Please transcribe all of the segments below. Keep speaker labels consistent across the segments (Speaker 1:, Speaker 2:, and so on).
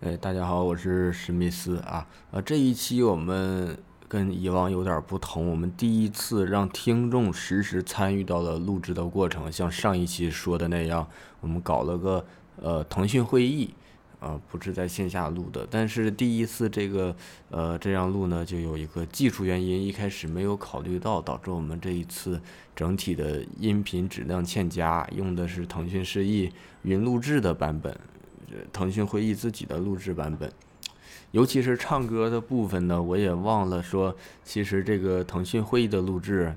Speaker 1: 哎，大家好，我是史密斯啊。呃，这一期我们跟以往有点不同，我们第一次让听众实时参与到了录制的过程，像上一期说的那样，我们搞了个呃腾讯会议，啊，不是在线下录的。但是第一次这个呃这样录呢，就有一个技术原因，一开始没有考虑到，导致我们这一次整体的音频质量欠佳，用的是腾讯示意云录制的版本。腾讯会议自己的录制版本。尤其是唱歌的部分呢，我也忘了说，其实这个腾讯会议的录制，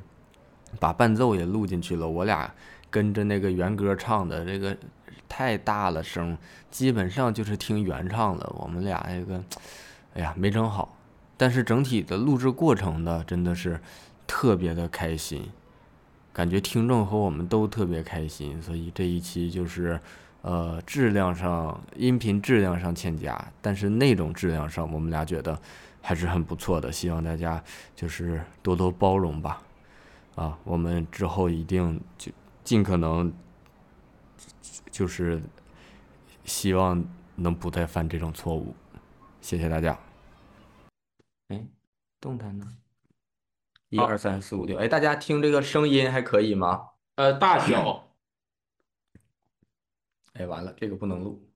Speaker 1: 把伴奏也录进去了。我俩跟着那个原歌唱的，这个太大了声，基本上就是听原唱了。我们俩这个，哎呀，没整好。但是整体的录制过程呢，真的是特别的开心，感觉听众和我们都特别开心，所以这一期就是。呃，质量上、音频质量上欠佳，但是内容质量上，我们俩觉得还是很不错的。希望大家就是多多包容吧。啊，我们之后一定就尽可能，就是希望能不再犯这种错误。谢谢大家。哎，动弹呢？一
Speaker 2: 好
Speaker 1: 二三四五六，哎，大家听这个声音还可以吗？
Speaker 2: 呃，大小，
Speaker 1: 哎，完了，这个不能录，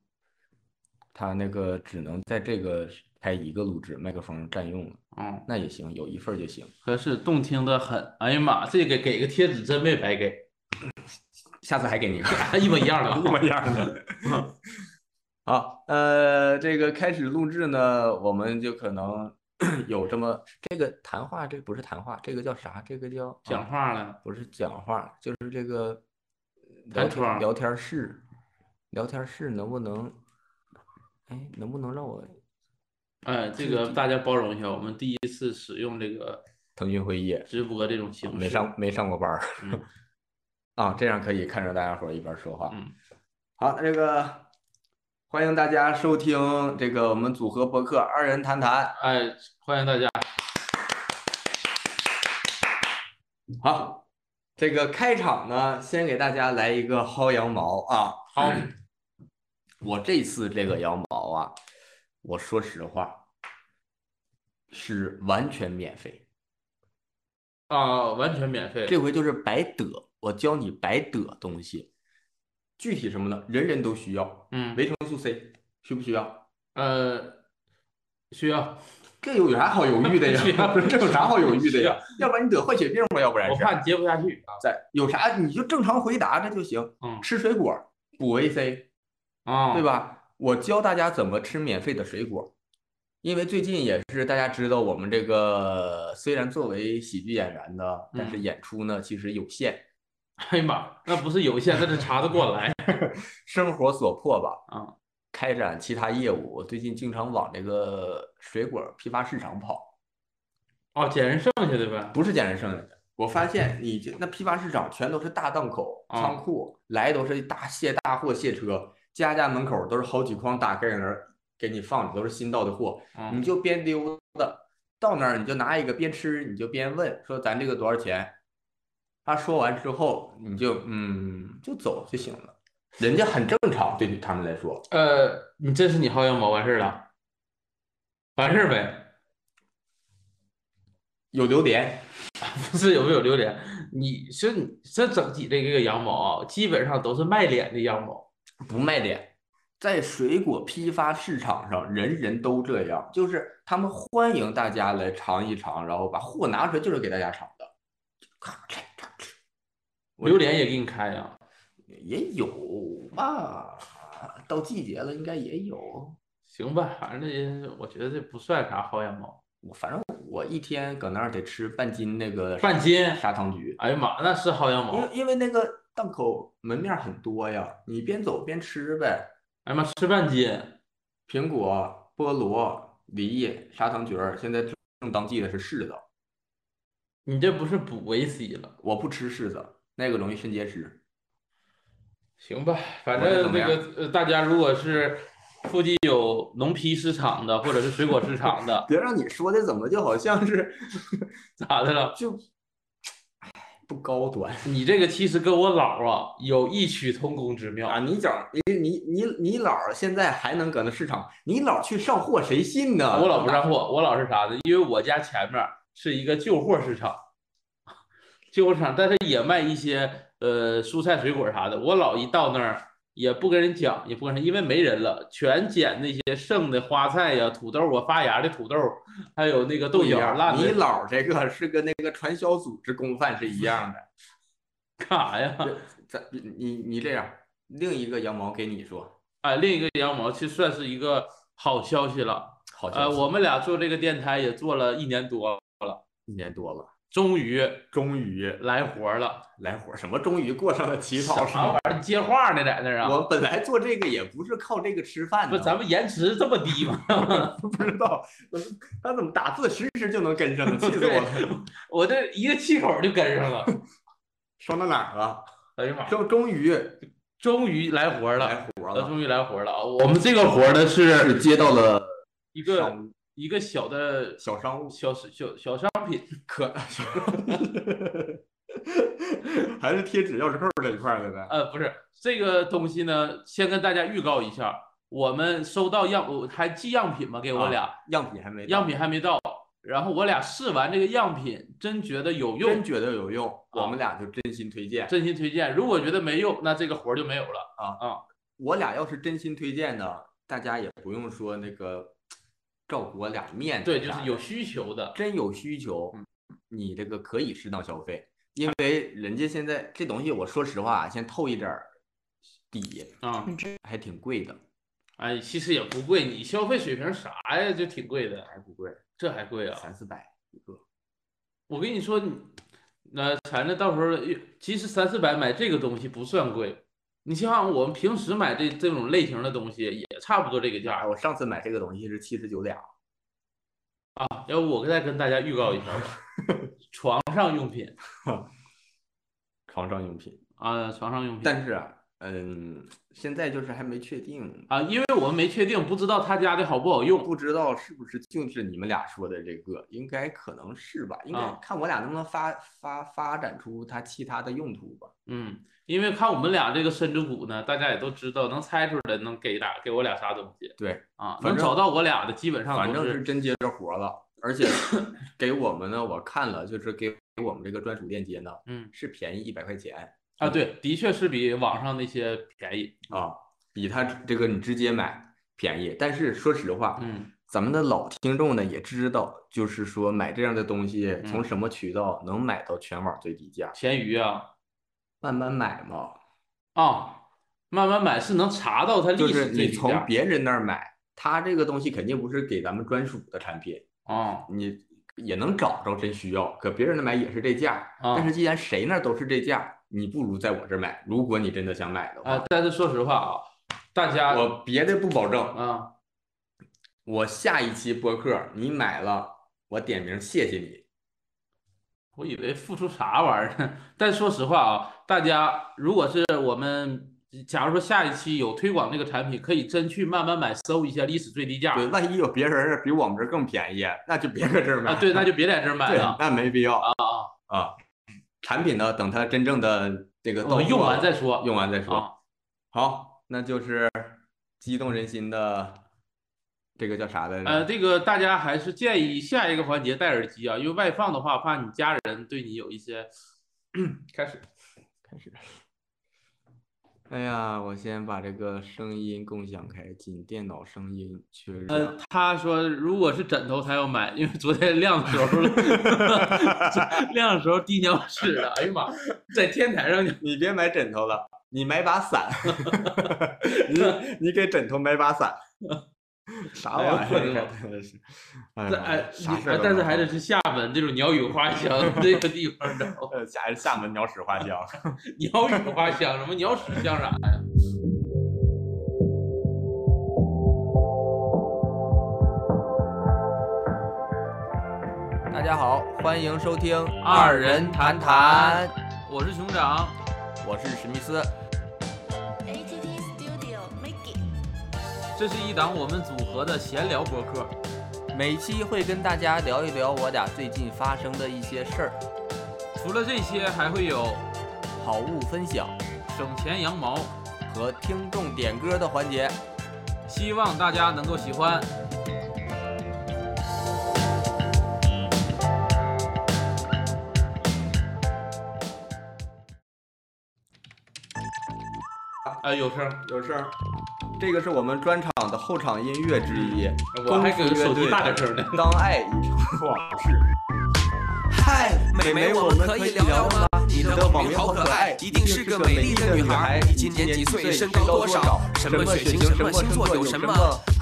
Speaker 1: 它那个只能在这个开一个录制，麦克风占用了，
Speaker 2: 嗯，
Speaker 1: 那也行，有一份儿就行。
Speaker 2: 可是动听的很。哎呀妈，这个给个贴纸真没白给，
Speaker 1: 下次还给你一个。
Speaker 2: 一模一样的，
Speaker 1: 模一样的。 好，呃，这个开始录制呢，我们就可能 有这么这个谈话，这不是谈话，这个叫啥？这个叫
Speaker 2: 讲
Speaker 1: 啊
Speaker 2: 话了，
Speaker 1: 不是讲话，就是这个
Speaker 2: 弹
Speaker 1: 聊天
Speaker 2: 窗
Speaker 1: 聊天室，聊天室能不能？哎，能不能让我
Speaker 2: 哎，这个大家包容一下，我们第一次使用这个
Speaker 1: 腾讯会议？
Speaker 2: 直播这种形式，
Speaker 1: 没上没上过班儿
Speaker 2: 嗯，
Speaker 1: 啊，这样可以看着大家伙儿一边说话。
Speaker 2: 嗯，
Speaker 1: 好，那这个欢迎大家收听这个我们组合博客二人谈谈。
Speaker 2: 哎，欢迎大家，
Speaker 1: 好，这个开场呢，先给大家来一个薅羊毛啊。
Speaker 2: 好，
Speaker 1: 我这次这个羊毛啊，我说实话是完全免费，
Speaker 2: 啊，完全免费，
Speaker 1: 这回就是白得，我教你白得东西。具体什么呢？人人都需要
Speaker 2: 嗯，
Speaker 1: 维生素 C，需不需要？
Speaker 2: 呃，需要，
Speaker 1: 这有啥好犹豫的
Speaker 2: 是
Speaker 1: 呀
Speaker 2: 啊？哦
Speaker 1: 这有啥好犹豫的呀？要不然你得坏血病吧，要不然
Speaker 2: 我
Speaker 1: 是
Speaker 2: 怕你接不下去啊，
Speaker 1: 在有啥你就正常回答这就行。
Speaker 2: 嗯，
Speaker 1: 吃水果补维 C，
Speaker 2: 啊，
Speaker 1: 对？吧？我教大家怎么吃免费的水果，因为最近也是大家知道我们这个虽然作为喜剧演员呢，但是
Speaker 2: 嗯
Speaker 1: 演出呢其实有限，
Speaker 2: 哎呀妈，那不是有限，那是查得过 来，
Speaker 1: 生活所迫吧，
Speaker 2: 啊，
Speaker 1: 开展其他业务。我最近经常往这个水果批发市场跑。
Speaker 2: 哦，捡人剩下的呗，
Speaker 1: 不是捡人剩下的。我发现你这那批发市场全都是大档口、
Speaker 2: 啊
Speaker 1: 仓库，来都是大卸大货、卸车，家家门口都是好几筐大盖那儿给你放着，都是新到的货，你
Speaker 2: 嗯，
Speaker 1: 就边溜达，到那儿你就拿一个边吃，你就边问说咱这个多少钱。他说完之后，你就嗯就走就行了，人家很正常，对于他们来说。
Speaker 2: 呃，你这是你薅羊毛完事儿了，完事儿呗。
Speaker 1: 有榴莲，
Speaker 2: 不是有没有榴莲？你是你这整体这个羊毛啊，基本上都是卖脸的羊毛。
Speaker 1: 不卖脸，在水果批发市场上，人人都这样，就是他们欢迎大家来尝一尝，然后把货拿出来就是给大家尝的，咔嚓咔嚓我
Speaker 2: 榴莲也给你开呀、
Speaker 1: 也有吧，到季节了应该也有。
Speaker 2: 行吧，反正这我觉得这不算啥薅羊毛，
Speaker 1: 我反正我一天搁那儿得吃半斤那个
Speaker 2: 半斤。
Speaker 1: 砂糖橘，
Speaker 2: 哎呀妈，那是薅羊毛
Speaker 1: 因为。因为那个档口门面很多呀，你边走边吃呗，
Speaker 2: 哎呀妈，吃半斤。
Speaker 1: 苹果、菠萝、梨、砂糖橘儿，现在正当季的是柿子。
Speaker 2: 你这不是补维 C 了？
Speaker 1: 我不吃柿子，那个容易肾结石。
Speaker 2: 行吧，反
Speaker 1: 我这
Speaker 2: 正
Speaker 1: 怎么样
Speaker 2: 那个呃，大家如果是附近有农批市场的，或者是水果市
Speaker 1: ，
Speaker 2: 场的
Speaker 1: 别让你说的怎么就好像是
Speaker 2: 咋的了？
Speaker 1: 就，唉 不高端
Speaker 2: 你这个其实跟我姥啊有异曲同工之妙
Speaker 1: 啊！。你讲你你你你姥儿现在还能搁那市场，你姥儿去上货谁信呢？
Speaker 2: 我姥不让货，我姥是啥呢？因为我家前面是一个旧货市场，旧货市场，但是也卖一些呃蔬菜水果啥的。我姥一到那儿也不跟人讲，也不跟人，因为没人了，全捡那些剩的花菜呀、土豆啊、发芽的土豆，还有那个豆
Speaker 1: 不一
Speaker 2: 角
Speaker 1: 样，
Speaker 2: 烂
Speaker 1: 哦你
Speaker 2: 的，
Speaker 1: 姥儿这个是跟那个传销组织共犯是一样 的。
Speaker 2: 干啥呀？
Speaker 1: 咱你你这样，另一个羊毛给你说，
Speaker 2: 啊，另一个羊毛其实算是一个好消息了。
Speaker 1: 好
Speaker 2: 呃，
Speaker 1: 消息
Speaker 2: 我们俩做这个电台也做了一年多，
Speaker 1: 一年多了，
Speaker 2: 终于
Speaker 1: 终于
Speaker 2: 来活了。
Speaker 1: 来活儿，什么终于过上了起跑
Speaker 2: 啥玩
Speaker 1: 线。
Speaker 2: 意儿？接话呢，在那儿啊？
Speaker 1: 我本来做这个也不是靠这个吃饭
Speaker 2: 不，
Speaker 1: 的，
Speaker 2: 咱们延迟这么低吗？
Speaker 1: 不知道呃他怎么打字实时就能跟上呢，气死我了！
Speaker 2: 我这一个气口就跟上了。
Speaker 1: 说到哪儿了？
Speaker 2: 哎呀妈！
Speaker 1: 终终于
Speaker 2: 终于来活了，
Speaker 1: 来活
Speaker 2: 呃
Speaker 1: 了，
Speaker 2: 终于来活了啊！我们这个活呢是
Speaker 1: 是接到了
Speaker 2: 一
Speaker 1: 商
Speaker 2: 个
Speaker 1: 务
Speaker 2: 一个小的
Speaker 1: 小商务
Speaker 2: 小小小商品，
Speaker 1: 可，还是贴纸钥匙扣这一块儿的呗？
Speaker 2: 呃，不是这个东西呢，先跟大家预告一下，我们收到样，我还寄样品吗？给
Speaker 1: 啊
Speaker 2: 我俩，
Speaker 1: 样品还没到，
Speaker 2: 样品还没到，然后我俩试完这个样品，真觉得有用
Speaker 1: 真，觉得有用，啊我们俩就真心推荐。
Speaker 2: 真心推荐。如果觉得没用，那这个活儿就没有了
Speaker 1: 啊
Speaker 2: 啊！
Speaker 1: 我俩要是真心推荐的，大家也不用说那个照顾我俩面子
Speaker 2: 对，就
Speaker 1: 啥
Speaker 2: 是
Speaker 1: 的
Speaker 2: 有需求的，
Speaker 1: 真有需求，你这个可以适当消费，因为人家现在这东西，我说实话，先透一点儿底，
Speaker 2: 啊，
Speaker 1: 还挺贵的，
Speaker 2: 哎，其实也不贵，你消费水平啥呀，就挺贵的，
Speaker 1: 还不贵，
Speaker 2: 这还贵啊！
Speaker 1: 三四百一个。
Speaker 2: 我跟你说，你那反正到时候其实三四百买这个东西不算贵，你像我们平时买这这种类型的东西也差不多这个价
Speaker 1: 哎，
Speaker 2: 儿。
Speaker 1: 我上次买这个东西是七十九两，
Speaker 2: 啊要不我再跟大家预告一下 吧，床上用品
Speaker 1: 床上用品，
Speaker 2: 啊，床上用品
Speaker 1: 但是啊嗯，现在就是还没确定，
Speaker 2: 啊，因为我们没确定，不知道他家的好不好用。
Speaker 1: 不知道是不是就是你们俩说的这个，应该可能是吧，应该
Speaker 2: 啊
Speaker 1: 看我俩能不能发发发展出它其他的用途吧。
Speaker 2: 嗯，因为看我们俩这个身子骨呢，大家也都知道，能猜出来能给俩给我俩啥东西
Speaker 1: 对，
Speaker 2: 啊，
Speaker 1: 反
Speaker 2: 能
Speaker 1: 正
Speaker 2: 找到我俩的基本上
Speaker 1: 反
Speaker 2: 都
Speaker 1: 正是真接着活了，而 且给我们呢，我看了，就是给给我们这个专属链接呢，
Speaker 2: 嗯
Speaker 1: 是便宜一百块钱
Speaker 2: 啊，对，的确是比网上那些便宜。
Speaker 1: 啊，比他这个你直接买便宜。但是说实话，
Speaker 2: 嗯，
Speaker 1: 咱们的老听众呢也知道，就是说买这样的东西从
Speaker 2: 嗯
Speaker 1: 什么渠道能买到全网最低价，
Speaker 2: 闲鱼啊，
Speaker 1: 慢慢买嘛，
Speaker 2: 啊、慢慢买是能查到它
Speaker 1: 就
Speaker 2: 历
Speaker 1: 是
Speaker 2: 史最
Speaker 1: 你
Speaker 2: 低
Speaker 1: 从
Speaker 2: 价
Speaker 1: 别人那儿买，他这个东西肯定不是给咱们专属的产品，
Speaker 2: 啊
Speaker 1: 你也能找着真需要，搁别人那买也是这价，
Speaker 2: 啊
Speaker 1: 但是既然谁那都是这价，你不如在我这买。如果你真的想买的话，
Speaker 2: 啊！但是说实话啊，大家
Speaker 1: 我别的不保证，
Speaker 2: 啊
Speaker 1: 我下一期播客你买了，我点名谢谢你。
Speaker 2: 我以为付出啥玩意儿呢？但说实话啊，大家如果是我们，假如说下一期有推广这个产品，可以真去慢慢买搜一下历史最低价
Speaker 1: 对，万一有别人比我们这更便宜，那就别搁这儿买。
Speaker 2: 啊，对，那就别在这儿买
Speaker 1: 对
Speaker 2: 了，
Speaker 1: 那没必要啊
Speaker 2: 啊
Speaker 1: 啊。产品呢，等它真正的这个
Speaker 2: 啊，
Speaker 1: 到
Speaker 2: 我
Speaker 1: 货
Speaker 2: 用完
Speaker 1: 了
Speaker 2: 再说
Speaker 1: 用完再说。
Speaker 2: 啊。
Speaker 1: 好，那就是激动人心的这个叫啥来着？
Speaker 2: 呃，这个大家还是建议下一个环节戴耳机啊，因为外放的话，怕你家人对你有一些 开始。
Speaker 1: 开始。哎呀，我先把这个声音共享开，仅电脑声音确啊认。
Speaker 2: 呃，他说如果是枕头，他要买，因为昨天晾的时候 晾的时候滴鸟屎了，哎呀妈，在天台上就
Speaker 1: 你别买枕头了，你买把 伞。你你给枕头买把伞。啥
Speaker 2: 哎呦
Speaker 1: 玩意
Speaker 2: 我
Speaker 1: 儿
Speaker 2: 的
Speaker 1: 啊
Speaker 2: 妈？
Speaker 1: 真的是，哎
Speaker 2: 在
Speaker 1: 呀
Speaker 2: 哎，你
Speaker 1: 啥事儿
Speaker 2: 哎
Speaker 1: 都
Speaker 2: 但是
Speaker 1: 能
Speaker 2: 还
Speaker 1: 干
Speaker 2: 得是厦门这种鸟语花香 这个地方，你知道吗？
Speaker 1: 呃，还是厦门鸟屎花啊香。
Speaker 2: 鸟语花香，什么鸟屎香啥呀？
Speaker 1: 大家好，欢迎收 听《
Speaker 2: 二人
Speaker 1: 谈
Speaker 2: 谈》，我是熊掌，
Speaker 1: 我是史密斯。
Speaker 3: ATT Studio Mickey。
Speaker 2: 这是一档我们组合的闲聊播客，
Speaker 1: 每期会跟大家聊一聊我俩最近发生的一些事儿，
Speaker 2: 除了这些，还会有
Speaker 1: 好物分享
Speaker 2: 省钱羊毛，
Speaker 1: 和听众点歌的环节。
Speaker 2: 希望大家能够喜欢。啊，有声儿！
Speaker 1: 有事儿，这个是我们专场的后场音乐之一。
Speaker 2: 嗯我还给手机大点声呢。
Speaker 1: 当爱已成往事。
Speaker 4: 嗨，美眉，我们可以聊聊吗？你的网名好可爱，一定是个美丽的女孩。你今年几岁？身高多少？什么血型？什么星座？有什么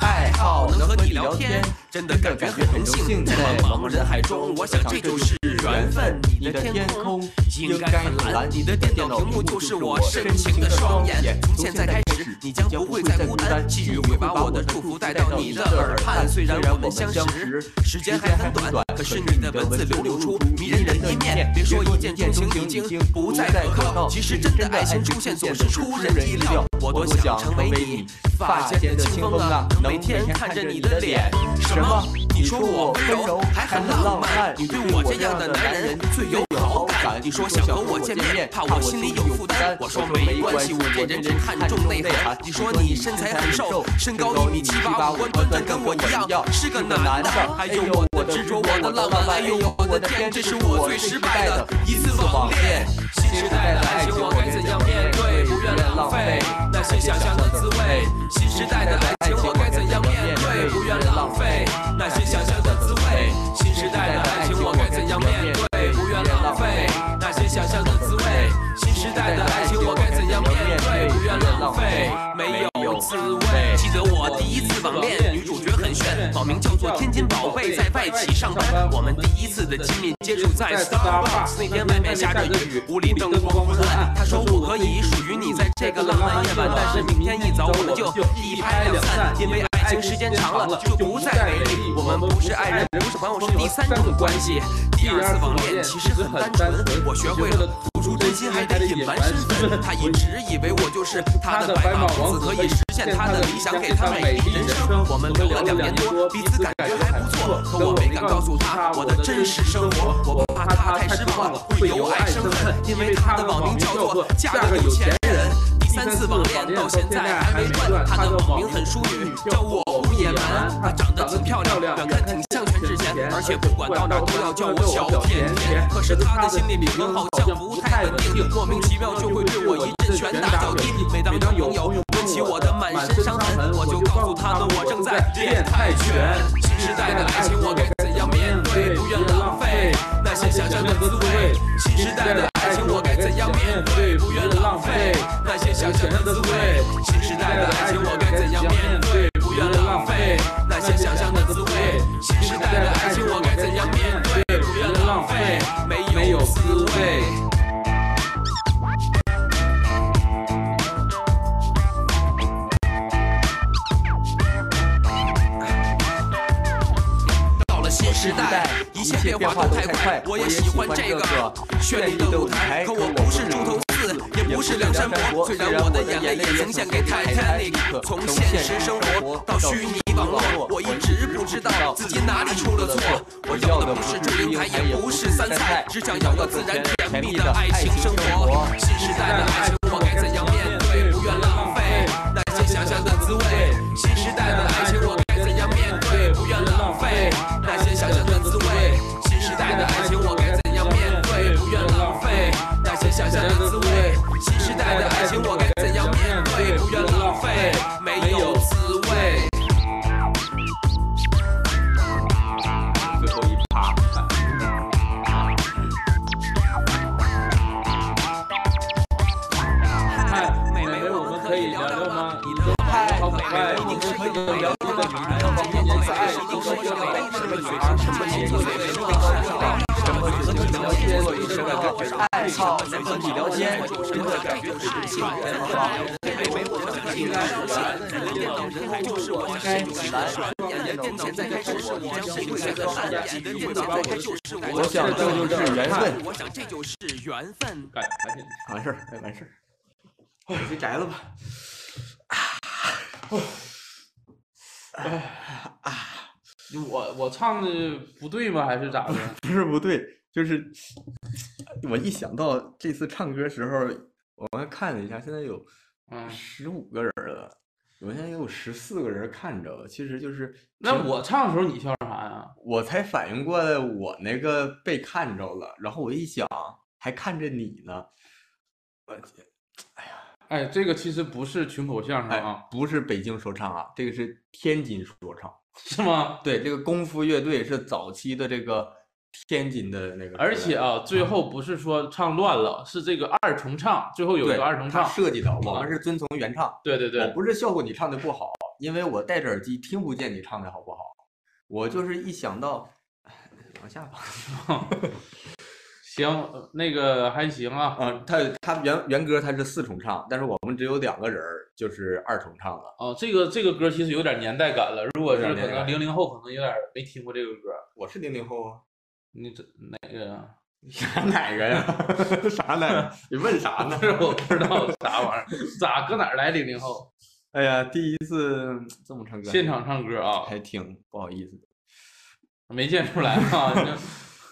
Speaker 4: 爱好？能和你聊天，真的感觉很荣幸。在茫茫人海中，我想这就是缘分。你的天空应该很蓝，你的电脑屏幕就是我深情的双眼。从现在开始，你将不会再孤单，寄语会把我的祝福带到你的耳畔。虽然我们相识，时间还很短，可是你的文字流露出迷人的一面。别说一见钟情已经不再可靠，其实真的爱情出现总是出人意料。我多想成为你发间的清风啊，能每天看着你的脸。什么？你说我温柔还很浪漫，你对我这样的男人最有好感。你说想和我见面，怕我心里有负担。我说没关系，我这人只看重内涵。你说你身材很瘦，身高一米七八五，弯墩墩跟我一样，是个男的。哎呦，我的执着，我的浪漫，哎呦，我的天，这是我最失败的一次网恋。新时代的爱情，我该怎样面对？不愿浪费那些想象的滋味。新时代的爱情，我该怎样面对？不愿浪费那些想象的滋味。新时代的爱情，我该怎样面对？不愿浪费那些想象的滋味。新时代的爱情，我该怎样面对？不愿浪费，没有滋味。记得我第一次网恋，女主角很炫，网名叫做天津宝贝，在外企上班。我们第一次的亲密接触在 Starbucks，那天外面下着雨，屋里灯光昏暗。她说我可以属于你，在这个浪漫夜晚，但是明天一早我们就一拍两散，因为爱情时间长了就不再美丽。我们不是爱人，不是朋友，是第三种关系。第二次网恋其实很单纯，我学会了。付出真心还得隐瞒身份，他一直以为我就是他的白马王子，可以实现他的理想，给他美丽人生。我们聊了两年多，彼此感觉还不错，可我没敢告诉他我的真实生活，我怕他太失望了，会由爱生恨，因为他的网名叫做“嫁个有钱人”。第三次网恋到现在还没断，他的网名很淑女，叫我顾野蛮。她长得挺漂亮，远看挺像全智贤，而且不管到哪儿都要叫我小甜甜。可是她的心理平衡好像不太稳定，莫名其妙就会对我一阵拳打脚踢。每当有朋友问起我的满身伤痕，我就告诉他们我正在练泰拳。新时代的爱情我该怎样面对？不愿浪费那些想象的滋味。新时代的爱情我该怎样面对？不愿浪费那些想象的滋味。新时代的爱情我该怎样面对？不愿浪费那些想象的滋味。新时代的爱情我该怎样面对？不愿浪费，没有滋味。到了新时代，一切变化都太快，我也喜欢这个绚丽的舞台，可我不是猪头四，也不是梁山伯。虽然我的眼泪也曾献给 Titanic，从现实生活到虚拟网络，我一直不知道自己哪里出了错。我要的不是祝英台，也不是三菜，只想要个自然甜蜜的爱情生活。新时代的爱情，我该怎样面对？不愿浪费那些想象的滋味。新时代的爱情，我该怎样面对？不愿浪费那些想象的滋味。新时代的爱情，我该怎样面对？不愿浪费那些想象的滋味。新时代的爱情，我该怎样面对？不愿浪费，没有滋味。
Speaker 1: 最后一 趴，
Speaker 4: 嗨，
Speaker 2: 美眉，哎我们可以聊聊吗？
Speaker 4: 你的
Speaker 2: 嗨
Speaker 4: 嗨，
Speaker 2: 好美眉，我们哎可以聊聊吗？今年在爱情中是个美丽的女孩，什么星座的人都什么星座的人都什么感觉？
Speaker 1: 爱好能和你聊天，真的感觉很幸福。我想这就是缘分。
Speaker 4: 我想这就是缘分。
Speaker 2: 感觉
Speaker 1: 完事儿，哎，完事儿，你去摘了吧。
Speaker 2: 我我唱的不对吗？还是咋的？
Speaker 1: 不是不对，就是我一想到这次唱歌时候，我还看了一下，现在有
Speaker 2: 嗯，
Speaker 1: 十五个人了，我现在有十四个人看着，其实就是
Speaker 2: 那
Speaker 1: 挺
Speaker 2: 我唱的时候你笑啥呀？
Speaker 1: 我才反应过来我那个被看着了，然后我一想还看着你呢，
Speaker 4: 啊
Speaker 1: 我去
Speaker 2: 哎，这个其实不是群口相声
Speaker 1: 哎
Speaker 2: 啊，，
Speaker 1: 不是北京说唱啊，这个是天津说唱。
Speaker 2: 是吗？
Speaker 1: 对，这个功夫乐队是早期的这个天津的那个出来的，
Speaker 2: 而且啊，最后不是说唱乱了，是这个二重唱，最后有一
Speaker 1: 对
Speaker 2: 个二重
Speaker 1: 他
Speaker 2: 唱。
Speaker 1: 设计的，我
Speaker 2: 啊
Speaker 1: 们是哦遵从原唱。
Speaker 2: 对对
Speaker 1: 我
Speaker 2: 对，
Speaker 1: 不是笑话你唱的不好，因为我戴着耳机听不见你唱的好不好。我就是一想到，哎往下吧。
Speaker 2: 行，呃那个还行啊。
Speaker 1: 嗯，他他原原歌他是四重唱，但是我们只有两个人儿就是二重唱了。
Speaker 2: 哦，这个这个歌其实有点年代感了。如果
Speaker 1: 有
Speaker 2: 是
Speaker 1: 点
Speaker 2: 可
Speaker 1: 年代
Speaker 2: 能零零后，可能有点没听过这个歌。
Speaker 1: 我是零零后啊，
Speaker 2: 你这哪个呀？
Speaker 1: 啥哪个呀？ 啥哪个？你问啥呢
Speaker 2: 不？是我不知道啥玩意儿，咋搁哪儿来零零后？
Speaker 1: 哎呀，第一次这么唱歌，
Speaker 2: 现场唱歌啊，
Speaker 1: 还挺不好意思的。
Speaker 2: 没见出来啊。就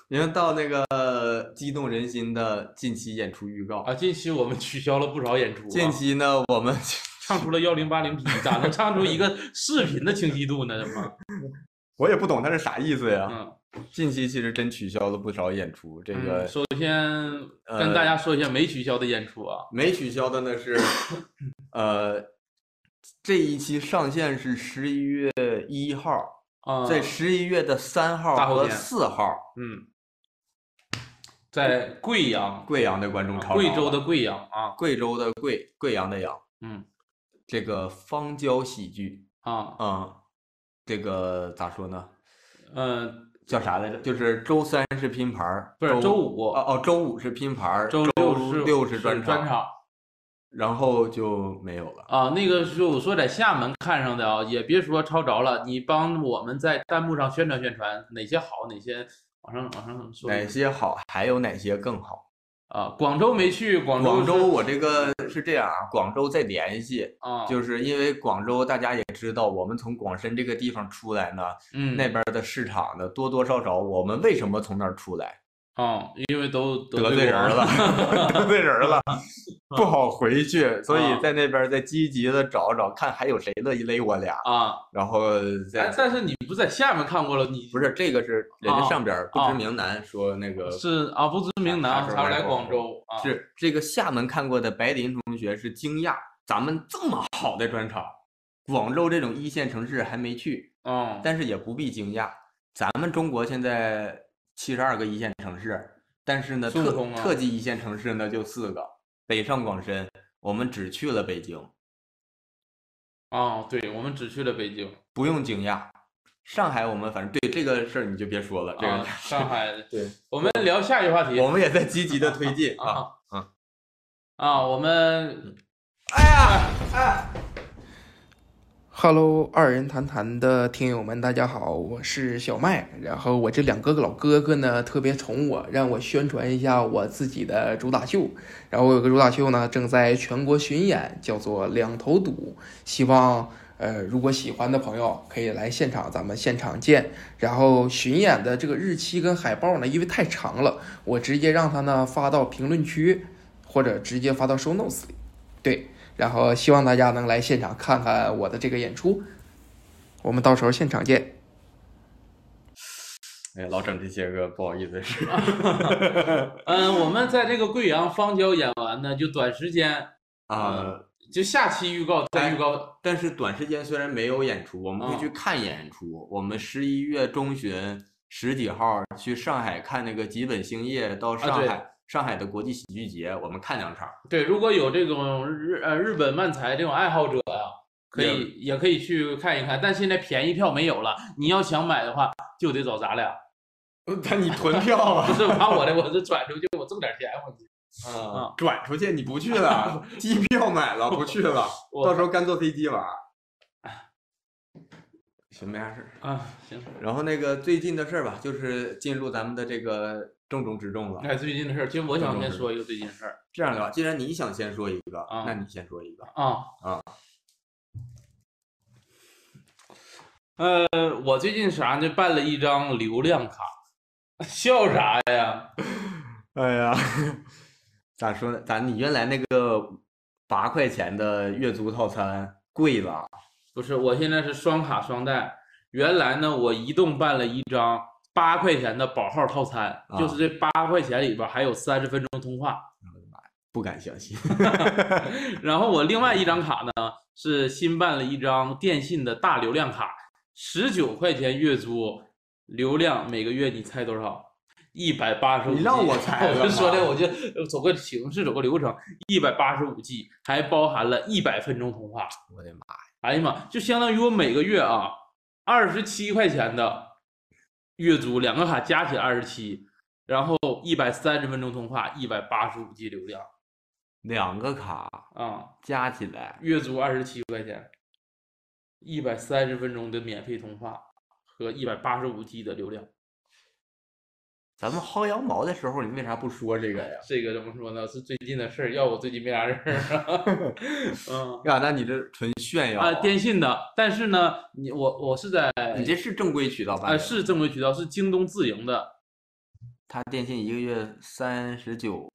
Speaker 1: 因为到那个激动人心的近期演出预告，
Speaker 2: 啊，近期我们取消了不少演出、啊，
Speaker 1: 近期呢我们
Speaker 2: 唱出了幺零八零 P，咋能唱出一个视频的清晰度呢？怎么？
Speaker 1: 我也不懂他是啥意思呀。
Speaker 2: 嗯，
Speaker 1: 近期其实真取消了不少演出，啊这个、呃
Speaker 2: 嗯首先跟大家说一下没取消的演出啊，
Speaker 1: 没取消的呢是，呃，这一期上线是十一月一号，
Speaker 2: 啊，
Speaker 1: 在十一月的三号
Speaker 2: 大后
Speaker 1: 和
Speaker 2: 天
Speaker 1: 四号，
Speaker 2: 嗯，在贵阳，
Speaker 1: 贵阳的观众
Speaker 2: 啊
Speaker 1: 超
Speaker 2: 贵
Speaker 1: 纲
Speaker 2: 州
Speaker 1: 了
Speaker 2: 的贵阳啊，
Speaker 1: 贵州的贵贵阳的阳，
Speaker 2: 嗯
Speaker 1: 这个方椒喜剧，
Speaker 2: 啊，
Speaker 1: 嗯，这个咋说呢？
Speaker 2: 嗯，
Speaker 1: 叫啥来着？就是周三是拼盘儿，
Speaker 2: 不是周
Speaker 1: 周
Speaker 2: 五
Speaker 1: 哦哦，周五是拼盘儿，
Speaker 2: 周
Speaker 1: 六
Speaker 2: 六
Speaker 1: 是
Speaker 2: 是
Speaker 1: 专
Speaker 2: 专场。
Speaker 1: 然后就没有了。
Speaker 2: 啊，那个是我说在厦门看上的啊，也别说抄着了，你帮我们在弹幕上宣传宣传哪些好，哪些往上往上说
Speaker 1: 哪些好，还有哪些更好？
Speaker 2: 啊。广州没去，广州
Speaker 1: 广州，
Speaker 2: 是
Speaker 1: 我这个是这样啊，广州在联系，
Speaker 2: 啊，
Speaker 1: 就是因为广州大家也知道，我们从广深这个地方出来呢，
Speaker 2: 嗯
Speaker 1: 那边的市场呢，多多少少我们为什么从那儿出来？
Speaker 2: 啊，因为都
Speaker 1: 得罪
Speaker 2: 罪
Speaker 1: 人
Speaker 2: 我
Speaker 1: 了， 得罪人了，不好回去，所
Speaker 2: 啊
Speaker 1: 以在那边再积极的找找，看还有谁乐意勒我俩，
Speaker 2: 啊。
Speaker 1: 然后再
Speaker 2: 哎， 但是你不在厦门看过了，你
Speaker 1: 不是这个是人家
Speaker 2: 啊
Speaker 1: 上边儿不
Speaker 2: 啊
Speaker 1: 知名男说那个
Speaker 2: 是啊不知名
Speaker 1: 啥
Speaker 2: 男
Speaker 1: 时候
Speaker 2: 才会
Speaker 1: 来
Speaker 2: 来
Speaker 1: 广
Speaker 2: 广
Speaker 1: 州
Speaker 2: 州啊？
Speaker 1: 是这个厦门看过的白林同学是惊讶，咱们这么好的专场，广州这种一线城市还没去，
Speaker 2: 嗯，
Speaker 1: 但是也不必惊讶，咱们中国现在七十二个一线城市，但是呢
Speaker 2: 孙悟
Speaker 1: 特
Speaker 2: 空啊
Speaker 1: 特级一线城市呢就四个，北上广深，我们只去了北京，
Speaker 2: 啊，对，我们只去了北京
Speaker 1: 不用惊讶。上海我们反正对这个事儿你就别说了，这个、
Speaker 2: 啊，上海。
Speaker 1: 对，
Speaker 2: 我们聊下一个话题
Speaker 1: 我们也在积极的推 进啊。
Speaker 2: 啊
Speaker 1: 啊
Speaker 2: 啊，我们
Speaker 1: 哎呀，哎，
Speaker 5: Hello，二人谈谈的听友们，大家好，我是小麦。然后我这两个老哥哥呢，特别宠我，让我宣传一下我自己的主打秀。然后我有个主打秀呢，正在全国巡演，叫做《两头堵》，希望呃，如果喜欢的朋友可以来现场，咱们现场见。然后巡演的这个日期跟海报呢，因为太长了，我直接让他呢发到评论区，或者直接发到 show notes 里。对，然后希望大家能来现场看看我的这个演出，我们到时候现场见。
Speaker 1: 哎，老整这些个不好意思的事儿。
Speaker 2: 嗯，我们在这个贵阳方椒演完呢，就短时间
Speaker 1: 啊，
Speaker 2: 就下期预告
Speaker 1: 哎
Speaker 2: 再预告
Speaker 1: 但是短时间虽然没有演出，我们会去看演出。我们十一月中旬十几号去上海看那个吉本兴业，到上
Speaker 2: 对
Speaker 1: 海、上海的国际喜剧节，我们看两场。
Speaker 2: 对，如果有这种日呃日本漫才这种爱好者呀、可以也可以去看一看，但现在便宜票没有了，你要想买的话就得找咱俩，
Speaker 1: 呃但你囤票
Speaker 2: 不
Speaker 1: 啊，
Speaker 2: 是把我的我这转出去，我挣点钱我去。
Speaker 1: 啊，转出去你不去 了，机票买了不去 了，
Speaker 2: 我
Speaker 1: 到时候干坐飞机玩儿。行，没啥事儿。
Speaker 2: 啊，行，
Speaker 1: 然后那个最近的事儿吧，就是进入咱们的这个重中之重了。
Speaker 2: 哎，最近的事儿，其实我想先说一个最近的事儿
Speaker 1: 这样聊，既然你想先说一个，
Speaker 2: 啊
Speaker 1: 那你先说一个。
Speaker 2: 啊
Speaker 1: 啊。
Speaker 2: 呃，我最近啥呢？办了一张流量卡，笑啥呀？
Speaker 1: 哎呀， 咋说呢？咱你原来那个八块钱的月租套餐贵了，
Speaker 2: 不是，我现在是双卡双待。原来呢，我移动办了一张八块钱的保号套餐，
Speaker 1: 啊
Speaker 2: 就是这八块钱里边还有三十分钟通话。
Speaker 1: 不敢相信。
Speaker 2: 然后我另外一张卡呢是新办了一张电信的大流量卡，十九块钱月租，流量每个月你猜多少？一百八十五。
Speaker 1: 你让我猜
Speaker 2: 我
Speaker 1: 了
Speaker 2: 就说的
Speaker 1: 嘛
Speaker 2: 我就走个形式，走个流程，一百八十五 G 还包含了一百分钟通话。
Speaker 1: 我的妈！
Speaker 2: 哎呀妈，就相当于我每个月啊二十七块钱的月租，两个卡加起来二十七，然后一百三十分钟通话，一百八十五 G 流量
Speaker 1: 两个卡
Speaker 2: 啊。
Speaker 1: 加起来，
Speaker 2: 月租二十七块钱，一百三十分钟的免费通话和一百八十五 G 的流量，
Speaker 1: 咱们薅羊毛的时候，你为啥不说这个呀？
Speaker 2: 这个怎么说呢？是最近的事儿，要我最近没啥事儿。啊 嗯
Speaker 1: 呀，啊那你这纯炫耀
Speaker 2: 啊，电信的，但是呢，你我我是在
Speaker 1: 你这是正规渠道办
Speaker 2: 啊
Speaker 1: 的？
Speaker 2: 是正规渠道，是京东自营的。
Speaker 1: 他电信一个月三十九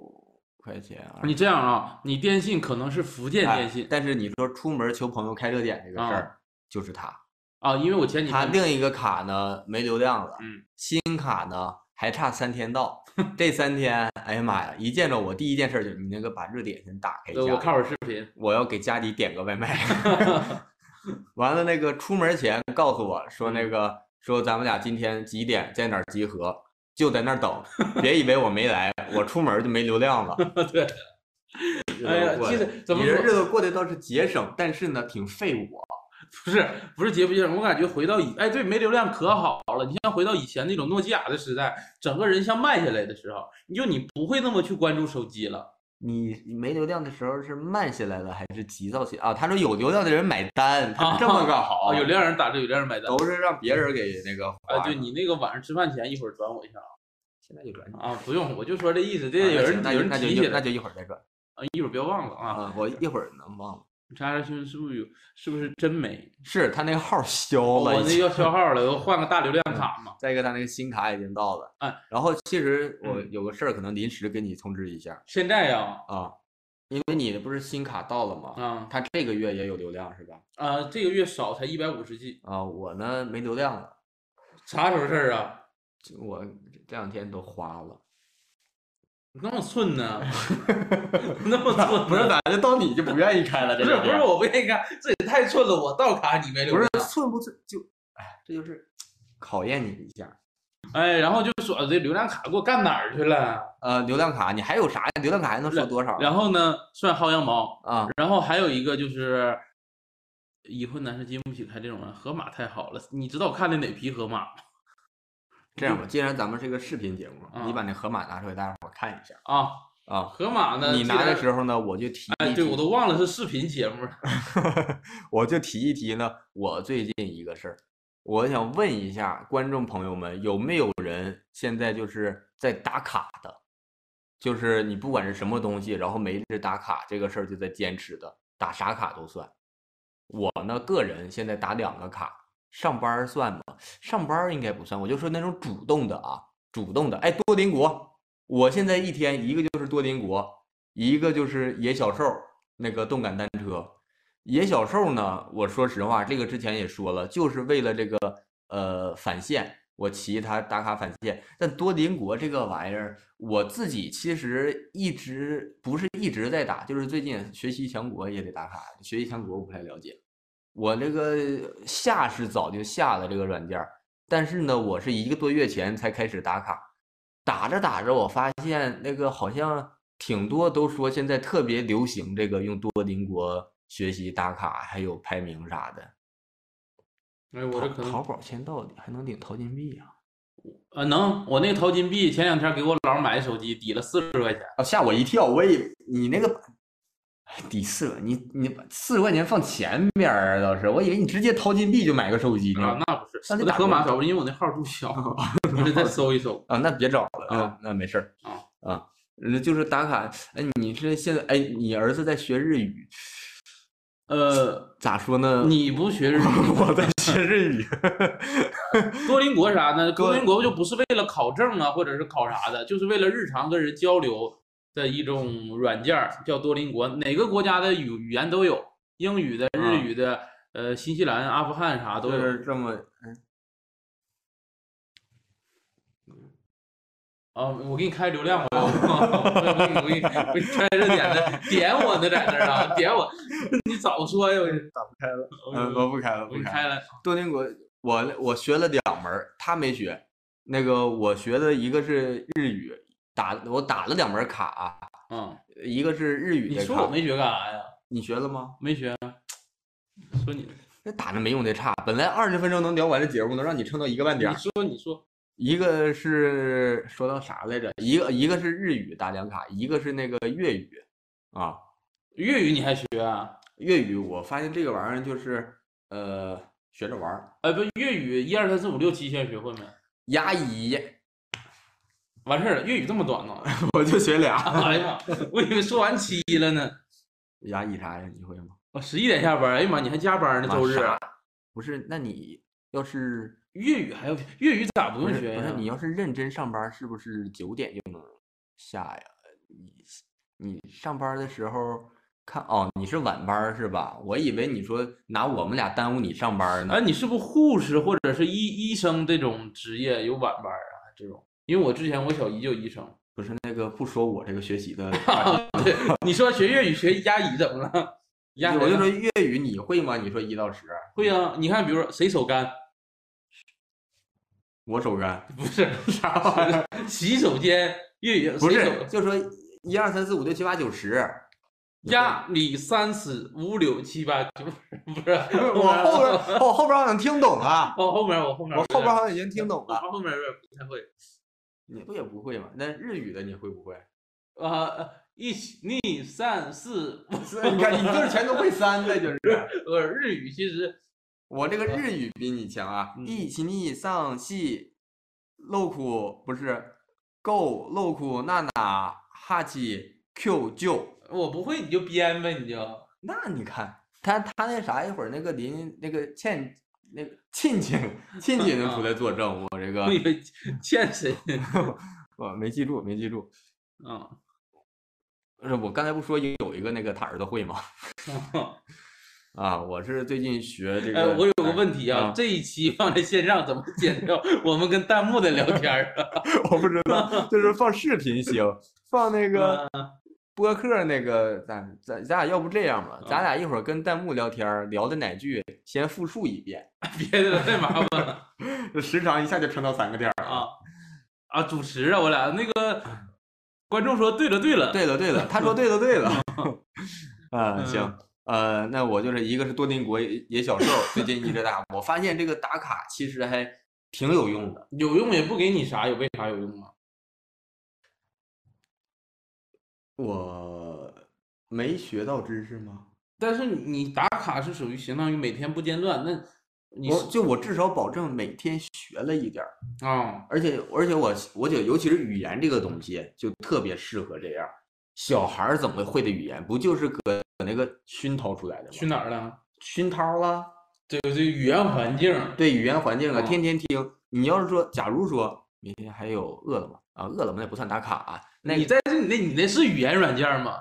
Speaker 1: 块钱啊，
Speaker 2: 你这样啊，你电信可能是福建
Speaker 1: 哎
Speaker 2: 电信
Speaker 1: 但是你说出门求朋友开热点这个事
Speaker 2: 啊
Speaker 1: 儿，就是他。
Speaker 2: 啊，因为我前几
Speaker 1: 他
Speaker 2: 天
Speaker 1: 另一个卡呢没流量了，
Speaker 2: 嗯，
Speaker 1: 新卡呢还差三天到。 这三天，哎呀妈呀！一见着我，第一件事儿就是你那个把热点先打开一下，
Speaker 2: 呃我看会儿视频，
Speaker 1: 我要给家里点个外 卖。 完了，那个出门前告诉我说，
Speaker 2: 嗯
Speaker 1: 那个说咱们俩今天几点在哪儿集合，就在那儿等。别以为我没来，我出门就没流量了。
Speaker 2: 对，
Speaker 1: 日
Speaker 2: 哎
Speaker 1: 子
Speaker 2: 呀
Speaker 1: 过
Speaker 2: 其
Speaker 1: 得
Speaker 2: 实怎么
Speaker 1: 你这
Speaker 2: 说
Speaker 1: 日子过得倒是节省，但是呢，挺费我。
Speaker 2: 不是不是节不节省，我感觉回到以哎对没流量可好了，你像回到以前那种诺基亚的时代，整个人像慢下来的时候，你就你不会那么去关注手机了。
Speaker 1: 你没流量的时候是慢下来了还是急躁起啊？他说有流量的人买单，他这么个好，
Speaker 2: 啊，有量人打折，有量人买单。
Speaker 1: 都是让别人给那个花
Speaker 2: 哎，
Speaker 1: 的。
Speaker 2: 对你那个晚上吃饭前一会儿转我一下啊
Speaker 1: 现在就转你。
Speaker 2: 啊，不用，我就说这意思，这
Speaker 1: 啊那
Speaker 2: 有人
Speaker 1: 行那
Speaker 2: 有
Speaker 1: 就
Speaker 2: 人
Speaker 1: 那就
Speaker 2: 提
Speaker 1: 一
Speaker 2: 起
Speaker 1: 会儿那
Speaker 2: 来，
Speaker 1: 就一会儿再转
Speaker 2: 啊一会儿别忘了啊。
Speaker 1: 啊！我一会儿能忘了。
Speaker 2: 查查兄是不是有是不是真没？
Speaker 1: 是他那个号消
Speaker 2: 我
Speaker 1: 了，已
Speaker 2: 那
Speaker 1: 经
Speaker 2: 要消耗了，我换个大流量卡嘛。
Speaker 1: 再一个他那个新卡已经到了。
Speaker 2: 哎，
Speaker 1: 然后其实我
Speaker 2: 嗯
Speaker 1: 有个事儿可能临时跟你通知一下
Speaker 2: 现在呀，
Speaker 1: 啊，因为你不是新卡到了吗？
Speaker 2: 啊
Speaker 1: 他这个月也有流量是吧？
Speaker 2: 啊，这个月少才一百五十 G，
Speaker 1: 啊，我呢没流量了，
Speaker 2: 啥时候事儿啊？
Speaker 1: 就我这两天都花了。
Speaker 2: 你那么 寸呢？ 那么寸呢，
Speaker 1: 不是，咱这到你就不愿意开了，
Speaker 2: 不
Speaker 1: 这
Speaker 2: 是
Speaker 1: 两
Speaker 2: 不是，
Speaker 1: 天
Speaker 2: 我不愿意看，这也太寸了，我倒卡你没留
Speaker 1: 不
Speaker 2: 着
Speaker 1: 是。寸不寸就，哎，这就是考验你一下。
Speaker 2: 哎，然后就说这流量卡给我干哪儿去了？
Speaker 1: 呃，流量卡你还有啥呀？流量卡还能说多少？
Speaker 2: 然后呢，算薅羊毛，
Speaker 1: 啊，
Speaker 2: 然后还有一个就是。已婚男士经不起开这种人，河马太好了。你知道我看的哪匹河马吗
Speaker 1: 这
Speaker 2: 嗯
Speaker 1: 样吧，既然咱们是个视频节目，你
Speaker 2: 啊
Speaker 1: 把那河马拿出来，大家伙儿看一下
Speaker 2: 啊？
Speaker 1: 啊。
Speaker 2: 河马呢？
Speaker 1: 你拿的时
Speaker 2: 候，
Speaker 1: 候呢，我就提一
Speaker 2: 哎，
Speaker 1: 提，
Speaker 2: 对我都忘了是视频节目了。
Speaker 1: 我就提一提呢，我最近一个事儿，我想问一下观众朋友们，有没有人现在就是在打卡的？就是你不管是什么东西，然后每日打卡这个事儿就在坚持的，打啥卡都算。我呢，个人现在打两个卡，上班儿算吗？上班儿应该不算，我就说那种主动的啊，主动的。哎，多邻国，我现在一天一个就是多邻国，一个就是野小兽那个动感单车。野小兽呢，我说实话，这个之前也说了，就是为了这个呃返现，我骑它打卡返现。但多邻国这个玩意儿，我自己其实一直不是一直在打，就是最近学习强国也得打卡，学习强国我不太了解。我这个下是早就下了这个软件儿，但是呢，我是一个多月前才开始打卡，打着打着，我发现那个好像挺多都说现在特别流行这个用多邻国学习打卡，还有排名啥的。
Speaker 2: 哎，我这可
Speaker 1: 淘淘
Speaker 2: 能
Speaker 1: 宝签到还能领淘金币啊！
Speaker 2: 啊能，我那个淘金币前两天给我姥儿买的手机抵了四十块钱。
Speaker 1: 啊，吓我一跳！我以为你那个抵四了，你你把四十块钱放前边儿啊，倒是，我以为你直接淘金币就买个手机呢。
Speaker 2: 啊，那不是，
Speaker 1: 那你
Speaker 2: 我
Speaker 1: 嗯
Speaker 2: 在
Speaker 1: 打
Speaker 2: 河
Speaker 1: 多
Speaker 2: 马
Speaker 1: 少
Speaker 2: 找不着，因为我那号儿注 销，我得再搜一搜。
Speaker 1: 啊，那别找了
Speaker 2: 啊，
Speaker 1: 那那没事儿
Speaker 2: 啊
Speaker 1: 啊，呃就是打卡。哎，你是现在哎，你儿子在学日语，
Speaker 2: 呃，
Speaker 1: 咋说呢？
Speaker 2: 你不学日语，
Speaker 1: 我在学日语，
Speaker 2: 多邻国啥呢？
Speaker 1: 多
Speaker 2: 多邻国不就不是为了考证啊，或者是考啥的，就是为了日常跟人交流的一种软件儿，叫多邻国。哪个国家的语语言都有，英语的、日语的，呃，新西兰、阿富汗啥都
Speaker 1: 就
Speaker 2: 有
Speaker 1: 是这么。
Speaker 2: 啊。我给你开流量吧， 我给你我给你我给你开热点的，点我呢在那儿啊，点我， 你早说呀！我
Speaker 1: 打不开了，嗯，
Speaker 2: 我
Speaker 1: 我不开了，
Speaker 2: 我
Speaker 1: 不
Speaker 2: 给你
Speaker 1: 开了。
Speaker 2: 开了，
Speaker 1: 多邻国，我我学了两门儿，他没学。那个我学的一个是日语，打我打了两门儿卡啊，
Speaker 2: 嗯，
Speaker 1: 一个是日语
Speaker 2: 你
Speaker 1: 的
Speaker 2: 说
Speaker 1: 卡
Speaker 2: 我，没学干啥呀？
Speaker 1: 你学了吗？
Speaker 2: 没学，说你，
Speaker 1: 那打的没用的差，本来二十分钟能聊完的节目，能让你撑到一个半
Speaker 2: 你
Speaker 1: 点儿。
Speaker 2: 说你说，
Speaker 1: 一个是说到啥来着？一个一个是日语打两卡，一个是那个粤语啊。
Speaker 2: 粤语你还学啊？
Speaker 1: 粤语我发现这个玩意儿就是呃学着玩儿，
Speaker 2: 哎，不，粤语一二三四五六七先学会没？
Speaker 1: 牙医
Speaker 2: 完事儿了，粤语这么短呢？
Speaker 1: 我就学俩。
Speaker 2: 哎呀妈，我以为说完七了呢。
Speaker 1: 牙医啥呀？你会吗？
Speaker 2: 我十一点下班，哎呀妈，你还加班呢？
Speaker 1: 啊
Speaker 2: 周日
Speaker 1: 啥不是，那你要是
Speaker 2: 粤语还要粤语咋不
Speaker 1: 不
Speaker 2: 用
Speaker 1: 是
Speaker 2: 学
Speaker 1: 不
Speaker 2: 呀
Speaker 1: 是？你要是认真上班，是不是九点就能下呀？你你上班的时候看哦，你是晚班儿是吧？我以为你说拿我们俩耽误你上班儿呢。
Speaker 2: 哎，你是不是护士或者是医医生这种职业有晚班啊？这种，因为我之前我小姨就医生。
Speaker 1: 不是那个不说我这个学习的话题，
Speaker 2: 对，你说学粤语学押乙怎么了？押
Speaker 1: 我就说粤语你会吗？你说一到十，
Speaker 2: 会啊。你看，比如说谁手干，
Speaker 1: 我手干
Speaker 2: 不是啥玩意儿？洗手间粤语
Speaker 1: 不
Speaker 2: 谁手
Speaker 1: 是，就说一二三四五六七八九 十。
Speaker 2: 压里三十五六七八九，不 是
Speaker 1: 我后边儿我后边儿好像听懂 了，
Speaker 2: 我后面我后面
Speaker 1: 我后边儿好像已
Speaker 2: 啊
Speaker 1: 经听懂
Speaker 2: 我
Speaker 1: 了。
Speaker 2: 后面有点不太会
Speaker 1: 你不也不会吗？那日语的你会不会？
Speaker 2: 啊。一起逆三四五，
Speaker 1: 是你看，你就是全都会三的，就是。
Speaker 2: 我日语其实
Speaker 1: 我这个日语比你强啊！
Speaker 2: 嗯
Speaker 1: 一起你上戏，露苦不是够露苦娜娜哈奇 Q 就。
Speaker 2: 我不会，你就编呗，你就
Speaker 1: 那你看他他那啥一会儿那个邻那个倩那个亲戚亲戚能出来作证，我这个
Speaker 2: 你们欠 谁？
Speaker 1: 我没记住没记住。
Speaker 2: 嗯，
Speaker 1: 不是我刚才不说有一个那个他儿子 会吗？啊，我是最近学这
Speaker 2: 哎
Speaker 1: 个。，
Speaker 2: 我有个问题啊
Speaker 1: 啊，
Speaker 2: 这一期放在线上怎么剪掉我们跟弹幕的聊天儿 啊？
Speaker 1: 我不知道，就是放视频行，放那
Speaker 2: 嗯
Speaker 1: 个播客那个，咱咱咱俩要不这样吧，咱
Speaker 2: 嗯
Speaker 1: 俩一会儿跟弹幕聊天儿，聊的哪句先复述一遍，
Speaker 2: 别的太麻烦了
Speaker 1: 这 时长一下就撑到三个点儿了。
Speaker 2: 啊啊！主持啊，我俩那个观众说对了对了，
Speaker 1: 对了对了，他说对了 对了。啊，行
Speaker 2: 嗯，
Speaker 1: 呃，那我就是一个是多邻国野野小兽，最近一直打，我发现这个打卡其实还挺有用的。
Speaker 2: 有用也不给你啥，有为啥有用啊？
Speaker 1: 我没学到知识吗？
Speaker 2: 但是你打卡是属于相当于每天不间断，那你
Speaker 1: 我
Speaker 2: 是
Speaker 1: 就我至少保证每天学了一点儿。
Speaker 2: 啊、
Speaker 1: 而且而且我我觉得，尤其是语言这个东西，就特别适合这样。小孩儿怎么会的语言，不就是搁搁那个熏陶出来的吗？
Speaker 2: 去哪儿了？
Speaker 1: 熏陶啦，
Speaker 2: 对对，语言环境，
Speaker 1: 对语言环境啊，
Speaker 2: 嗯
Speaker 1: 天天听。你要是说，假如说明天还有饿了么啊，饿了么那不算打卡啊，那
Speaker 2: 你在这你那你那是语言软件吗？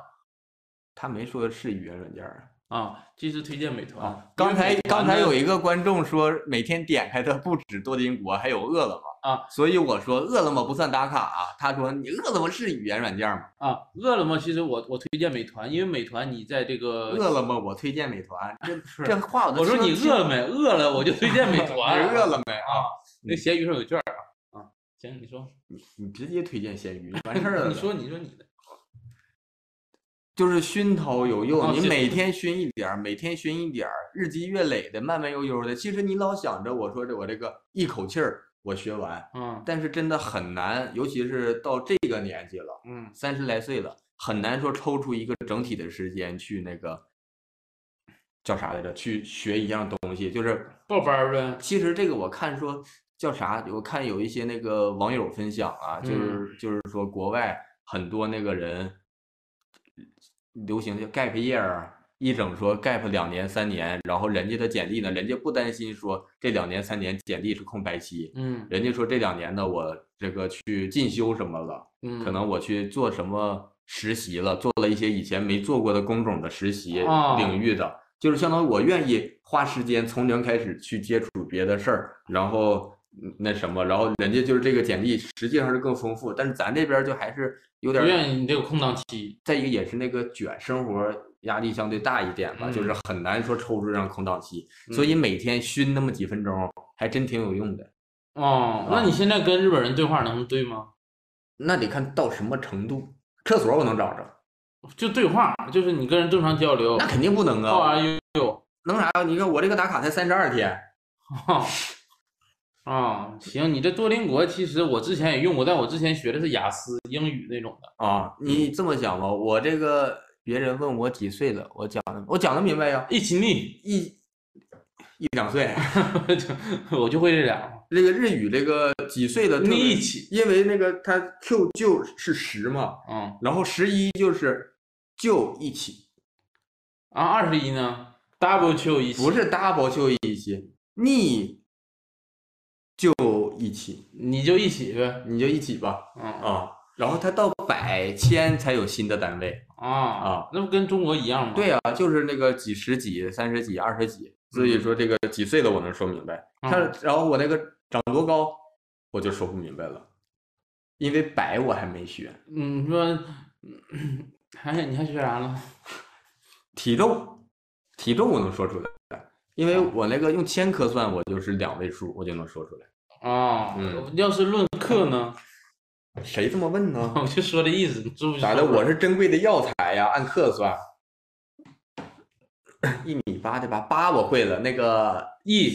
Speaker 1: 他没说是语言软件儿
Speaker 2: 啊，这是推荐美团。
Speaker 1: 啊。
Speaker 2: 因为
Speaker 1: 刚才
Speaker 2: 美团
Speaker 1: 刚才
Speaker 2: 呢
Speaker 1: 有一个观众说，每天点开的不止多邻国，还有饿了么
Speaker 2: 啊，
Speaker 1: 所以我说饿了么不算打卡啊。他说你饿了么是语言软件吗？
Speaker 2: 啊，饿了么其实我我推荐美团，因为美团你在这个
Speaker 1: 饿了么，我推荐美团。这
Speaker 2: 是
Speaker 1: 这话我都
Speaker 2: 我说
Speaker 1: 听
Speaker 2: 你
Speaker 1: 听
Speaker 2: 饿了没？饿了我就推 荐美团。
Speaker 1: 你饿了没？
Speaker 2: 啊，那
Speaker 1: 嗯
Speaker 2: 闲鱼上有券儿啊啊。行，你说
Speaker 1: 你直接推荐闲鱼完事儿了。
Speaker 2: 你说你说你的，
Speaker 1: 就是熏陶有用，
Speaker 2: 啊
Speaker 1: 你
Speaker 2: 熏
Speaker 1: 每天熏一点儿，每天熏一点儿，日积月累的，慢慢悠悠的。其实你老想着我说这我这个一口气儿我学完，
Speaker 2: 嗯
Speaker 1: 但是真的很难，尤其是到这个年纪了，
Speaker 2: 嗯，
Speaker 1: 三十来岁了，很难说抽出一个整体的时间去那个叫啥来着，去学一样东西，就是
Speaker 2: 报班儿呗。
Speaker 1: 其实这个我看说叫啥，我看有一些那个网友分享啊，就是就是说国外很多那个人流行叫 gap year 啊，一整说 gap 两年三年，然后人家的简历呢，人家不担心说这两年三年简历是空白期，
Speaker 2: 嗯
Speaker 1: 人家说这两年呢，我这个去进修什么了，
Speaker 2: 嗯，
Speaker 1: 可能我去做什么实习了，做了一些以前没做过的工种的实习
Speaker 2: 哦
Speaker 1: 领域的，就是相当于我愿意花时间从零开始去接触别的事儿，然后嗯那什么，然后人家就是这个简历实际上是更丰富，但是咱这边就还是有
Speaker 2: 不
Speaker 1: 点儿
Speaker 2: 愿意你这个空档期，
Speaker 1: 再一个也是那个卷，生活压力相对大一点吧，
Speaker 2: 嗯
Speaker 1: 就是很难说抽出这样空档期，所以每天熏那么几分钟还真挺有用的。
Speaker 2: 哦，
Speaker 1: 啊
Speaker 2: 那你现在跟日本人对话能对吗？
Speaker 1: 那得看到什么程度，厕所我能找着，
Speaker 2: 就对话，就是你跟人正常交流
Speaker 1: 那肯定不能
Speaker 2: ，How
Speaker 1: 啊，
Speaker 2: are you？
Speaker 1: 能啥呀？你看我这个打卡才三十二天，
Speaker 2: 哈啊，行，你这多邻国其实我之前也用过，但我之前学的是雅思英语那种的。
Speaker 1: 啊，你这么想吧，我这个别人问我几岁了，我讲的我讲的明白呀，
Speaker 2: 一起腻，
Speaker 1: 一一两岁，
Speaker 2: 我就会这俩。
Speaker 1: 那个日语这个几岁的特别
Speaker 2: 你一起，
Speaker 1: 因为那个它 Q 就是十嘛，
Speaker 2: 嗯
Speaker 1: 然后十一就是就一起，
Speaker 2: 啊，二十一呢？W Q 一起，
Speaker 1: 不是 double 就一起，逆就一起，
Speaker 2: 你就一起呗。
Speaker 1: 你就一起吧
Speaker 2: 嗯
Speaker 1: 啊。然后它到百千才有新的单位
Speaker 2: 啊啊，那不跟中国一样吗？
Speaker 1: 对啊，就是那个几十几、三十几、二十几，所以说这个几岁的我能说明白。
Speaker 2: 嗯
Speaker 1: 他然后我那个长多高，我就说不明白了，因为百我还没学，
Speaker 2: 嗯，你说，嗯还你还学啥了？
Speaker 1: 体重，体重我能说出来，因为我那个用千科算，我就是两位数，我就能说出来。
Speaker 2: 啊，
Speaker 1: 嗯
Speaker 2: 要是论克呢，
Speaker 1: 谁这么问呢？
Speaker 2: 我就说这意思，你知不知道？
Speaker 1: 咋 的？我是珍贵的药材呀，按克算。一米八对吧？八我会了，那个
Speaker 2: 一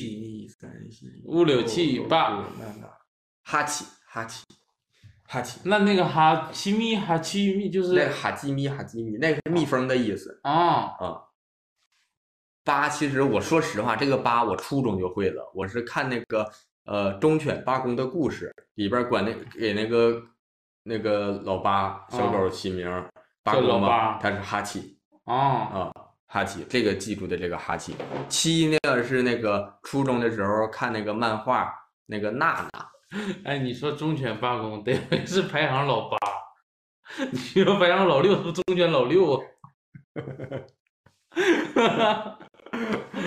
Speaker 1: 一三四
Speaker 2: 五六七八，
Speaker 1: 哈奇哈奇哈奇，
Speaker 2: 那那个哈奇米哈奇米就
Speaker 1: 那个
Speaker 2: 是
Speaker 1: 哈基米哈基米，那个是蜜蜂的意思。
Speaker 2: 啊，
Speaker 1: 八其实我说实话，这个八我初中就会了，我是看那个呃《忠犬八公的故事》里边儿管那给那个那个老八小狗起名儿，啊八
Speaker 2: 叫老
Speaker 1: 公
Speaker 2: 八
Speaker 1: 嘛，它是哈奇。
Speaker 2: 啊
Speaker 1: 哈奇，这个记住的这个哈奇。七呢是那个初中的时候看那个漫画，那个娜娜，
Speaker 2: 哎，你说忠犬八公得亏是排行老八，你说排行老六是忠犬老六啊。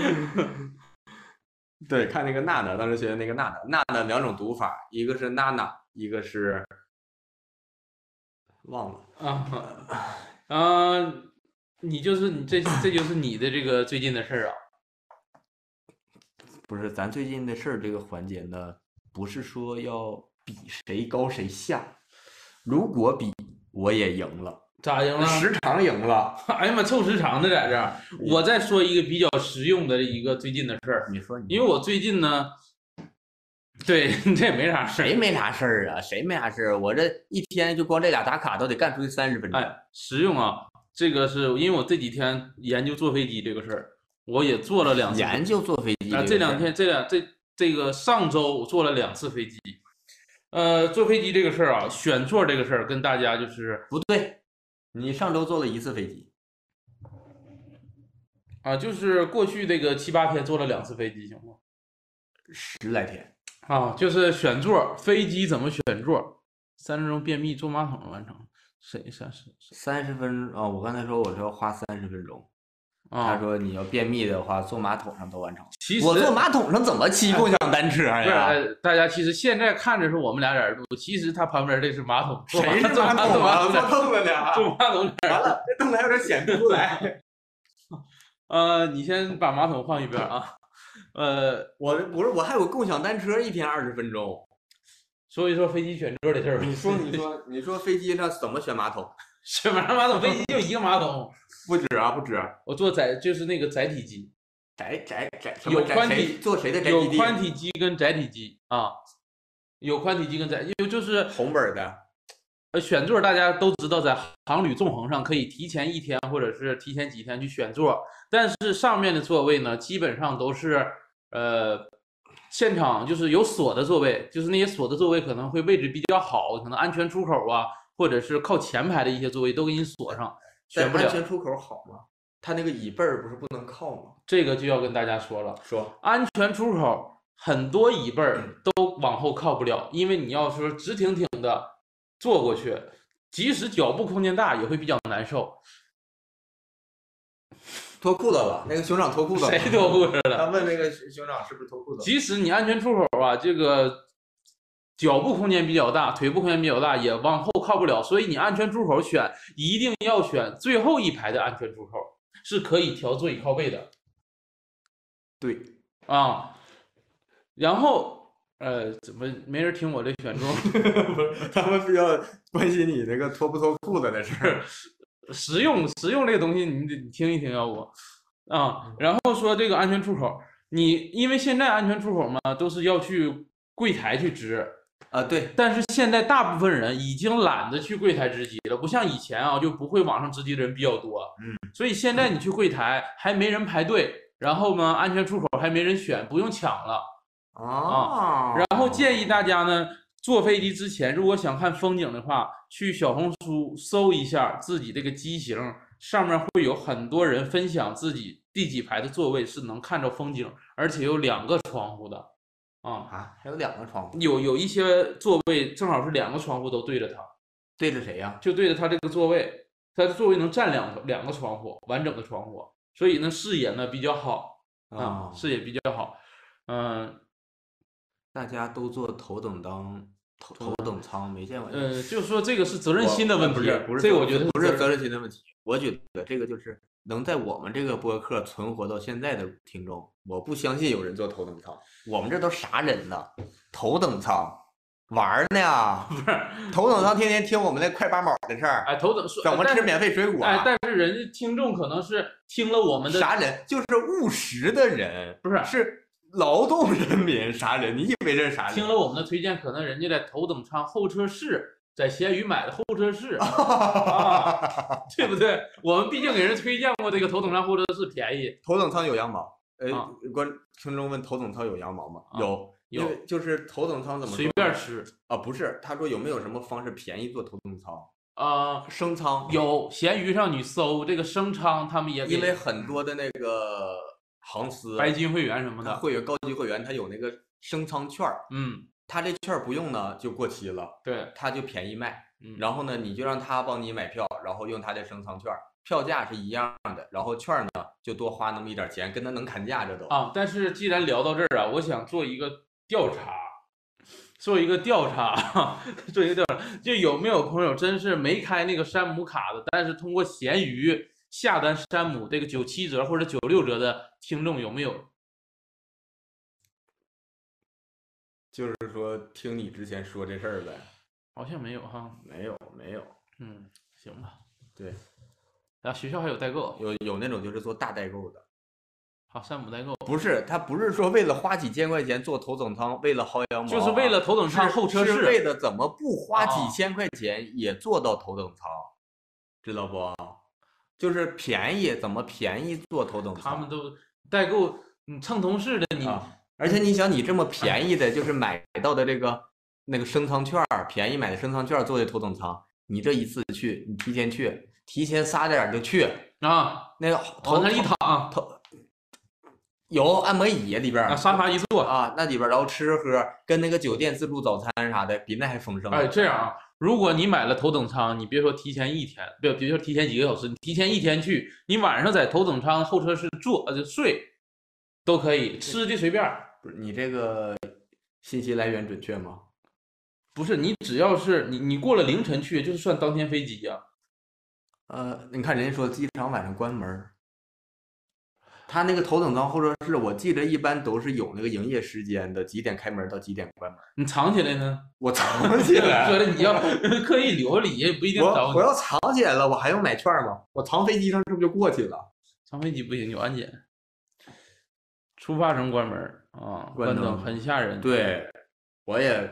Speaker 1: 对，看那个娜娜，当时学的那个娜娜。娜娜两种读法，一个是娜娜，一个是忘了。
Speaker 2: 啊啊！你就是你这这就是你的这个最近的事儿啊。
Speaker 1: 不是，咱最近的事儿这个环节呢，不是说要比谁高谁下，如果比我也赢了，
Speaker 2: 咋赢了？
Speaker 1: 时长赢了，
Speaker 2: 哎呀妈，凑时长的在这儿。我再说一个比较实用的一个最近的事儿，
Speaker 1: 你说你
Speaker 2: 因为我最近呢，对 这也没啥事
Speaker 1: 谁
Speaker 2: 儿。
Speaker 1: 没啥事儿啊？谁没啥事儿？我这一天就光这俩打卡都得干出去三十分钟。
Speaker 2: 哎，实用啊，这个是因为我这几天研究坐飞机这个事儿，我也坐了两次。
Speaker 1: 研究坐飞机
Speaker 2: 啊，
Speaker 1: 个
Speaker 2: 这
Speaker 1: 事
Speaker 2: 两
Speaker 1: 儿
Speaker 2: 天这两这这个上周我坐了两次飞机，呃，坐飞机这个事儿啊，选座这个事儿跟大家就是
Speaker 1: 不对，你上周坐了一次飞机，
Speaker 2: 啊，就是过去这个七八天坐了两次飞机，行吗？
Speaker 1: 十来天，
Speaker 2: 啊，就是选座，飞机怎么选座？三分钟便秘坐马桶完成，谁啥谁谁
Speaker 1: 三十分啊、我刚才说我说要花三十分钟，
Speaker 2: 啊？
Speaker 1: 他说你要便秘的话，坐马桶上都完成。
Speaker 2: 其实
Speaker 1: 我坐马桶上怎么骑共享单车
Speaker 2: 不是、
Speaker 1: 哎呀？
Speaker 2: 呃大家其实现在看着是我们俩在这儿录，其实他旁边这是马桶，坐
Speaker 1: 谁是
Speaker 2: 坐
Speaker 1: 马
Speaker 2: 马
Speaker 1: 桶啊？
Speaker 2: 坐
Speaker 1: 坐
Speaker 2: 马桶
Speaker 1: 凳子呢？
Speaker 2: 坐马桶
Speaker 1: 完了，这凳子还有点显不出来。
Speaker 2: 呃，你先把马桶放一边儿啊，呃，
Speaker 1: 我这不是，我还有共享单车，一天二十分钟。
Speaker 2: 说一说飞机选座的事儿吧。
Speaker 1: 你说， 你说，你说飞机上怎么选马桶？
Speaker 2: 什么马桶？飞机就一个马桶，
Speaker 1: 不止啊，不止。
Speaker 2: 我坐窄就是那个窄体机，
Speaker 1: 宅宅宅，什
Speaker 2: 有
Speaker 1: 么宅
Speaker 2: 宽
Speaker 1: 谁
Speaker 2: 体
Speaker 1: 坐谁的宅
Speaker 2: 有
Speaker 1: 基地
Speaker 2: 宽体机跟窄体机啊，有宽体机跟窄，因为就是
Speaker 1: 红本儿的，
Speaker 2: 呃选座，大家都知道在航旅纵横上可以提前一天或者是提前几天去选座，但是上面的座位呢，基本上都是呃。现场就是有锁的座位，就是那些锁的座位可能会位置比较好，可能安全出口啊，或者是靠前排的一些座位都给你锁上，
Speaker 1: 在
Speaker 2: 选不了
Speaker 1: 安。全出口好吗？它那个椅背儿不是不能靠吗？
Speaker 2: 这个就要跟大家说了，
Speaker 1: 说
Speaker 2: 安全出口很多椅背儿都往后靠不了，因为你要是直挺挺的坐过去，即使脚部空间大也会比较难受。
Speaker 1: 脱裤子了，那个熊掌脱裤子了。
Speaker 2: 谁都不知
Speaker 1: 他
Speaker 2: 道，
Speaker 1: 问那个熊掌是不是脱裤子了？
Speaker 2: 即使你安全出口啊，这个脚部空间比较大，腿部空间比较大，也往后靠不了，所以你安全出口选一定要选最后一排的安全出口，是可以调座椅靠背的。
Speaker 1: 对，
Speaker 2: 啊，然后呃，怎么没人听我这选中？
Speaker 1: 他们比较关心你那个脱不脱裤子的事儿。
Speaker 2: 实用实用这个东西你，得你听一听，要不啊，然后说这个安全出口，你因为现在安全出口嘛，都是要去柜台去支，
Speaker 1: 啊，对，
Speaker 2: 但是现在大部分人已经懒得去柜台值机了，不像以前啊，就不会网上值机的人比较多。
Speaker 1: 嗯，
Speaker 2: 所以现在你去柜台还没人排队，然后呢，安全出口还没人选，不用抢了。
Speaker 1: 啊
Speaker 2: 然后建议大家呢，坐飞机之前，如果想看风景的话，去小红书搜一下自己这个机型，上面会有很多人分享自己第几排的座位是能看着风景，而且有两个窗户的，啊、
Speaker 1: 啊，还有两个窗户
Speaker 2: 有有一些座位正好是两个窗户都对着它，
Speaker 1: 对着谁呀、
Speaker 2: 就对着它这个座位，它的座位能占两个两个窗户，完整的窗户，所以呢视野呢比较好
Speaker 1: 哦
Speaker 2: 啊、视野比较好，嗯、
Speaker 1: 大家都坐头等当头头等舱，没见过。
Speaker 2: 呃，就是说这个是责任
Speaker 1: 我
Speaker 2: 心的
Speaker 1: 我
Speaker 2: 问题，
Speaker 1: 不是不是
Speaker 2: 这
Speaker 1: 责
Speaker 2: 我觉得
Speaker 1: 不是
Speaker 2: 责
Speaker 1: 责
Speaker 2: 任
Speaker 1: 任心的问题，我觉得这个就是能在我们这个播客存活到现在的听众，我不相信有人坐头等舱，我们这都啥人呢？头等舱玩儿呢，不是头等舱天天听我们那快八毛的事儿，
Speaker 2: 哎，头等说
Speaker 1: 怎么
Speaker 2: 但
Speaker 1: 吃
Speaker 2: 是
Speaker 1: 免费水果、
Speaker 2: 哎，但是人家听众可能是听了我们的，
Speaker 1: 啥人？就是务实的人，
Speaker 2: 不是
Speaker 1: 是劳动人民，啥人？你以为这是啥人？
Speaker 2: 听 了我们的推荐，可能人家在头等舱候车室，在闲鱼买的候 车室，啊对不对？我们毕竟给人推荐过这个头等舱候车室便宜，
Speaker 1: 头等舱有羊毛。呃
Speaker 2: 啊，
Speaker 1: 观听众问头等舱有羊毛吗？
Speaker 2: 啊
Speaker 1: 有，因
Speaker 2: 有
Speaker 1: 为就是头等舱怎么
Speaker 2: 随
Speaker 1: 说
Speaker 2: 便
Speaker 1: 呢
Speaker 2: 吃
Speaker 1: 啊？不是，他说有没有什么方式便宜坐头等舱？
Speaker 2: 啊、
Speaker 1: 升舱，
Speaker 2: 有闲鱼上你搜这个升舱，他们也
Speaker 1: 因
Speaker 2: 给
Speaker 1: 为很多的那个航司
Speaker 2: 白金会员什么
Speaker 1: 它
Speaker 2: 的，
Speaker 1: 会员高级会员，他有那个升舱券儿，
Speaker 2: 嗯，
Speaker 1: 他这券儿不用呢就过期了，
Speaker 2: 对，
Speaker 1: 他就便宜卖。
Speaker 2: 嗯
Speaker 1: 然后呢，你就让他帮你买票，然后用他的升舱券儿，票价是一样的，然后券儿呢就多花那么一点儿钱，跟他能砍价，这都。
Speaker 2: 啊，但是既然聊到这儿啊，我想做一个调查，做一个调查， 做一个调查，就有没有朋友真是没开那个山姆卡的，但是通过闲鱼下单山姆这个九七折或者九六折的听众有没有？
Speaker 1: 就是说听你之前说这事儿呗，
Speaker 2: 好像没有哈，
Speaker 1: 没有没有，
Speaker 2: 嗯，行吧。
Speaker 1: 对，
Speaker 2: 然后学校还有代购，
Speaker 1: 有有那种就是做大代购的，
Speaker 2: 好山姆代购，
Speaker 1: 不是他不是说为了花几千块钱做头等舱，为了薅羊毛啊，
Speaker 2: 就是为了头等舱候车
Speaker 1: 是为
Speaker 2: 室，
Speaker 1: 了怎么不花
Speaker 2: 啊
Speaker 1: 几千块钱也坐到头等舱，知道不？就是便宜，怎么便宜坐头等舱？
Speaker 2: 他们都嗯代购，你蹭同事的你，
Speaker 1: 啊，而且你想，你这么便宜的，就是买到的这个那个升舱券儿，便宜买的升舱券儿坐的头等舱，你这一次去，你提前去，提前仨点儿就去，
Speaker 2: 啊，
Speaker 1: 那个
Speaker 2: 往
Speaker 1: 头
Speaker 2: 那一躺，
Speaker 1: 头有按摩椅里边儿
Speaker 2: 啊，沙发一坐，
Speaker 1: 啊，那里边儿然后吃喝跟那个酒店自助早餐啥的，比那还丰盛。
Speaker 2: 哎，这样啊，如果你买了头等舱，你别说提前一天，别别说提前几个小时，你提前一天去，你晚上在头等舱候车室坐呃就睡，都可以，吃的随便儿。
Speaker 1: 不是你这个信息来源准确吗？
Speaker 2: 不是你只要是你你过了凌晨去，就是算当天飞机呀、
Speaker 1: 呃，你看人家说机场晚上关门儿，他那个头等舱候车室，我记得一般都是有那个营业时间的，几点开门儿到几点关门儿。
Speaker 2: 你藏起来呢？
Speaker 1: 我 藏起
Speaker 2: 说
Speaker 1: 来，
Speaker 2: 的你要刻意留着，也不一定
Speaker 1: 我
Speaker 2: 找
Speaker 1: 我
Speaker 2: 你。
Speaker 1: 要藏起来了，我还用买券儿吗？我藏飞机上是不是就过去了？
Speaker 2: 上飞机不行，有安检。出发时候关门儿啊，
Speaker 1: 关
Speaker 2: 关
Speaker 1: 灯
Speaker 2: 灯很吓人。
Speaker 1: 对，我也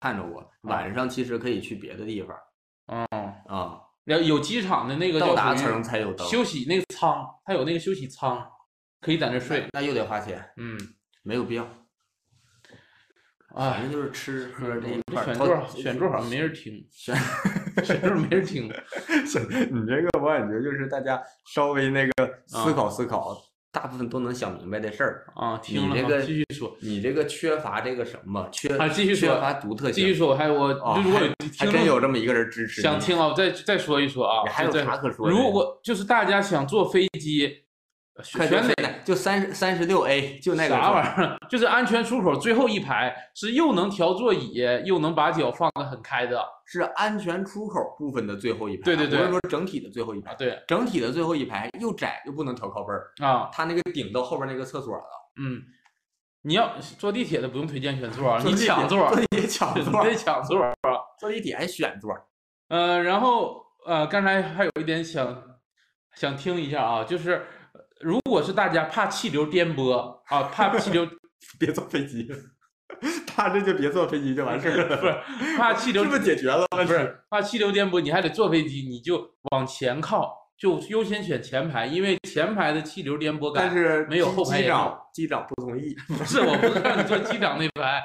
Speaker 1: 看着我晚上其实可以去别的地方儿
Speaker 2: 啊，
Speaker 1: 啊、
Speaker 2: 然后有机场的那个
Speaker 1: 到
Speaker 2: 叫
Speaker 1: 达
Speaker 2: 属于
Speaker 1: 层才有灯，
Speaker 2: 休息那个舱，它有那个休息舱，可以在那儿睡。
Speaker 1: 那又得花钱，
Speaker 2: 嗯，
Speaker 1: 没有必要。反
Speaker 2: 哎，
Speaker 1: 正就是吃喝
Speaker 2: 我
Speaker 1: 这一块
Speaker 2: 这
Speaker 1: 儿，
Speaker 2: 选
Speaker 1: 头
Speaker 2: 座儿选座儿好像没人听。
Speaker 1: 选
Speaker 2: 谁时候没 人听？
Speaker 1: 你这个 我感觉就是大家稍微那个思考思考，嗯大部分都能想明白的事儿。
Speaker 2: 啊，听
Speaker 1: 你
Speaker 2: 了
Speaker 1: 这
Speaker 2: 吗
Speaker 1: 个
Speaker 2: 继续说
Speaker 1: 你这个缺乏这个什么，缺
Speaker 2: 啊，继续
Speaker 1: 缺
Speaker 2: 说，
Speaker 1: 乏独特
Speaker 2: 继
Speaker 1: 性。
Speaker 2: 续说，我还我
Speaker 1: 哦
Speaker 2: 如果
Speaker 1: 还
Speaker 2: 有
Speaker 1: 还
Speaker 2: 听
Speaker 1: 真有
Speaker 2: 众
Speaker 1: 这么一个人支持你，
Speaker 2: 想听啊，我再再说一说啊
Speaker 1: 你，还
Speaker 2: 就
Speaker 1: 有
Speaker 2: 再
Speaker 1: 啥可说的？
Speaker 2: 如果就是大家想坐飞机，呃
Speaker 1: 快
Speaker 2: 选
Speaker 1: 全
Speaker 2: 哪
Speaker 1: 得就三三十六 A，就那个
Speaker 2: 啥
Speaker 1: 座
Speaker 2: 玩意儿？就是安全出口最后一排是又能调座椅，又能把脚放得很开的。
Speaker 1: 是安全出口部分的最后一排啊，
Speaker 2: 对对
Speaker 1: 不
Speaker 2: 对
Speaker 1: 是说整体的最后一排
Speaker 2: 啊，。对
Speaker 1: 整体的最后一排又窄又不能调靠背儿，
Speaker 2: 啊，
Speaker 1: 它那个顶到后边那个厕所了，
Speaker 2: 嗯，你要坐地铁的不用推荐选座啊，
Speaker 1: 坐
Speaker 2: 你
Speaker 1: 地铁
Speaker 2: 抢座儿，
Speaker 1: 坐地铁抢座
Speaker 2: 你
Speaker 1: 儿
Speaker 2: 得，抢座儿。
Speaker 1: 坐地铁还选座儿，
Speaker 2: 呃，然后呃，刚才还有一点想想听一下啊，就是呃如果是大家怕气流颠簸啊，怕气流
Speaker 1: 别坐飞机，他这就别坐飞机就完事 儿
Speaker 2: 不是
Speaker 1: 了，
Speaker 2: 怕气流
Speaker 1: 是不是解决了问
Speaker 2: 不
Speaker 1: 题？
Speaker 2: 是怕气流颠簸，你还得坐飞机，你就往前靠，就优先选前排，因为前排的气流颠簸感
Speaker 1: 但是
Speaker 2: 没有
Speaker 1: 机
Speaker 2: 后排
Speaker 1: 机
Speaker 2: 严
Speaker 1: 长机长不同意，
Speaker 2: 不是，我不是让你坐机长那排，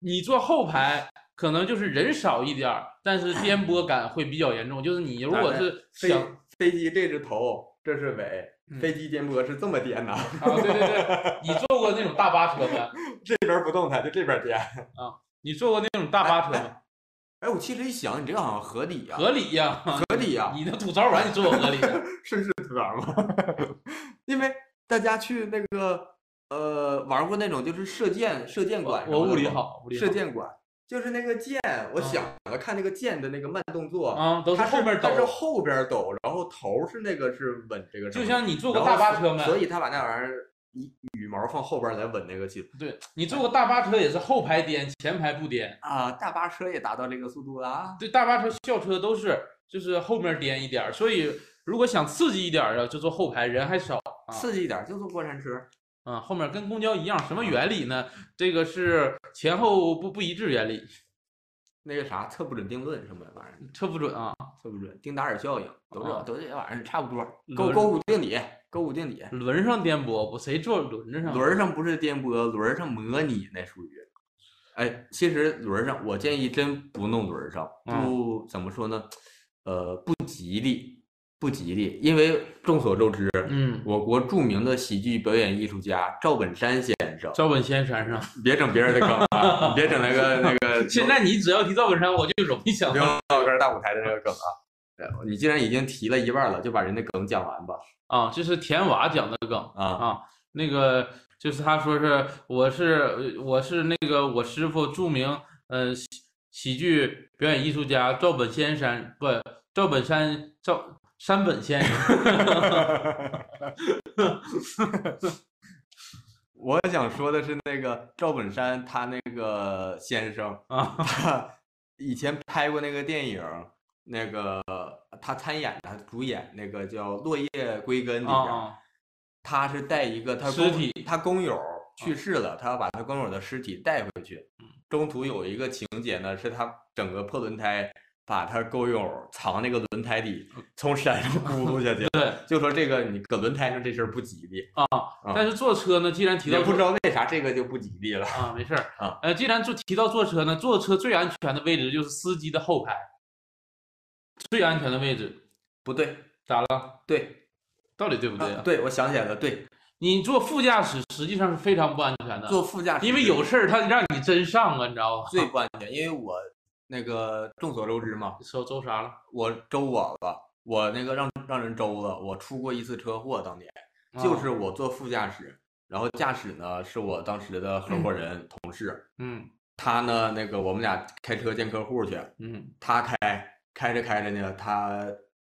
Speaker 2: 你坐后排可能就是人少一点儿，但是颠簸感会比较严重。就是你如果是
Speaker 1: 飞
Speaker 2: 想
Speaker 1: 飞机这是头，这是尾，
Speaker 2: 嗯
Speaker 1: 飞机颠簸是这么颠的，
Speaker 2: 啊，对对对，你坐过那种大巴车吗？
Speaker 1: 这边儿不动弹就这边儿颠。
Speaker 2: 你坐过那种大巴车吗？
Speaker 1: 哎，我其实一想，你这个好像合理呀、
Speaker 2: 合理呀、
Speaker 1: 合理啊呀、
Speaker 2: 你的吐槽完，你说我合理 的，
Speaker 1: 绅士吐槽吗？ 因为大家去那个呃玩过那种就是射箭射箭馆什
Speaker 2: 我
Speaker 1: 么的
Speaker 2: 物理
Speaker 1: 吗，
Speaker 2: 好，物理
Speaker 1: 射
Speaker 2: 好
Speaker 1: 箭馆就是那个箭，我
Speaker 2: 啊
Speaker 1: 想了看那个箭的那个慢动作，
Speaker 2: 啊，都是
Speaker 1: 它
Speaker 2: 后面抖
Speaker 1: 它，是后边抖，然后头是那个是稳这个什么的，
Speaker 2: 就像你坐
Speaker 1: 然
Speaker 2: 过
Speaker 1: 后
Speaker 2: 大巴
Speaker 1: 所
Speaker 2: 车吗？
Speaker 1: 所以他把那玩意儿一羽毛放后边儿来稳那个劲
Speaker 2: 对你坐过大巴车也是后排颠，前排不颠。
Speaker 1: 啊，大巴车也达到这个速度了啊。
Speaker 2: 对，大巴车、校车都是就是后面颠一点儿，所以如果想刺激一点儿的，就坐后排，人还少。啊
Speaker 1: 刺激一点，就坐过山车。
Speaker 2: 啊、后面跟公交一样，什么原理呢？这个是前后不不一致原理，
Speaker 1: 那个啥，测不准定论什么玩意儿，
Speaker 2: 测不准啊。
Speaker 1: 测不准，丁达尔效应，都这、
Speaker 2: 啊
Speaker 1: 都这玩意儿差不多。
Speaker 2: 轮
Speaker 1: 勾勾股定理，勾股定理，
Speaker 2: 轮上颠簸，我谁坐轮子上？
Speaker 1: 轮儿上不是颠簸，轮儿上模拟那属于。哎，其实轮儿上，我建议真不弄轮儿上，
Speaker 2: 嗯
Speaker 1: 不、怎么说呢，呃，不吉利，不吉利，因为众所周知，
Speaker 2: 嗯，
Speaker 1: 我国著名的喜剧表演艺术家赵本山先生，
Speaker 2: 赵本山山上。
Speaker 1: 别整别人的梗啊，你别整那个那个
Speaker 2: 现在你只要提赵本山，我就容易想
Speaker 1: 刘
Speaker 2: 到。
Speaker 1: 老根大舞台的那个梗啊。对你既然已经提了一半了，就把人的梗讲完吧。
Speaker 2: 啊，这是田娃讲的梗
Speaker 1: 啊
Speaker 2: 啊，那个就是他说是我是呃我是那个我师傅著名呃喜喜剧表演艺术家赵本先生不赵本山赵山本先 生
Speaker 1: 我想说的是，那个赵本山他那个先生，
Speaker 2: 啊
Speaker 1: 以前拍过那个电影儿，那个他参演的，他主演那个叫《落叶归根》里
Speaker 2: 啊
Speaker 1: 边儿，
Speaker 2: 啊
Speaker 1: 他是带一个他
Speaker 2: 尸
Speaker 1: 工
Speaker 2: 体。
Speaker 1: 他工友儿去世了，他要把他工友儿的尸体带回去。中途有一个情节呢，是他整个破轮胎把他工友儿藏那个轮胎里，从山上咕噜下去
Speaker 2: 嗯 对
Speaker 1: 就说这个你搁轮胎上这事儿不吉利，
Speaker 2: 啊，但是坐车呢，既然提
Speaker 1: 也
Speaker 2: 到
Speaker 1: 不
Speaker 2: 坐
Speaker 1: 知道为啥这个就不吉利了。
Speaker 2: 啊，没事儿
Speaker 1: 啊
Speaker 2: 呃，既然坐提到坐车呢，坐车最安全的位置就是司机的后排，最安全的位置
Speaker 1: 不对，
Speaker 2: 咋了？
Speaker 1: 对，
Speaker 2: 道理对不对
Speaker 1: 啊
Speaker 2: 啊？
Speaker 1: 对，我想起来了，对，
Speaker 2: 你坐副驾驶实际上是非常不安全的。
Speaker 1: 坐副驾驶，
Speaker 2: 因为有事儿他让你真上啊，你知道吧？
Speaker 1: 最不安全，因为我那个众所周知嘛，
Speaker 2: 手周啥了？
Speaker 1: 我周我了，我那个让让人周了，我出过一次车祸，当年就
Speaker 2: 啊
Speaker 1: 是我坐副驾驶，然后驾驶呢是我当时的合伙人、同事，
Speaker 2: 嗯
Speaker 1: 他呢那个我们俩开车见客户去，
Speaker 2: 嗯
Speaker 1: 他开开着开着呢他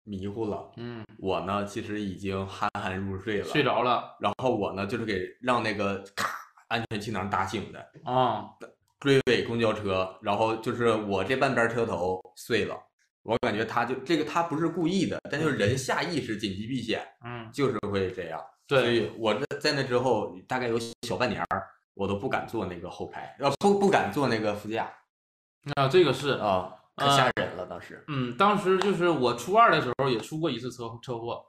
Speaker 1: 迷糊了，
Speaker 2: 嗯，
Speaker 1: 我呢其实已经酣酣入睡了，
Speaker 2: 睡着了
Speaker 1: 然后我呢就是给让那个咔安全气囊打醒的。
Speaker 2: 啊
Speaker 1: 追尾公交车，然后就是我这半边车头碎了，我感觉他就这个他不是故意的，但就是人下意识紧急避险
Speaker 2: 嗯，
Speaker 1: 就是会这样，所
Speaker 2: 对
Speaker 1: 以我这在那之后大概有小半年儿，我都不敢坐那个后排，呃不不敢坐那个副驾
Speaker 2: 啊，这个是
Speaker 1: 啊，可吓人了当时。
Speaker 2: 嗯，当时就是我初二的时候也出过一次车车祸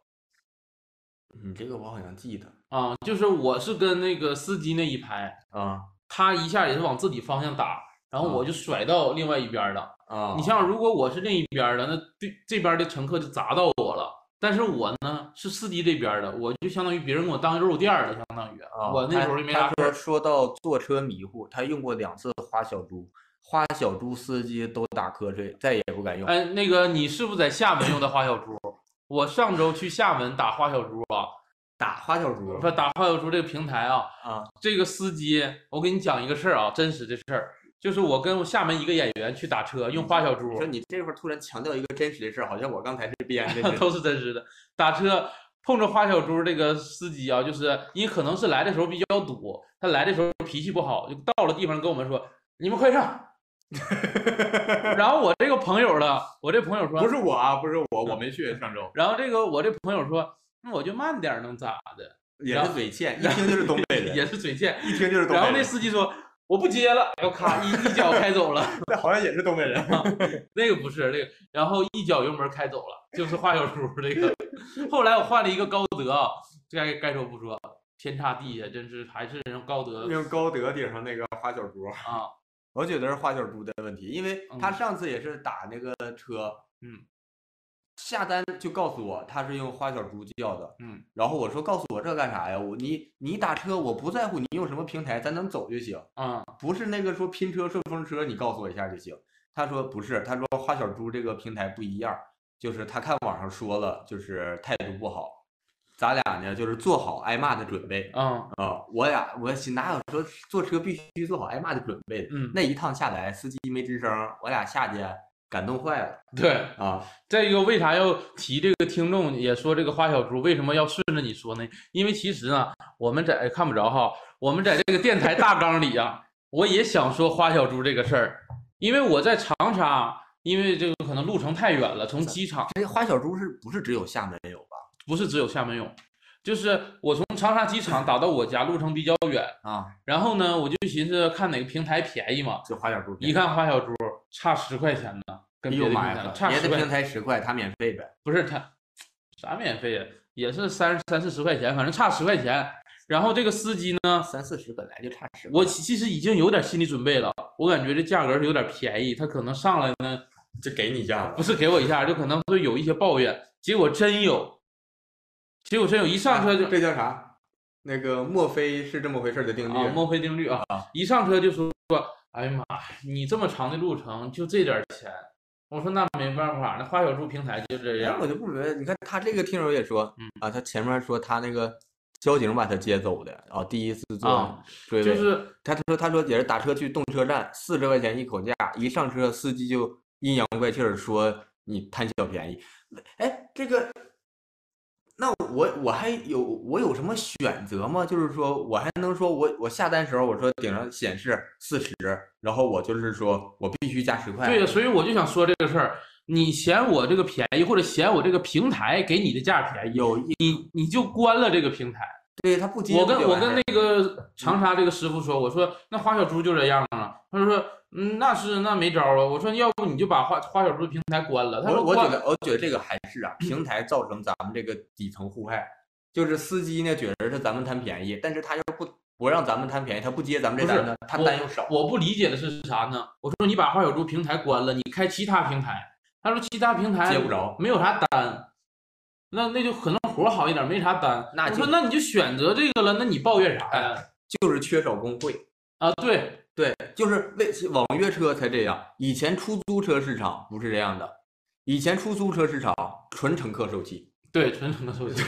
Speaker 1: 你这个我好像记得
Speaker 2: 啊，就是我是跟那个司机那一排，
Speaker 1: 啊
Speaker 2: 他一下也是往自己方向打，然后我就甩到另外一边儿了。
Speaker 1: 啊，
Speaker 2: 你像如果我是另一边儿的，那对这边儿的乘客就砸到我了。但是我呢是司机这边儿的，我就相当于别人给我当肉垫儿了，相当于。
Speaker 1: 啊，
Speaker 2: 我那时候就没啥
Speaker 1: 他
Speaker 2: 事
Speaker 1: 他
Speaker 2: 儿
Speaker 1: 说说到坐车迷糊，他用过两次花小猪，花小猪司机都打瞌睡，再也不敢用。
Speaker 2: 哎，那个你是不是在厦门用的花小猪？我上周去厦门打花小猪啊，
Speaker 1: 打花小猪
Speaker 2: 不是打花小猪这个平台啊，
Speaker 1: 啊
Speaker 2: 这个司机，我给你讲一个事儿啊，真实的事儿，就是我跟厦门一个演员去打车，用花小猪。
Speaker 1: 你说你这会儿突然强调一个真实的事儿，好像我刚才是 编的似的。
Speaker 2: 都是真实的。打车碰着花小猪这个司机啊，就是因为可能是来的时候比较堵，他来的时候脾气不好，就到了地方跟我们说：“你们快上。” 然后我这个朋友呢，我这朋友说，
Speaker 1: 不是我啊，不是我，我没去上 周，
Speaker 2: 然后这个我这朋友说，那我就慢点儿能咋的？
Speaker 1: 也
Speaker 2: 然
Speaker 1: 是
Speaker 2: 后
Speaker 1: 嘴 欠，一听就是东北人，
Speaker 2: 也是嘴欠。
Speaker 1: 一听就是东
Speaker 2: 然后
Speaker 1: 北
Speaker 2: 那
Speaker 1: 人，
Speaker 2: 司机说。我不接了，然后咔一一脚开走了，
Speaker 1: 那 好像也是东北 人。
Speaker 2: 那个不是那个，然后一脚油门开走了，就是花小猪这个。后来我换了一个高德啊，该该说不说，天差地别，真是还是人高德
Speaker 1: 用高德顶上那个花小猪，
Speaker 2: 啊，
Speaker 1: 我觉得是花小猪的问题，因为他
Speaker 2: 嗯
Speaker 1: 上次也是打那个车，
Speaker 2: 嗯，
Speaker 1: 下单就告诉我他是用花小猪叫的，
Speaker 2: 嗯，
Speaker 1: 然后我说告诉我这干啥呀？我你你打车我不在乎你用什么平台，咱能走就行，
Speaker 2: 啊、
Speaker 1: 不是那个说拼车顺风车，你告诉我一下就行。他说不是，他说花小猪这个平台不一样，就是他看网上说了，就是态度不好，咱俩呢就是做好挨骂的准备。
Speaker 2: 啊，
Speaker 1: 啊、我俩我心哪有说坐车必须做好挨骂的准备的？
Speaker 2: 嗯
Speaker 1: 那一趟下来，司机没吱声儿，我俩下去感动坏了
Speaker 2: 对，
Speaker 1: 啊！
Speaker 2: 这个为啥要提这个听众也说这个花小猪为什么要顺着你说呢？因为其实呢，我们在哎看不着哈，我们在这个电台大纲里啊，我也想说花小猪这个事儿，因为我在长沙，因为这个可能路程太远了，从机场
Speaker 1: 这哎花小猪是不是只有厦门有吧？
Speaker 2: 不是只有厦门有，就是我从长沙机场打到我家路程比较远，
Speaker 1: 啊，
Speaker 2: 然后呢，我就寻思看哪个平台便宜嘛，
Speaker 1: 就花小猪
Speaker 2: 一
Speaker 1: 平台。
Speaker 2: 看花小猪差十块钱呢，跟
Speaker 1: 哎
Speaker 2: 别的
Speaker 1: 呦
Speaker 2: 平
Speaker 1: 妈
Speaker 2: 台
Speaker 1: 呀，
Speaker 2: 差
Speaker 1: 别
Speaker 2: 十
Speaker 1: 的
Speaker 2: 块
Speaker 1: 平
Speaker 2: 钱，
Speaker 1: 台十块，他免费呗。
Speaker 2: 不是他啥免费呀，也是三三四十块钱，反正差十块钱。然后这个司机呢，
Speaker 1: 三四十本来就差十。
Speaker 2: 我其其实已经有点心理准备了，我感觉这价格是有点便宜，他可能上来呢
Speaker 1: 就给你一下
Speaker 2: 不是给我一下，就可能会有一些抱怨，结果真有，结果真有，一上车就、
Speaker 1: 啊这叫啥？那个莫非是这么回事的定律？
Speaker 2: 啊，墨菲定律啊，一上车就说哎呀妈，你这么长的路程就这点儿钱，我说那没办法，那花小猪平台就这
Speaker 1: 哎
Speaker 2: 样，
Speaker 1: 我就不明白，你看他这个听友也说
Speaker 2: 嗯，
Speaker 1: 啊，他前面说他那个交警把他接走的啊，第一次坐
Speaker 2: 啊
Speaker 1: 追
Speaker 2: 就
Speaker 1: 尾。
Speaker 2: 是
Speaker 1: 他说他说也是打车去动车站，四十块钱一口价，一上车司机就阴阳怪气儿说你贪小便宜。哎，这个，那我我还有我有什么选择吗？就是说我还能说我我下单时候我说顶上显示四十，然后我就是说我必须加十块。
Speaker 2: 对呀，所以我就想说这个事儿，你嫌我这个便宜，或者嫌我这个平台给你的价便宜，
Speaker 1: 有
Speaker 2: 你你就关了这个平台。
Speaker 1: 对他不接不
Speaker 2: 我跟
Speaker 1: 就
Speaker 2: 我
Speaker 1: 完事
Speaker 2: 跟
Speaker 1: 儿
Speaker 2: 那个长沙这个师傅说，我说那花小猪就这样啊，他说嗯那是那没招儿啊，我说要不你就把花花小猪平台关了，他说
Speaker 1: 我我
Speaker 2: 关
Speaker 1: 觉得我觉得这个还是啊，平台造成咱们这个底层互害，就是司机呢觉得是咱们贪便宜，但是他要不不让咱们贪便宜，他不接咱们这
Speaker 2: 不是
Speaker 1: 单呢，他单又少。
Speaker 2: 我不理解的是啥呢？我说你把花小猪平台关了，你开其他平台。他说其他平台
Speaker 1: 接不着
Speaker 2: 没有啥单，那那就可能活好一点，没啥单。
Speaker 1: 那
Speaker 2: 我
Speaker 1: 就哎
Speaker 2: 说那你就选择这个了，那你抱怨啥呀？
Speaker 1: 就是缺少工会，
Speaker 2: 啊，对，
Speaker 1: 对，就是为网约车才这样，以前出租车市场不是这样的，以前出租车市场纯乘客受气，
Speaker 2: 对，纯纯的 手机。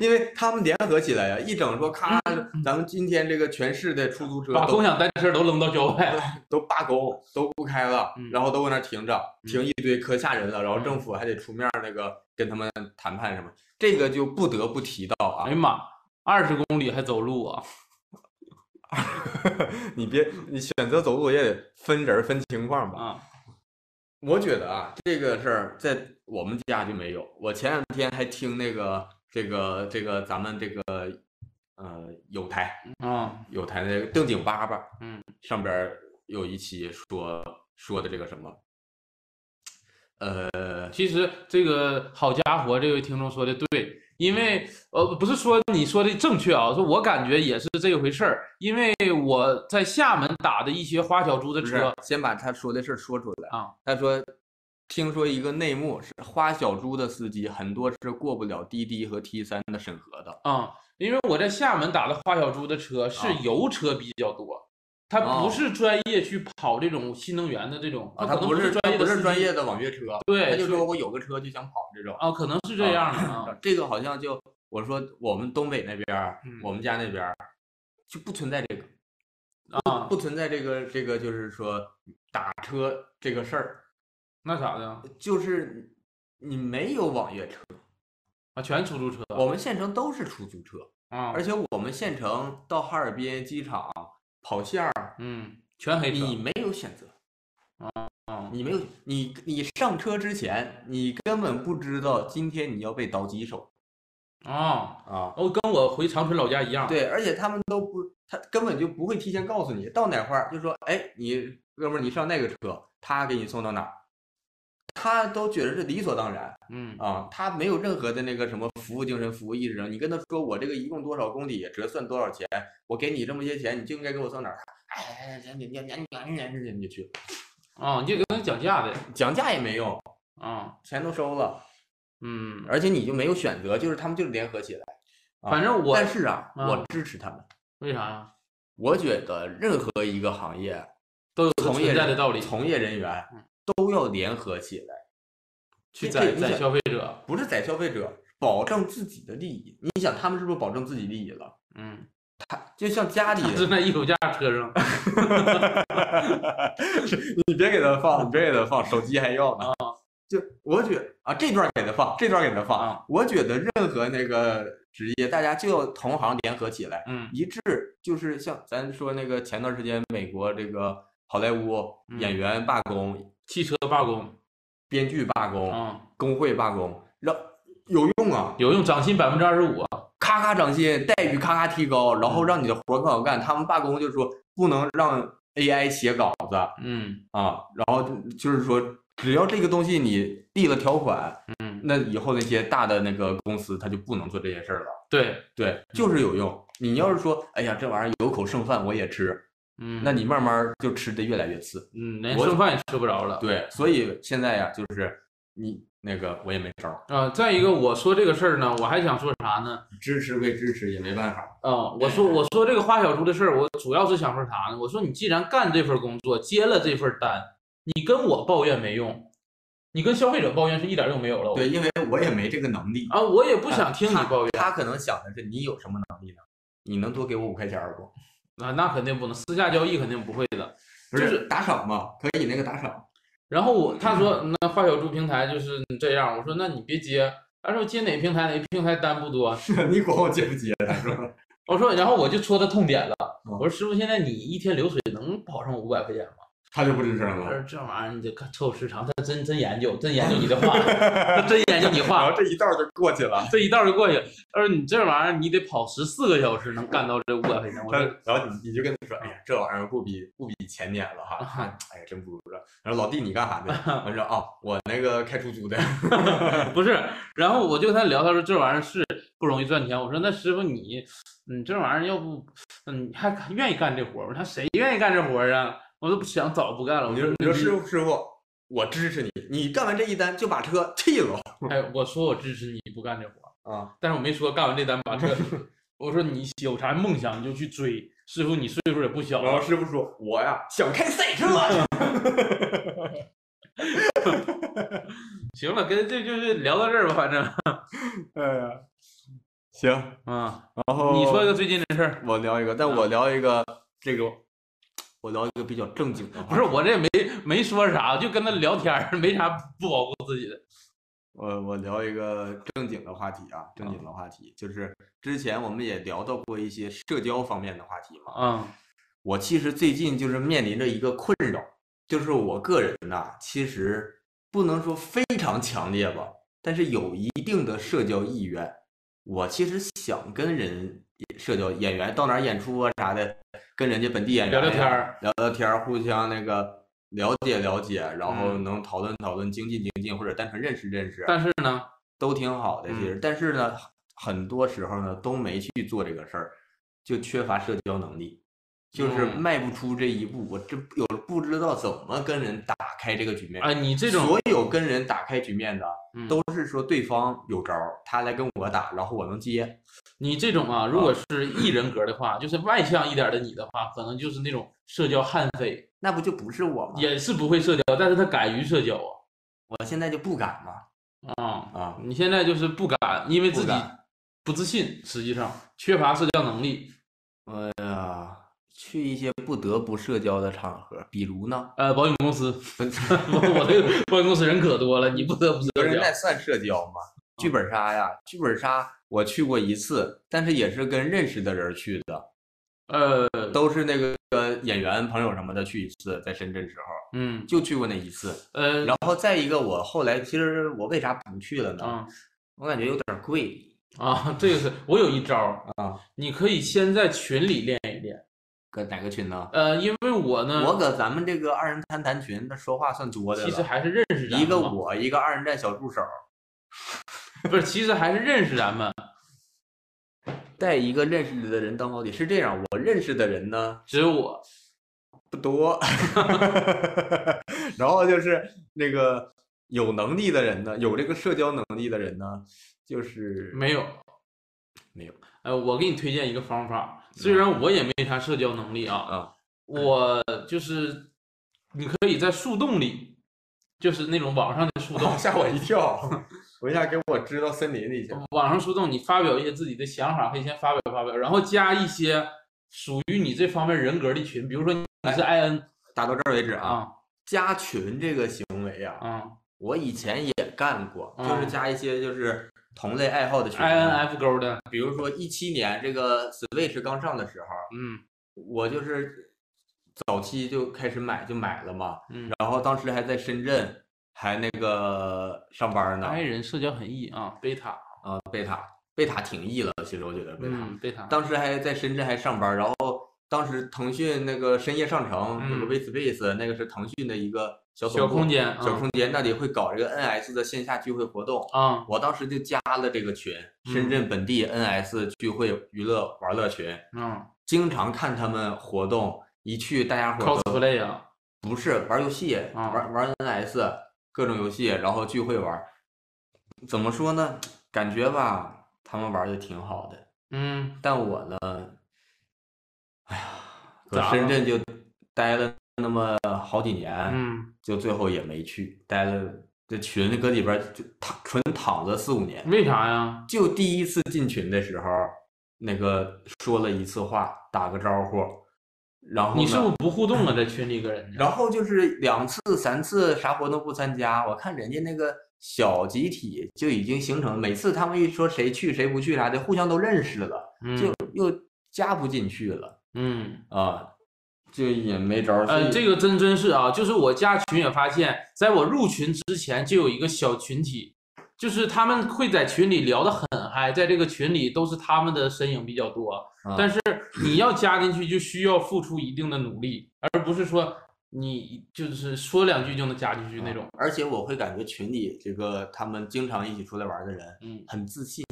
Speaker 1: 因为他们联合起来呀、一整说咔，咱们今天这个全市的出租车
Speaker 2: 嗯把
Speaker 1: 都
Speaker 2: 共享单车都扔到郊外。
Speaker 1: 都罢工，都不开了，
Speaker 2: 嗯
Speaker 1: 然后都搁那儿停着，停一堆，可吓人了。然后
Speaker 2: 嗯
Speaker 1: 政府还得出面儿那个跟他们谈判什么，这个就不得不提到啊
Speaker 2: 哎呀。妈，二十公里还走路啊？
Speaker 1: 你别，你选择走路也得分人儿分情况吧。
Speaker 2: 啊，
Speaker 1: 我觉得啊，这个事儿在我们家就没有。我前两天还听那个这个这个咱们这个呃有台
Speaker 2: 啊，
Speaker 1: 有台那个正经爸爸，
Speaker 2: 嗯，
Speaker 1: 上边儿有一期说说的这个什么，呃，
Speaker 2: 其实这个好家伙，这位听众说的对，因为呃，不是说你说的正确啊，说我感觉也是这回事儿，因为我在厦门打的一些花小猪的
Speaker 1: 不是
Speaker 2: 车，
Speaker 1: 先把他说的事儿说出来
Speaker 2: 啊。
Speaker 1: 他说，听说一个内幕是花小猪的司机很多是过不了滴滴和 T 三的审核的。
Speaker 2: 啊、因为我在厦门打的花小猪的车是
Speaker 1: 啊
Speaker 2: 油车比较多，它
Speaker 1: 哦
Speaker 2: 不是专业去跑这种新能源的这种，
Speaker 1: 啊，
Speaker 2: 可
Speaker 1: 他
Speaker 2: 能
Speaker 1: 不
Speaker 2: 是
Speaker 1: 是他
Speaker 2: 专业的
Speaker 1: 不
Speaker 2: 司
Speaker 1: 是
Speaker 2: 机
Speaker 1: 专业的网约车，他
Speaker 2: 对，
Speaker 1: 就
Speaker 2: 所以
Speaker 1: 说我有个车就想跑这种。
Speaker 2: 啊，可能是这样的啊，
Speaker 1: 这个好像就我说我们东北那边儿，
Speaker 2: 嗯
Speaker 1: 我们家那边儿就不存在这个，
Speaker 2: 啊，
Speaker 1: 不存在这个这个就是说打车这个事儿，
Speaker 2: 那啥的
Speaker 1: 就是你没有网约车，
Speaker 2: 啊，全出租车
Speaker 1: 我们县城都是出租车，
Speaker 2: 啊，
Speaker 1: 而且我们县城到哈尔滨机场跑线儿，
Speaker 2: 嗯，全黑车
Speaker 1: 你没有选择。
Speaker 2: 啊，
Speaker 1: 你没有你你上车之前，你根本不知道今天你要被倒几手
Speaker 2: 啊，
Speaker 1: 啊！
Speaker 2: 哦，跟我回长春老家一样，
Speaker 1: 对，而且他们都不，他根本就不会提前告诉你到哪块儿，就说，哎，你哥们儿，你上那个车，他给你送到哪儿，他都觉得是理所当然
Speaker 2: 嗯
Speaker 1: 啊，他没有任何的那个什么服务精神、服务意识上。你跟他说我这个一共多少公里，折算多少钱，我给你这么些钱，你就应该给我送哪儿，哎，你你你你你你去
Speaker 2: 啊，你就跟他讲价的
Speaker 1: 讲价也没用，
Speaker 2: 啊，
Speaker 1: 钱都收了，
Speaker 2: 嗯，
Speaker 1: 而且你就没有选择，就是他们就是联合起来。啊
Speaker 2: 反正我
Speaker 1: 但是啊，我
Speaker 2: 啊
Speaker 1: 支持他们。
Speaker 2: 为啥呀？
Speaker 1: 我觉得任何一个行业，
Speaker 2: 都有它
Speaker 1: 从业
Speaker 2: 存在
Speaker 1: 人
Speaker 2: 的道理，
Speaker 1: 从业人员
Speaker 2: 嗯
Speaker 1: 都要联合起来，
Speaker 2: 去
Speaker 1: 这这
Speaker 2: 宰
Speaker 1: 你
Speaker 2: 宰
Speaker 1: 想
Speaker 2: 消费者，
Speaker 1: 不是宰消费者，保证自己的利益。你想，他们是不是保证自己利益了？
Speaker 2: 嗯，，
Speaker 1: 就像家里
Speaker 2: 是那一手价车上
Speaker 1: 你别给他放，你别给他放，手机还要呢。就我觉啊，这段给他放，这段给他放。
Speaker 2: 啊
Speaker 1: 我觉得任何那个职业，大家就要同行联合起来，
Speaker 2: 嗯
Speaker 1: 一致。就是像咱说那个前段时间美国这个好莱坞
Speaker 2: 嗯
Speaker 1: 演员罢工、
Speaker 2: 汽车罢工
Speaker 1: 编剧罢工、
Speaker 2: 啊。
Speaker 1: 工会罢工，让有用啊。
Speaker 2: 有用，涨薪百分之二十五。啊
Speaker 1: 咔咔涨薪，待遇咔咔提高，然
Speaker 2: 嗯
Speaker 1: 后让你的活儿更好干。他们罢工就说不能让 AI 写稿子
Speaker 2: 嗯
Speaker 1: 啊，然后就是说只要这个东西你立了条款，
Speaker 2: 嗯，
Speaker 1: 那以后那些大的那个公司它就不能做这件事儿了。
Speaker 2: 对，
Speaker 1: 对，就是有用。你要是说，哎呀，这玩意儿有口剩饭我也吃，
Speaker 2: 嗯，
Speaker 1: 那你慢慢儿就吃的越来越次。
Speaker 2: 嗯连
Speaker 1: 我
Speaker 2: 剩饭也吃不着了。
Speaker 1: 对，所以现在呀，就是你那个我也没招儿，
Speaker 2: 啊、再一个，我说这个事儿呢，我还想说啥呢？
Speaker 1: 支持归支持，也没办法。
Speaker 2: 啊、我说我说这个花小猪的事儿，我主要是想说啥呢？我说你既然干这份工作，接了这份单，你跟我抱怨没用，你跟消费者抱怨是一点用没有了。
Speaker 1: 对，因为我也没这个能力。
Speaker 2: 啊，我也不想听你
Speaker 1: 他
Speaker 2: 抱怨
Speaker 1: 他可能想的是你有什么能力呢？你能多给我五块钱儿不？
Speaker 2: 啊，那肯定不能，私下交易肯定不会的。
Speaker 1: 不
Speaker 2: 就是
Speaker 1: 打赏嘛，可以那个打赏。
Speaker 2: 然后我他说
Speaker 1: 嗯
Speaker 2: 那花小猪平台就是这样，我说那你别接，他说接哪个平台哪个平台单不多，
Speaker 1: 你管我接不接的是吧？
Speaker 2: 我说，然后我就戳他痛点了。
Speaker 1: 嗯
Speaker 2: 我说师傅，现在你一天流水能跑上五百块钱吗？
Speaker 1: 他就不吱声
Speaker 2: 他
Speaker 1: 了。
Speaker 2: 说这玩意儿你得看凑市场，他真真研究，真研究你的话，他真研究你
Speaker 1: 然
Speaker 2: 话
Speaker 1: 后，这一道就过去了。
Speaker 2: 这一道就过去了。他说你这玩意儿你得跑十四个小时能干到这五百块钱。我
Speaker 1: 他
Speaker 2: 说
Speaker 1: 然后你你就跟他说，哎呀，这玩意儿不比不比前年了哈，
Speaker 2: 啊
Speaker 1: 哎呀，真不如这。然后老弟你干啥 呢？我说啊，我那个开出租的。
Speaker 2: 不是，然后我就跟他聊，他说这玩意儿是不容易赚钱。我说那师傅你你这玩意儿要不嗯你还愿意干这活儿吗？他说谁愿意干这活儿啊？我都不想早不干了。我
Speaker 1: 你
Speaker 2: 说
Speaker 1: 说你说师傅师傅，我支持你，你干完这一单就把车退了
Speaker 2: 哎，我说我支持你不干这活儿。
Speaker 1: 啊。
Speaker 2: 但是我没说干完这单把车， 我说你有啥梦想你就去追。师傅，你岁数也不小
Speaker 1: 然后
Speaker 2: 了，
Speaker 1: 师傅说，我呀想开赛 车。
Speaker 2: 行了，跟这就是聊到这儿吧，反正
Speaker 1: 哎呀，行，然
Speaker 2: 啊，
Speaker 1: 后
Speaker 2: 你说一个最近的事儿，
Speaker 1: 我聊一个，但
Speaker 2: 啊
Speaker 1: 我聊一个这个，我聊一个比较正经的话题。
Speaker 2: 不是我这没没说啥，就跟他聊天儿，没啥不保护自己的。
Speaker 1: 我呃我聊一个正经的话题啊，正经的话题就是之前我们也聊到过一些社交方面的话题嘛。
Speaker 2: 嗯
Speaker 1: 我其实最近就是面临着一个困扰，就是我个人呐、其实不能说非常强烈吧，但是有一定的社交意愿。我其实想跟人社交，演员到哪儿演出啊啥的，跟人家本地演员
Speaker 2: 聊聊天
Speaker 1: 呀
Speaker 2: 儿，
Speaker 1: 聊聊天儿，互相那个了解了解，然后
Speaker 2: 嗯
Speaker 1: 能讨论讨论，精进精进，或者单纯认识认识。啊
Speaker 2: 但是呢，嗯
Speaker 1: 都挺好的，其实，但是呢，很多时候呢都没去做这个事儿，就缺乏社交能力，就是
Speaker 2: 嗯
Speaker 1: 迈不出这一步。我这有不知道怎么跟人打开这个局面
Speaker 2: 啊，你这种
Speaker 1: 哎所有跟人打开局面的，
Speaker 2: 嗯
Speaker 1: 都是说对方有招儿，他来跟我打，然后我能接。
Speaker 2: 你这种啊，如果是异人格的话，就是外向一点的你的话，可能就是那种社交悍匪，
Speaker 1: 那不就不是我吗？
Speaker 2: 也是不会社交，但是他敢于社交
Speaker 1: 我现在就不敢嘛
Speaker 2: 啊啊！
Speaker 1: 啊！
Speaker 2: 你现在就是不敢，因为
Speaker 1: 不
Speaker 2: 自己
Speaker 1: 敢
Speaker 2: 不自信，实际上缺乏社交能力。
Speaker 1: 哎呀，去一些不得不社交的场合，比如呢，
Speaker 2: 呃，保险 公司， 我这个保险公司人可多了，你不得不社
Speaker 1: 有人
Speaker 2: 交
Speaker 1: 在算社交吗？
Speaker 2: 嗯
Speaker 1: 剧本杀呀，剧本杀我去过一次，但是也是跟认识的人去的，
Speaker 2: 呃，
Speaker 1: 都是那个呃演员朋友什么的去一次，在深圳时候
Speaker 2: 嗯，
Speaker 1: 就去过那一次。
Speaker 2: 呃，
Speaker 1: 然后再一个，我后来其实我为啥不去了呢？
Speaker 2: 啊
Speaker 1: 我感觉有点贵，
Speaker 2: 啊，这个是我有一招儿
Speaker 1: 啊，
Speaker 2: 你可以先在群里练。
Speaker 1: 搁哪个群呢？
Speaker 2: 呃，因为我呢，
Speaker 1: 我搁咱们这个二人谈谈群，那说话算多的了。
Speaker 2: 其实还是认识咱
Speaker 1: 一个
Speaker 2: 们嘛
Speaker 1: 我，一个二人转小助手，
Speaker 2: 不是，其实还是认识咱们。
Speaker 1: 带一个认识的人当保底是这样。我认识的人呢，
Speaker 2: 只有我，
Speaker 1: 不多， 然后就是那个有能力的人呢，有这个社交能力的人呢，就是
Speaker 2: 没有，
Speaker 1: 没有。
Speaker 2: 呃，我给你推荐一个方法，虽
Speaker 1: 嗯
Speaker 2: 然我也没啥社交能力啊，
Speaker 1: 啊，
Speaker 2: 我就是你可以在树洞里，就是那种网上的树洞
Speaker 1: 吓我一跳， 我一下给我支到森林里去了。
Speaker 2: 网上树洞，你发表一些自己的想法，可以先发表发表，然后加一些属于你这方面人格的群，比如说你是 I N
Speaker 1: 打到这儿为止啊，
Speaker 2: 啊
Speaker 1: 哎加群这个行为啊，
Speaker 2: 啊
Speaker 1: 我以前也干过，就是
Speaker 2: 嗯
Speaker 1: 加一些就是同类爱好的群啊嘛。
Speaker 2: ，I N F 勾的，
Speaker 1: 比如说一七年这个 Switch 刚上的时候，
Speaker 2: 嗯
Speaker 1: 我就是早期就开始买，就买了嘛。
Speaker 2: 嗯
Speaker 1: 然后当时还在深圳，还那个上班呢。
Speaker 2: ，I 人社交很 E 啊，贝塔，
Speaker 1: 啊，贝塔，贝塔挺易了，其实我觉得贝塔。
Speaker 2: 嗯，贝塔，
Speaker 1: 当时还在深圳还上班，然后当时腾讯那个深夜上城，那个
Speaker 2: 嗯
Speaker 1: WeSpace 那个是腾讯的一个小
Speaker 2: 小
Speaker 1: 总部
Speaker 2: 空间
Speaker 1: 小
Speaker 2: 啊
Speaker 1: 空间那里会搞这个 NS 的线下聚会活动。
Speaker 2: 啊，
Speaker 1: 我当时就加了这个群，深
Speaker 2: 嗯
Speaker 1: 圳本地 NS 聚会娱乐玩乐群，
Speaker 2: 嗯
Speaker 1: 经常看他们活动，一去大家伙都
Speaker 2: ，cosplay 啊，
Speaker 1: 不是玩游戏，
Speaker 2: 啊
Speaker 1: 玩玩 NS 各种游戏，然后聚会玩。怎么说呢？感觉吧，他们玩的挺好的，
Speaker 2: 嗯，
Speaker 1: 但我呢，哎呀，搁
Speaker 2: 咋
Speaker 1: 深
Speaker 2: 了
Speaker 1: 圳就待了那么好几年，
Speaker 2: 嗯，
Speaker 1: 就最后也没去，待了这群里搁里边儿就躺纯躺了四五年。
Speaker 2: 为啥呀？
Speaker 1: 就第一次进群的时候，那个说了一次话，打个招呼，然后
Speaker 2: 你是
Speaker 1: 呢
Speaker 2: 不是不互动啊？在群里跟人家，
Speaker 1: 然后就是两次、三次啥活动不参加，我看人家那个小集体就已经形成，每次他们一说谁去谁不去啥的，互相都认识了，就
Speaker 2: 嗯
Speaker 1: 又加不进去了
Speaker 2: 嗯，
Speaker 1: 啊，就也没招儿。所
Speaker 2: 呃，
Speaker 1: 以
Speaker 2: 这个真真是啊，就是我加群也发现，在我入群之前就有一个小群体，就是他们会在群里聊得很嗨，在这个群里都是他们的身影比较多，
Speaker 1: 啊
Speaker 2: 但是你要加进去就需要付出一定的努力，而不是说你就是说两句就能加进去那种，
Speaker 1: 而且我会感觉群里这个他们经常一起出来玩儿的人
Speaker 2: 嗯
Speaker 1: 很自信，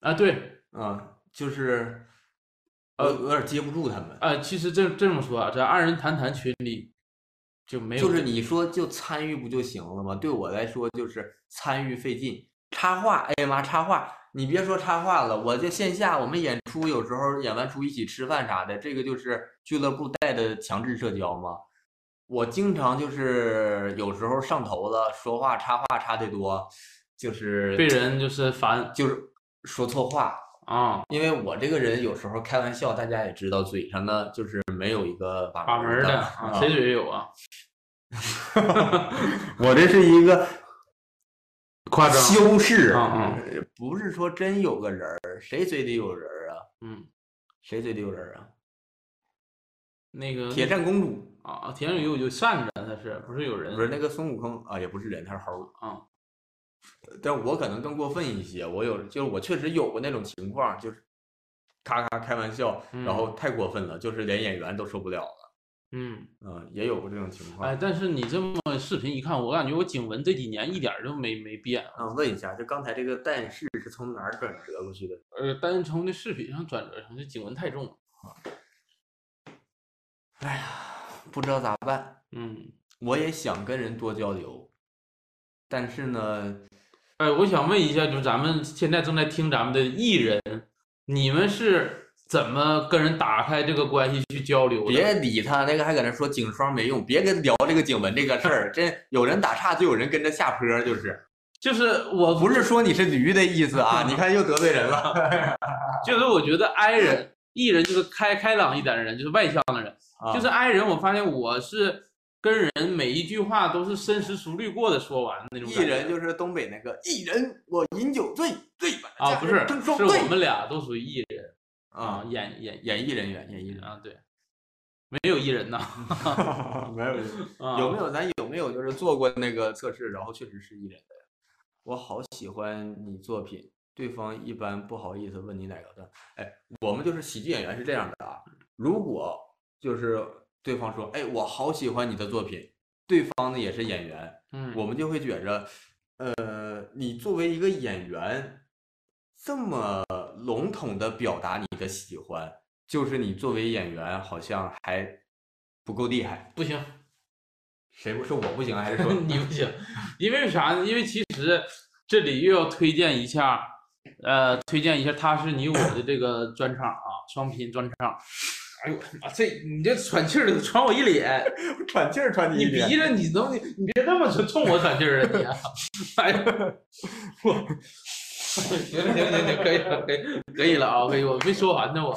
Speaker 2: 啊，对，
Speaker 1: 啊，就是呃有点接不住他们。
Speaker 2: 呃，其实这这么说啊，在二人谈谈群里就没有
Speaker 1: 就是
Speaker 2: 这
Speaker 1: 你说就参与不就行了吗？对我来说就是参与费劲。插画，哎呀妈，插画！你别说插画了，我就线下我们演出，有时候演完出一起吃饭啥的，这个就是俱乐部带的强制社交嘛。我经常就是有时候上头了，说话插话插的多，就是
Speaker 2: 被人就是烦
Speaker 1: 就是说错话，
Speaker 2: 啊，
Speaker 1: 因为我这个人有时候开玩笑，大家也知道，嘴上呢就是没有一个把
Speaker 2: 把门儿的
Speaker 1: 啊
Speaker 2: 啊，谁嘴有啊？
Speaker 1: 我这是一个
Speaker 2: 夸张
Speaker 1: 修饰，
Speaker 2: 嗯
Speaker 1: 不是说真有个人儿，谁嘴里有人儿啊？
Speaker 2: 嗯，
Speaker 1: 谁嘴里有人儿啊？
Speaker 2: 那个
Speaker 1: 铁扇公主
Speaker 2: 啊，铁扇有有扇子，它是不是有人？
Speaker 1: 不是那个孙悟空啊，也不是人，他是猴儿
Speaker 2: 啊。
Speaker 1: 但我可能更过分一些，我有就是我确实有过那种情况，就是咔咔开玩笑，然后太过分了，就是连演员都受不了了。
Speaker 2: 嗯，
Speaker 1: 嗯，也有过这种情况。
Speaker 2: 哎，但是你这么视频一看，我感觉我颈纹这几年一点儿都没没变。
Speaker 1: 啊，问一下，就刚才这个但是是从哪儿转折过去的？
Speaker 2: 呃，单从那视频上转折上，这颈纹太重了。
Speaker 1: 哎呀，不知道咋办。
Speaker 2: 嗯，
Speaker 1: 我也想跟人多交流，但是呢，
Speaker 2: 哎，我想问一下，就是咱们现在正在听咱们的艺人，你们是怎么跟人打开这个关系去交流的？
Speaker 1: 别理他，那个还搁那说颈霜没用，别跟聊这个颈纹这个事 儿。真有人打岔，就有人跟着下坡，就是
Speaker 2: 就是我
Speaker 1: 不是说你是驴的意思啊？你看又得罪人 了。
Speaker 2: 就是我觉得 I 人 E 人就是开开朗一点的人，就是外向的人，
Speaker 1: 啊
Speaker 2: 就是 I 人。我发现我是跟人每一句话都是深思熟虑过的说完的那种
Speaker 1: 艺
Speaker 2: 感觉。
Speaker 1: 人就是东北那个艺人，我饮酒醉，醉把
Speaker 2: 啊，
Speaker 1: 佳
Speaker 2: 不
Speaker 1: 人
Speaker 2: 是，
Speaker 1: 正
Speaker 2: 是
Speaker 1: 说对
Speaker 2: 我们俩都属于 E 人啊
Speaker 1: 啊，，
Speaker 2: 演演
Speaker 1: 演艺人员，演艺人员。
Speaker 2: 啊，对，没有 E 人呐。
Speaker 1: 没有，
Speaker 2: 啊
Speaker 1: 有没有咱有没有就是做过那个测试，然后确实是艺人的呀？我好喜欢你作品，对方一般不好意思问你哪个段。哎，我们就是喜剧演员是这样的啊，如果就是对方说，哎，我好喜欢你的作品，对方呢也是演员，
Speaker 2: 嗯，
Speaker 1: 我们就会觉着，呃，你作为一个演员，这么笼统的表达你的喜欢，就是你作为演员好像还不够厉害。
Speaker 2: 不行，
Speaker 1: 谁不是我不行，啊还是说
Speaker 2: 你不行，因为啥呢？因为其实这里又要推荐一下，呃，推荐一下他是你我的这个专场啊，双拼专场。哎呦我他妈，这你这喘气儿的喘我一脸，
Speaker 1: 喘气儿喘
Speaker 2: 你
Speaker 1: 鼻
Speaker 2: 鼻
Speaker 1: 子
Speaker 2: 着你能你你别这么冲我喘气儿啊你 啊！哎呦，我 行了行了行了，可以了可以可以了啊，可以，我没说完呢我，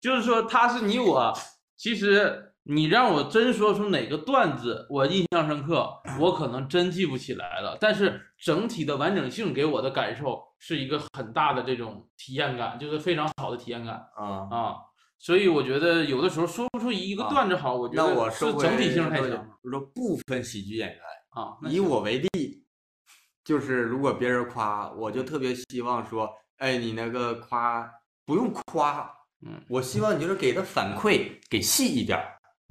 Speaker 2: 就是说他是你我，其实你让我真说出哪个段子我印象深刻，我可能真记不起来了，但是整体的完整性给我的感受是一个很大的这种体验感，就是非常好的体验感
Speaker 1: 啊！
Speaker 2: 啊。所以我觉得有的时候说不出一个
Speaker 1: 啊
Speaker 2: 段子好，我觉
Speaker 1: 那我
Speaker 2: 得
Speaker 1: 收
Speaker 2: 是
Speaker 1: 回
Speaker 2: 整体性太
Speaker 1: 说
Speaker 2: 强了
Speaker 1: 我说部分喜剧演员，
Speaker 2: 啊。那
Speaker 1: 以我为例，就是如果别人夸，我就特别希望说，哎，你那个夸不用夸，
Speaker 2: 嗯，
Speaker 1: 我希望你就是给的反馈给细一点儿，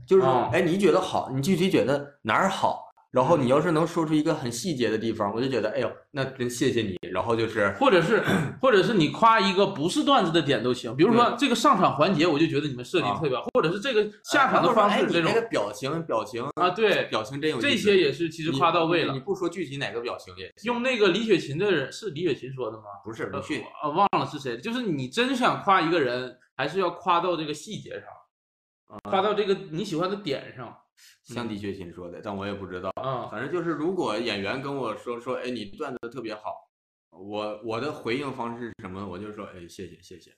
Speaker 1: 就是说
Speaker 2: 哦，嗯
Speaker 1: 哎，你觉得好，你具体觉得哪儿好，然后你要是能说出一个很细节的地方，我就觉得，哎呦，那真谢谢你。然后就是呃
Speaker 2: 或者是或者是你夸一个不是段子的点都行，比如说
Speaker 1: 对
Speaker 2: 这个上场环节，我就觉得你们设计
Speaker 1: 啊
Speaker 2: 特别好，或者是这个下场
Speaker 1: 然
Speaker 2: 的
Speaker 1: 后说
Speaker 2: 方
Speaker 1: 哎
Speaker 2: 式
Speaker 1: 你
Speaker 2: 这种
Speaker 1: 那个表情，表情
Speaker 2: 啊，对，
Speaker 1: 表情真有意思。
Speaker 2: 这些也是其实
Speaker 1: 你
Speaker 2: 夸到位
Speaker 1: 你
Speaker 2: 了
Speaker 1: 你。不说具体哪个表情也行
Speaker 2: 用那个李雪琴的人是李雪琴说的吗？
Speaker 1: 不是鲁
Speaker 2: 呃
Speaker 1: 迅，
Speaker 2: 我啊，忘了是谁，就是你真想夸一个人，还是要夸到这个细节上，
Speaker 1: 啊
Speaker 2: 夸到这个你喜欢的点上。
Speaker 1: 像李雪琴说的，但我也不知道。
Speaker 2: 啊，
Speaker 1: 反正就是，如果演员跟我说说，哎，你段子特别好，我我的回应方式是什么？我就说，哎，谢谢谢谢，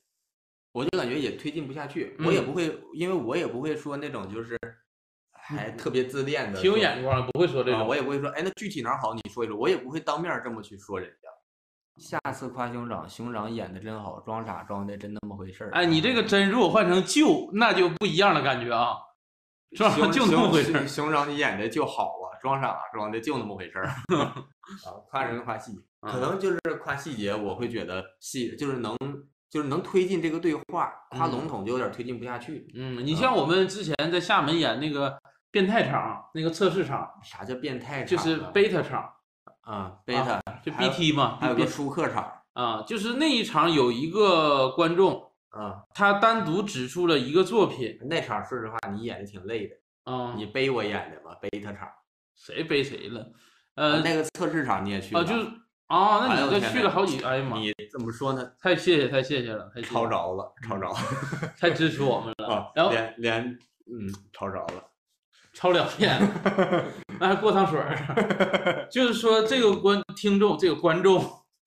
Speaker 1: 我就感觉也推进不下去，我也
Speaker 2: 嗯
Speaker 1: 不会，因为我也不会说那种就是还特别自恋的，
Speaker 2: 挺有眼光，不会说这
Speaker 1: 啊，
Speaker 2: 种。
Speaker 1: 我也不会说，哎，那具体哪儿好你说一说，我也不会当面儿这么去说人家。下次夸兄长，兄长演的真好，装傻装的真那么回事儿。嗯
Speaker 2: 哎，你这个真如果换成就，那就不一样的感觉啊，是吧？
Speaker 1: 熊
Speaker 2: 就那么回事儿。
Speaker 1: 熊掌你演的就好啊，装傻装的就那么回事儿。 啊，夸人夸细节，可
Speaker 2: 嗯
Speaker 1: 能就是夸细节，我会觉得细就是能就是能推进这个对话，夸笼统就有点推进不下去。
Speaker 2: 嗯，你像我们之前在厦门演那个变态场，那个测试场，
Speaker 1: 啥叫变态
Speaker 2: 就
Speaker 1: 场
Speaker 2: 是
Speaker 1: 呢
Speaker 2: beta 场，
Speaker 1: 啊贝塔，
Speaker 2: 就
Speaker 1: 还有
Speaker 2: BT 嘛，
Speaker 1: 还有
Speaker 2: 就
Speaker 1: 个
Speaker 2: B-
Speaker 1: 舒克场
Speaker 2: 啊，就是那一场有一个观众，
Speaker 1: 啊，
Speaker 2: 他单独指出了一个作品，
Speaker 1: 那场说实话你演的挺累的，
Speaker 2: 啊，
Speaker 1: 你背我演的吧，贝塔场。
Speaker 2: 谁背谁了？
Speaker 1: 啊
Speaker 2: 呃，
Speaker 1: 那个测试场你也去
Speaker 2: 啊，
Speaker 1: 了
Speaker 2: 就是啊，
Speaker 1: 哎
Speaker 2: 那
Speaker 1: 呦
Speaker 2: 你这
Speaker 1: 天
Speaker 2: 去
Speaker 1: 哪
Speaker 2: 了好几，哎呀妈，
Speaker 1: 你怎么说呢？
Speaker 2: 太谢谢，太谢谢了，太谢谢
Speaker 1: 抄
Speaker 2: 了，
Speaker 1: 着了，抄着了
Speaker 2: 太支持我 们了，
Speaker 1: 啊，
Speaker 2: 嗯然后
Speaker 1: 连连嗯抄着了。
Speaker 2: 抄两 遍，那还过趟水儿，啊 就是说这个观听众，这个观众。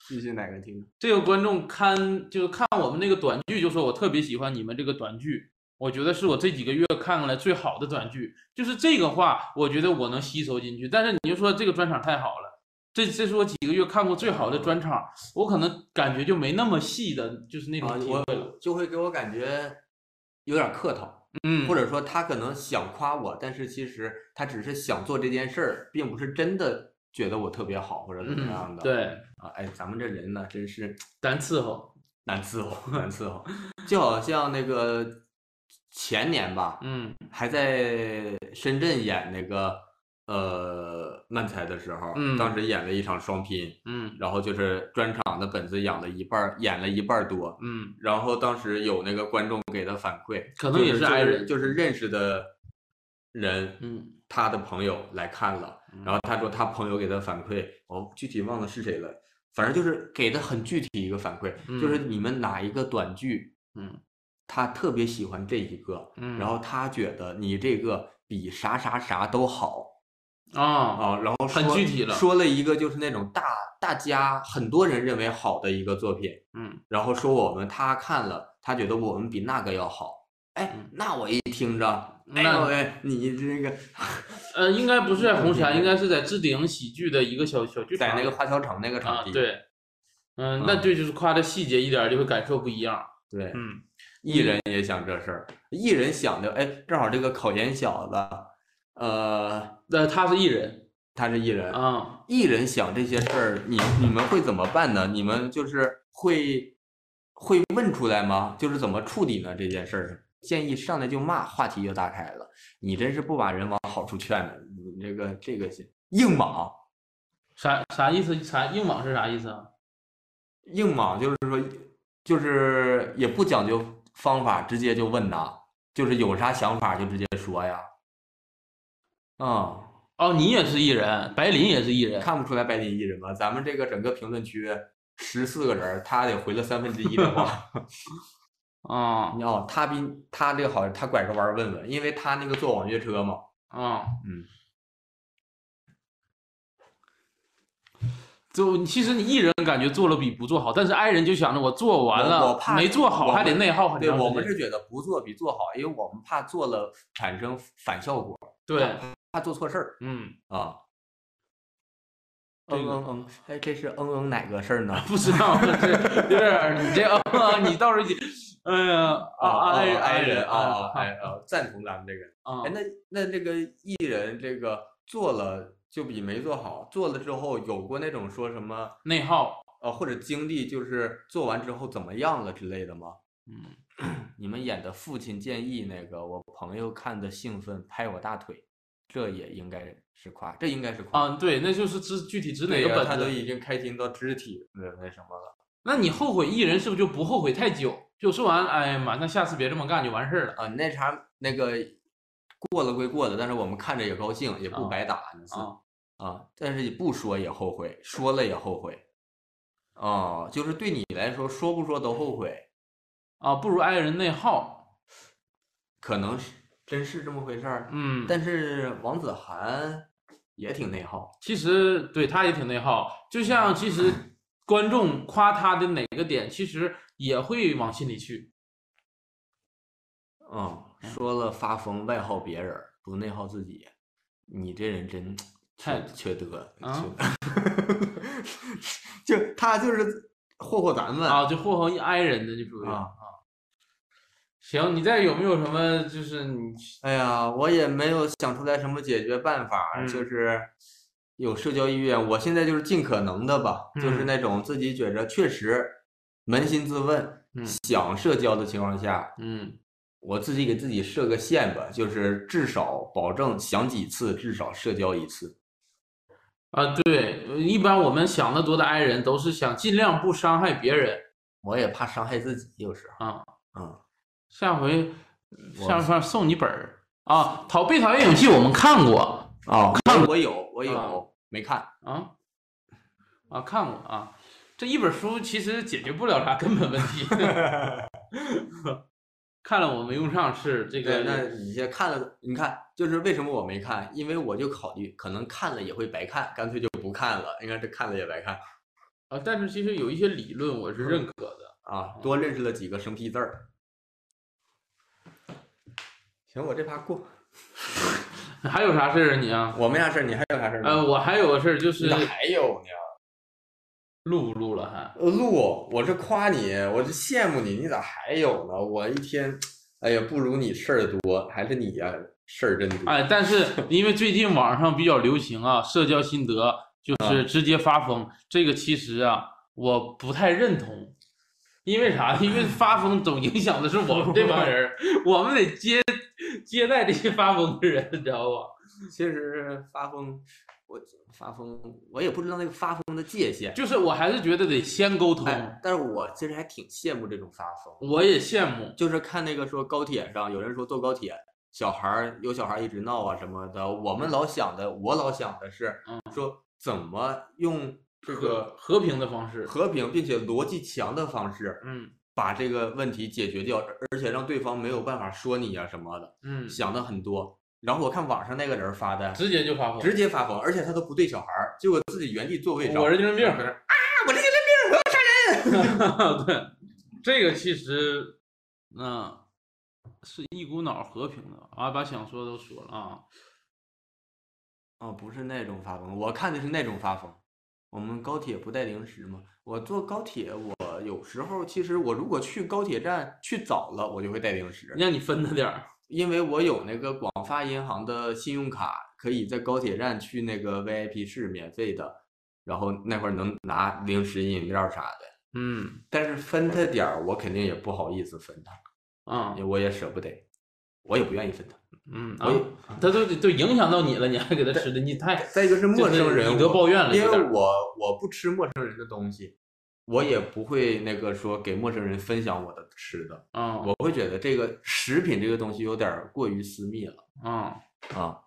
Speaker 1: 继续哪个听？
Speaker 2: 这个观众看就是看我们那个短剧，就说我特别喜欢你们这个短剧，我觉得是我这几个月看过来最好的短剧。就是这个话，我觉得我能吸收进去。但是你就说这个专场太好了，这这是我几个月看过最好的专场，我可能感觉就没那么细的，就是那
Speaker 1: 啊
Speaker 2: 种体
Speaker 1: 我
Speaker 2: 会了。
Speaker 1: 就会给我感觉有点客套，
Speaker 2: 嗯，
Speaker 1: 或者说他可能想夸我，但是其实他只是想做这件事儿，并不是真的觉得我特别好或者怎么样
Speaker 2: 嗯，
Speaker 1: 的。
Speaker 2: 对，
Speaker 1: 啊，哎，咱们这人呢，真是
Speaker 2: 咱伺候。
Speaker 1: 难伺候，难伺候，就好像那个前年吧，
Speaker 2: 嗯
Speaker 1: 还在深圳演那个呃漫才的时候，
Speaker 2: 嗯
Speaker 1: 当时演了一场双拼，
Speaker 2: 嗯
Speaker 1: 然后就是专场的本子演了一半儿，演了一半儿多，
Speaker 2: 嗯，
Speaker 1: 然后当时有那个观众给他反馈，
Speaker 2: 可能
Speaker 1: 就
Speaker 2: 也
Speaker 1: 是
Speaker 2: 是
Speaker 1: 就
Speaker 2: 挨
Speaker 1: 是
Speaker 2: 人
Speaker 1: 就是认识的人，
Speaker 2: 嗯，
Speaker 1: 他的朋友来看了，然后他说他朋友给他反馈，我具体忘了是谁了，反正就是给的很具体一个反馈，就是
Speaker 2: 嗯
Speaker 1: 你们哪一个短剧，
Speaker 2: 嗯，
Speaker 1: 他特别喜欢这一个，
Speaker 2: 嗯
Speaker 1: 然后他觉得你这个比啥啥啥都好，
Speaker 2: 啊，
Speaker 1: 啊，然后
Speaker 2: 很
Speaker 1: 说
Speaker 2: 具体了
Speaker 1: 说了一个就是那种大大家很多人认为好的一个作品，
Speaker 2: 嗯，
Speaker 1: 然后说我们他看了，他觉得我们比那个要好，哎
Speaker 2: 嗯，
Speaker 1: 那我一听着，哎
Speaker 2: 那
Speaker 1: 呦喂，你这个
Speaker 2: 呃，应该不是在红山，应该是在置顶喜剧的一个小小剧场
Speaker 1: 在那
Speaker 2: 里，
Speaker 1: 个华侨城那个
Speaker 2: 啊
Speaker 1: 场，地，
Speaker 2: 对，嗯，那
Speaker 1: 嗯
Speaker 2: 对，就是夸的细节一点儿就会感受不一样，
Speaker 1: 对，
Speaker 2: 嗯
Speaker 1: 艺人也想这事儿，艺人想的，哎，正好这个考研小子，呃，
Speaker 2: 那他是艺人
Speaker 1: 他是艺人，
Speaker 2: 啊，
Speaker 1: 艺人想这些事儿，你你们会怎么办呢？你们就是会会问出来吗？就是怎么处理呢？这件事儿，建议上来就骂，话题就打开了。你真是不把人往好处劝呢，你这个这个是硬莽，
Speaker 2: 啥啥意思？啥硬莽是啥意思啊？
Speaker 1: 硬莽就是说就是也不讲究方法，直接就问呐，就是有啥想法就直接说呀。嗯，
Speaker 2: 哦，你也是艺人，白琳也是艺人，
Speaker 1: 看不出来白领艺人吗？咱们这个整个评论区十四个人儿，他得回了三分之一的话。
Speaker 2: 啊
Speaker 1: 你要他比他这个好，他拐个弯儿问问，因为他那个坐网约车嘛，
Speaker 2: 啊，
Speaker 1: 嗯，
Speaker 2: 就其实你艺人感觉做了比不做好，但是 i 人就想着我做完
Speaker 1: 我
Speaker 2: 了
Speaker 1: 我怕
Speaker 2: 没做好
Speaker 1: 我
Speaker 2: 还得
Speaker 1: 们
Speaker 2: 内耗很
Speaker 1: 对
Speaker 2: 长
Speaker 1: 我
Speaker 2: 时
Speaker 1: 们
Speaker 2: 间
Speaker 1: 是觉得不做比做好，因为我们怕做了产生反效果，
Speaker 2: 对，
Speaker 1: 怕做错事儿
Speaker 2: 嗯，
Speaker 1: 啊。
Speaker 2: 这
Speaker 1: 嗯
Speaker 2: 个
Speaker 1: 嗯嗯，哎，这是嗯嗯哪个事儿 呢？
Speaker 2: 不知道，这有点儿你这 啊，你到时候就，哎呀啊啊
Speaker 1: 哦
Speaker 2: i
Speaker 1: 哦
Speaker 2: i 人
Speaker 1: 啊，
Speaker 2: 啊
Speaker 1: 哎啊，赞同咱们这个人。
Speaker 2: 啊
Speaker 1: 哎，那那这个艺人这个做了就比没做好，做了之后有过那种说什么
Speaker 2: 内耗，
Speaker 1: 呃或者经历，就是做完之后怎么样了之类的吗？
Speaker 2: 嗯，
Speaker 1: 你们演的父亲建议那个，我朋友看的兴奋，拍我大腿，这也应该是夸，这应该是夸。
Speaker 2: 啊，对，那就是指具体指哪
Speaker 1: 对
Speaker 2: 个
Speaker 1: 呀他
Speaker 2: 本
Speaker 1: 都
Speaker 2: 子。
Speaker 1: 已经开心到肢体那那什么了
Speaker 2: 那你后悔艺人是不是就不后悔太久？就说完，哎，马上下次别这么干就完事儿了。
Speaker 1: 啊？那啥，那个过了归过了，但是我们看着也高兴，也不
Speaker 2: 啊
Speaker 1: 白打那次
Speaker 2: 啊
Speaker 1: 啊，但是也不说也后悔，说了也后悔。哦，就是对你来说，说不说都后悔，
Speaker 2: 啊，不如爱人内耗。
Speaker 1: 可能是真是这么回事儿。
Speaker 2: 嗯，
Speaker 1: 但是王子涵也挺内耗。
Speaker 2: 其实对他也挺内耗，就像其 实观众夸他的哪个点，其实也会往心里去。
Speaker 1: 嗯，说了发疯，外耗别人儿，不内耗自己。你这人真
Speaker 2: 太
Speaker 1: 缺缺德，
Speaker 2: 啊
Speaker 1: 缺 就他就是霍霍咱们
Speaker 2: 啊，就霍霍一挨人的就属于。
Speaker 1: 嗯啊
Speaker 2: 行，你再有没有什么就是你
Speaker 1: 哎呀，我也没有想出来什么解决办法儿，就
Speaker 2: 嗯
Speaker 1: 是有社交意愿，我现在就是尽可能的吧，就是
Speaker 2: 嗯
Speaker 1: 那种自己觉着确实扪心自问，
Speaker 2: 嗯
Speaker 1: 想社交的情况下，
Speaker 2: 嗯
Speaker 1: 我自己给自己设个限吧，就是至少保证想几次，至少社交一次。
Speaker 2: 啊？对，一般我们想的多的挨人都是想尽量不伤害别人
Speaker 1: 我也怕伤害自己，有时候。
Speaker 2: 啊。
Speaker 1: 嗯，
Speaker 2: 下回
Speaker 1: 我
Speaker 2: 下回送你本儿啊，《讨被讨厌勇气》我们看过。
Speaker 1: 哦，看我有，我有、
Speaker 2: 啊
Speaker 1: 没看
Speaker 2: 啊啊，看过啊，这一本书其实解决不了啥根本问题。 看了我没用上是这
Speaker 1: 对，那
Speaker 2: 个
Speaker 1: 你先看了，你看，就是为什么我没看？因为我就考虑，可能看了也会白看，干脆就不看了。应该这看了也白看
Speaker 2: 啊，但是其实有一些理论我是
Speaker 1: 嗯
Speaker 2: 认可的。
Speaker 1: 啊，多认识了几个生僻字儿。行，我这趴过，
Speaker 2: 还有啥事儿啊你啊？
Speaker 1: 我没啥事儿，你还有啥事儿吗？
Speaker 2: 呃，我还有个事儿就是
Speaker 1: 你咋还有呢？
Speaker 2: 录不录了还？
Speaker 1: 呃录，我是夸你，我是羡慕你，你咋还有呢？我一天，哎呀，不如你事儿多，还是你呀、事儿真多。
Speaker 2: 哎，但是 因为最近网上比较流行啊，社交心啊得就是直接发疯，这个其实啊我不太认同。因为啥？因为发疯总影响的是我们这帮人儿，我们得接接待这些发疯的人，你知道吧？
Speaker 1: 其实发疯，我发疯，我也不知道那个发疯的界限。
Speaker 2: 就是我还是觉得得先沟通，
Speaker 1: 哎，但是我其实还挺羡慕这种发疯，
Speaker 2: 我也羡慕。
Speaker 1: 就是看那个说高铁上有人说坐高铁，小孩儿有小孩儿一直闹啊什么的，我们老想的，我老想的是
Speaker 2: 嗯
Speaker 1: 说怎么用这个
Speaker 2: 和平的方式，
Speaker 1: 和平并且逻辑强的方式
Speaker 2: 嗯
Speaker 1: 把这个问题解决掉，而而且让对方没有办法说你呀、什么的，
Speaker 2: 嗯，
Speaker 1: 想的很多。然后我看网上那个人发的，
Speaker 2: 直接就发疯，
Speaker 1: 直接发疯，而且他都不对小孩儿，结果自己原地座位上。
Speaker 2: 我是精神病，
Speaker 1: 啊我是精
Speaker 2: 神病，我要杀人。 对，这个其实，嗯，是一股脑儿和平的啊，把想说的都说了啊。
Speaker 1: 哦，不是那种发疯，我看的是那种发疯。我们高铁不带零食吗？我坐高铁，我有时候其实我如果去高铁站去早了，我就会带零食，
Speaker 2: 让你分他点儿，
Speaker 1: 因为我有那个广发银行的信用卡，可以在高铁站去那个 VIP 室免费的，然后那会儿能拿零食、饮料啥的。
Speaker 2: 嗯
Speaker 1: 但是分他点儿，我肯定也不好意思分他，
Speaker 2: 啊
Speaker 1: 因为我也舍不得，我也不愿意分他。
Speaker 2: 嗯
Speaker 1: 我也
Speaker 2: 啊，他都都影响到你了，你还给他吃的，你太
Speaker 1: 再一个是陌
Speaker 2: 就是
Speaker 1: 生人，
Speaker 2: 以德
Speaker 1: 我
Speaker 2: 报怨了
Speaker 1: 因
Speaker 2: 有
Speaker 1: 为
Speaker 2: 点儿
Speaker 1: 我我不吃陌生人的东西，我也不会那个说给陌生人分享我的吃的，
Speaker 2: 啊
Speaker 1: 我会觉得这个食品这个东西有点儿过于私密了
Speaker 2: 啊
Speaker 1: 啊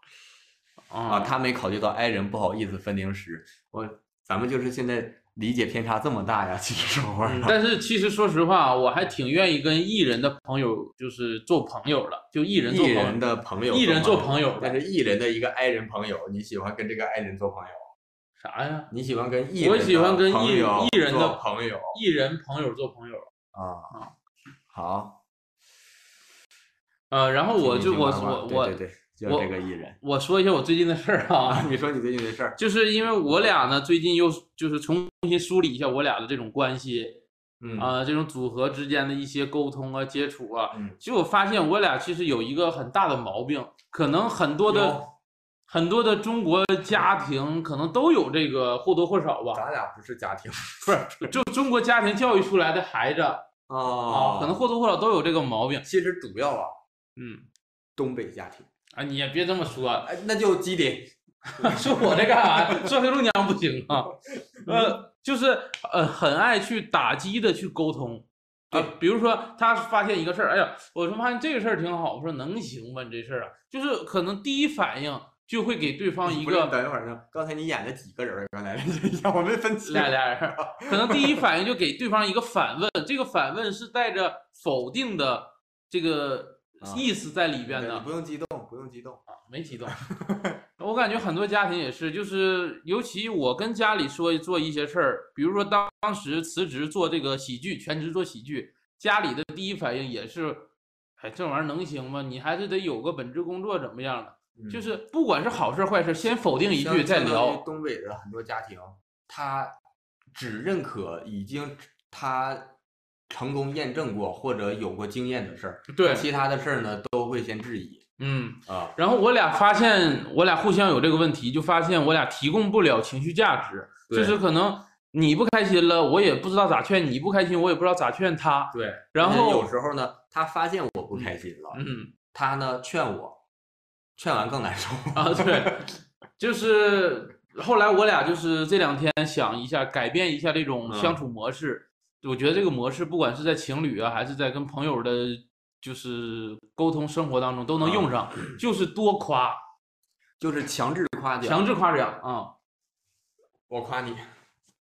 Speaker 1: 啊，
Speaker 2: 啊
Speaker 1: 他没考虑到 i 人不好意思分零食，我咱们就是现在理解偏差这么大呀，其实说话
Speaker 2: 嗯但是其实说实话，我还挺愿意跟艺人的朋友就是做朋友的，就艺人
Speaker 1: 艺
Speaker 2: 做朋友
Speaker 1: 人的朋友，
Speaker 2: 艺人做朋友
Speaker 1: 但
Speaker 2: 的
Speaker 1: 是艺人的一个 i 人朋友，你喜欢跟这个 i 人做朋友？
Speaker 2: 啥呀？
Speaker 1: 你喜欢跟艺人
Speaker 2: 我
Speaker 1: 的
Speaker 2: 喜欢跟
Speaker 1: 朋
Speaker 2: 艺
Speaker 1: 友
Speaker 2: 艺人
Speaker 1: 做
Speaker 2: 的嗯
Speaker 1: 朋友
Speaker 2: 艺人朋友做朋友。
Speaker 1: 啊，好。
Speaker 2: 呃，然后我
Speaker 1: 听
Speaker 2: 就
Speaker 1: 你
Speaker 2: 我
Speaker 1: 听完
Speaker 2: 我
Speaker 1: 了
Speaker 2: 我
Speaker 1: 对对对，就是
Speaker 2: 我
Speaker 1: 这个艺人
Speaker 2: 我说一下我最近的事儿 啊
Speaker 1: 啊。，你说你最近的事儿，
Speaker 2: 就是因为我俩呢最近又就是重新梳理一下我俩的这种关系
Speaker 1: 嗯
Speaker 2: 啊、这种组合之间的一些沟通啊、接触啊，
Speaker 1: 嗯
Speaker 2: 其实我发现我俩其实有一个很大的毛病，可能很多的
Speaker 1: 有
Speaker 2: 很多的中国家庭可能都有这个或多或少吧，
Speaker 1: 咱俩不是家庭
Speaker 2: 不是，就中国家庭教育出来的孩子
Speaker 1: 啊
Speaker 2: 啊，可能或多或少都有这个毛病。
Speaker 1: 其实主要啊，
Speaker 2: 嗯，
Speaker 1: 东北家庭，
Speaker 2: 啊，你也别这么说，
Speaker 1: 哎，那就基点，
Speaker 2: 说我这干啥？说黑龙江不行啊？
Speaker 1: 嗯
Speaker 2: 呃，就是呃，很爱去打击的去沟通。啊
Speaker 1: 对，
Speaker 2: 比如说他发现一个事儿，哎呀，我说发现这个事儿挺好，我说能行吗？你这事儿啊，就是可能第一反应就会给对方一
Speaker 1: 不是
Speaker 2: 个
Speaker 1: 等一会儿呢，刚才你演了几个人儿？刚才我没分清。
Speaker 2: 俩俩人儿，可能第一反应就给对方一个反问，这个反问是带着否定的这个
Speaker 1: 啊
Speaker 2: 意思在里边
Speaker 1: 对
Speaker 2: 的。啊
Speaker 1: 你不用激动，不用激动。
Speaker 2: 没激动。 我感觉很多家庭也是，就是尤其我跟家里说做一些事儿，比如说当当时辞职做这个喜剧，全职做喜剧，家里的第一反应也是，哎，这玩意儿能行吗？你还是得有个本职工作，怎么样的？就
Speaker 1: 嗯
Speaker 2: 是不管是好事坏事，先否定一
Speaker 1: 相
Speaker 2: 句再
Speaker 1: 相当于
Speaker 2: 聊。
Speaker 1: 东北的很多家庭，他只认可已经他成功验证过或者有过经验的事儿，
Speaker 2: 对，
Speaker 1: 其他的事儿呢都会先质疑
Speaker 2: 嗯。
Speaker 1: 啊。
Speaker 2: 然后我俩发现，我俩互相有这个问题，就发现我俩提供不了情绪价值，就
Speaker 1: 对
Speaker 2: 是可能你不开心了，我也不知道咋劝你；不开心，我也不知道咋劝他。
Speaker 1: 对，
Speaker 2: 然
Speaker 1: 而且有
Speaker 2: 后，
Speaker 1: 时候呢，他发现我不开心了，
Speaker 2: 嗯
Speaker 1: 他呢劝我，劝完更难受。
Speaker 2: 啊，对，就是后来我俩就是这两天想一下，改变一下这种相处模式。我觉得这个模式，不管是在情侣啊，还是在跟朋友的，就是沟通生活当中都能用上，就是多夸，
Speaker 1: 就是强制夸奖，
Speaker 2: 强制夸奖啊、
Speaker 1: 我夸你。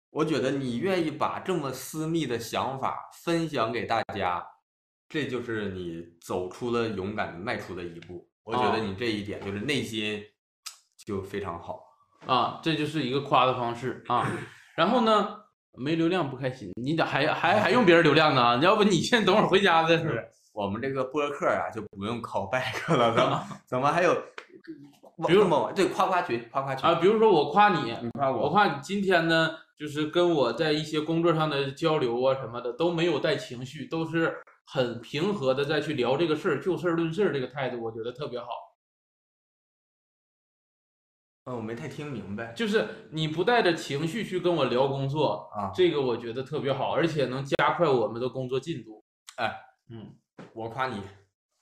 Speaker 1: 我觉得你愿意把这么私密的想法分享给大家，这就是你走出了勇敢的迈出的一步。我觉得
Speaker 2: 哦
Speaker 1: 你这一点就是内心就非常好。
Speaker 2: 啊，这就是一个夸的方式啊。然后呢，没流量不开心，你得还还还用别人流量呢？要不你先等会儿回家再说。
Speaker 1: 我们这个播客啊，就不用 call back 了，咱 们咱们还有，
Speaker 2: 比如
Speaker 1: 某对夸夸群，夸夸群
Speaker 2: 啊，，比如说我夸你，
Speaker 1: 你夸
Speaker 2: 我
Speaker 1: 我，
Speaker 2: 夸你今天呢，就是跟我在一些工作上的交流啊什么的都没有带情绪，都是很平和的再去聊这个事儿，就事儿论事儿这个态度，我觉得特别好。
Speaker 1: 嗯，我没太听明白
Speaker 2: 就是你不带着情绪去跟我聊工作，
Speaker 1: 啊。
Speaker 2: 这个我觉得特别好，而且能加快我们的工作进度。
Speaker 1: 哎，
Speaker 2: 嗯，
Speaker 1: 我夸你，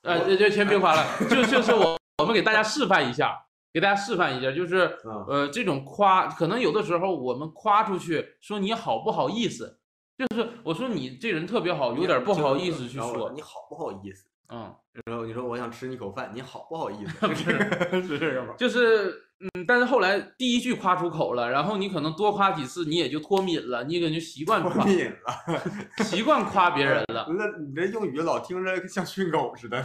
Speaker 2: 呃，这这先别 夸了，就就是我我们给大家示范一下，给大家示范一下，就是
Speaker 1: 嗯
Speaker 2: 呃这种夸，可能有的时候我们夸出去说你好不好意思，就是我说你这人特别好，有点不好意思去
Speaker 1: 然后我
Speaker 2: 说，
Speaker 1: 你好不好意思？
Speaker 2: 嗯，
Speaker 1: 然后你说我想吃你口饭，你好不好意 思？ 是是这个吗？
Speaker 2: 就是。嗯，但是后来第一句夸出口了，然后你可能多夸几次，你也就脱敏了，你可能就习 惯夸，
Speaker 1: 敏了，
Speaker 2: 习惯夸别人了。
Speaker 1: 那你这用语老听着像训狗似的。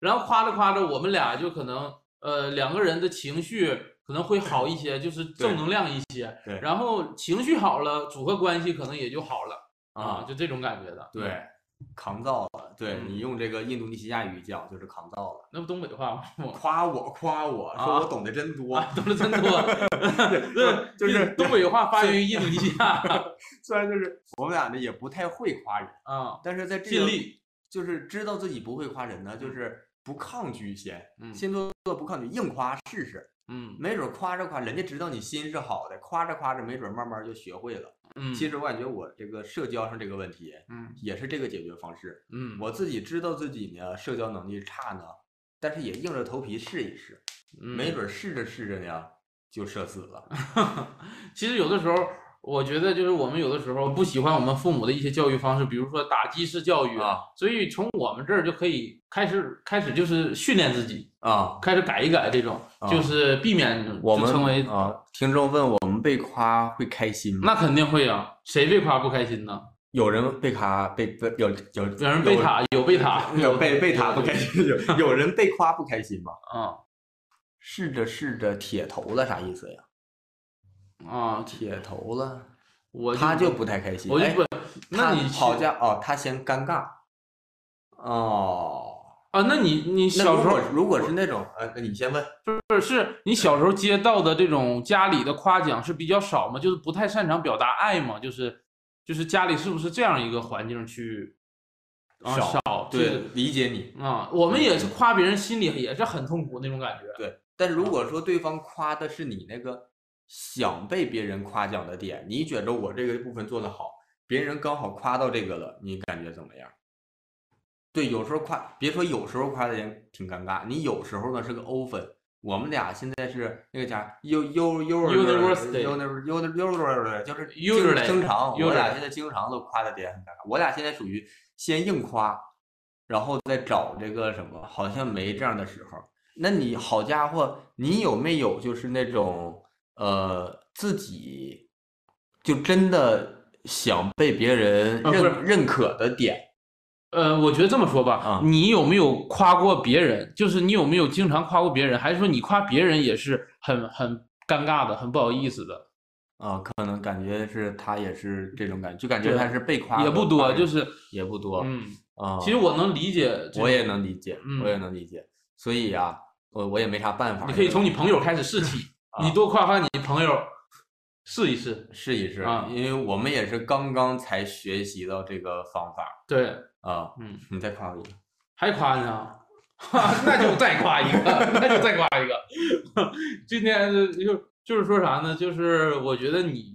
Speaker 2: 然后夸着夸着，我们俩就可能呃两个人的情绪可能会好一些，就是正能量一些
Speaker 1: 对。
Speaker 2: 然后情绪好了，组合关系可能也就好了啊，就这种感觉的。
Speaker 1: 对，扛造了。对
Speaker 2: 嗯
Speaker 1: 你用这个印度尼西亚语讲，就是扛造了。
Speaker 2: 那不东北话吗？我
Speaker 1: 夸我夸我，说
Speaker 2: 啊
Speaker 1: 我懂得真 多。
Speaker 2: 啊，懂得真 多。对，
Speaker 1: 就是
Speaker 2: 印东北话发源于印度尼西 亚
Speaker 1: 虽然就是我们俩呢也不太会夸人，
Speaker 2: 啊，
Speaker 1: 但是在这
Speaker 2: 尽
Speaker 1: 个
Speaker 2: 力。
Speaker 1: 就是知道自己不会夸人呢，就是不抗拒先，
Speaker 2: 嗯
Speaker 1: 先做做不抗拒，硬夸试试，
Speaker 2: 嗯
Speaker 1: 没准夸着夸人家知道你心是好的，夸着夸着没准慢慢就学会了。
Speaker 2: 嗯，
Speaker 1: 其实我感觉我这个社交上这个问题
Speaker 2: 嗯
Speaker 1: 也是这个解决方式。
Speaker 2: 嗯
Speaker 1: 我自己知道自己呢社交能力差呢，但是也硬着头皮试一试，没
Speaker 2: 嗯
Speaker 1: 准试着试着呢就社死了。
Speaker 2: 其实有的时候，我觉得就是我们有的时候不喜欢我们父母的一些教育方式，比如说打击式教育
Speaker 1: 啊，
Speaker 2: 所以从我们这儿就可以开始开始就是训练自己，
Speaker 1: 啊，
Speaker 2: 开始改一改这种，
Speaker 1: 啊
Speaker 2: 就是避免
Speaker 1: 我
Speaker 2: 就
Speaker 1: 们
Speaker 2: 成为，
Speaker 1: 啊，听众问我们被夸会开心吗？
Speaker 2: 那肯定会啊，谁被夸不开心呢？
Speaker 1: 有人被卡被被有有
Speaker 2: 有人被塔，有被塔，
Speaker 1: 有被被他不开心，有 有人被夸不开心吗？
Speaker 2: 啊
Speaker 1: 试着试着铁头了啥意思呀？
Speaker 2: 啊，
Speaker 1: 铁头了，
Speaker 2: 我
Speaker 1: 他就
Speaker 2: 就
Speaker 1: 不太开心。
Speaker 2: 我就
Speaker 1: 哎
Speaker 2: 不，
Speaker 1: 他
Speaker 2: 那你
Speaker 1: 好
Speaker 2: 是
Speaker 1: 家哦，他嫌尴尬。哦，
Speaker 2: 啊，那你你
Speaker 1: 那
Speaker 2: 小
Speaker 1: 如
Speaker 2: 时候
Speaker 1: 果如果是那种呃，那你先问。
Speaker 2: 不是你小时候接到的这种家里的夸奖是比较少吗？就是不太擅长表达爱吗？就是就是家里是不是这样一个环境去啊
Speaker 1: 少
Speaker 2: 少
Speaker 1: 对，理解你。
Speaker 2: 对啊，我们也是夸别人，心里也是很痛苦那种感觉。嗯
Speaker 1: 对，但如果说对方夸的是你那个想被别人夸奖的点，你觉着我这个部分做得好，别人刚好夸到这个了，你感觉怎么样？对，有时候夸，别说有时候夸的人挺尴尬，你有时候呢是个欧分。我们俩现在是那个叫 u u u
Speaker 2: University
Speaker 1: u u u 就是经
Speaker 2: Usually，
Speaker 1: 经常我俩
Speaker 2: usually
Speaker 1: 现在经常都夸的点很尴尬。我俩现在属于先硬夸，然后再找这个什么，好像没这样的时候。那你好家伙，你有没有就是那种呃自己就真的想被别人
Speaker 2: 啊不
Speaker 1: 认、
Speaker 2: 是
Speaker 1: 认可的点？
Speaker 2: 呃，我觉得这么说吧，
Speaker 1: 啊
Speaker 2: 你有没有夸过别人？就是你有没有经常夸过别人？还是说你夸别人也是很很尴尬的、很不好意思的？
Speaker 1: 啊，可能感觉是他也是这种感觉，就感觉他
Speaker 2: 对
Speaker 1: 是被夸和
Speaker 2: 也不
Speaker 1: 夸
Speaker 2: 多，
Speaker 1: 人
Speaker 2: 就是
Speaker 1: 也不多。
Speaker 2: 嗯，
Speaker 1: 啊，
Speaker 2: 其实我能理解这种，
Speaker 1: 我也能理解，我也
Speaker 2: 嗯
Speaker 1: 能理解。所以啊，我我也没啥办法。
Speaker 2: 你可以从你朋友开始试起，
Speaker 1: 啊
Speaker 2: 你多夸夸你朋友，试一试。
Speaker 1: 试一试
Speaker 2: 啊
Speaker 1: 因为我们也是刚刚才学习到这个方法
Speaker 2: 对，
Speaker 1: 啊。
Speaker 2: 嗯，
Speaker 1: 你再夸我一个。
Speaker 2: 还夸呢，那就再夸一个， 那就再夸一个。 今天就就是说啥呢？就是我觉得你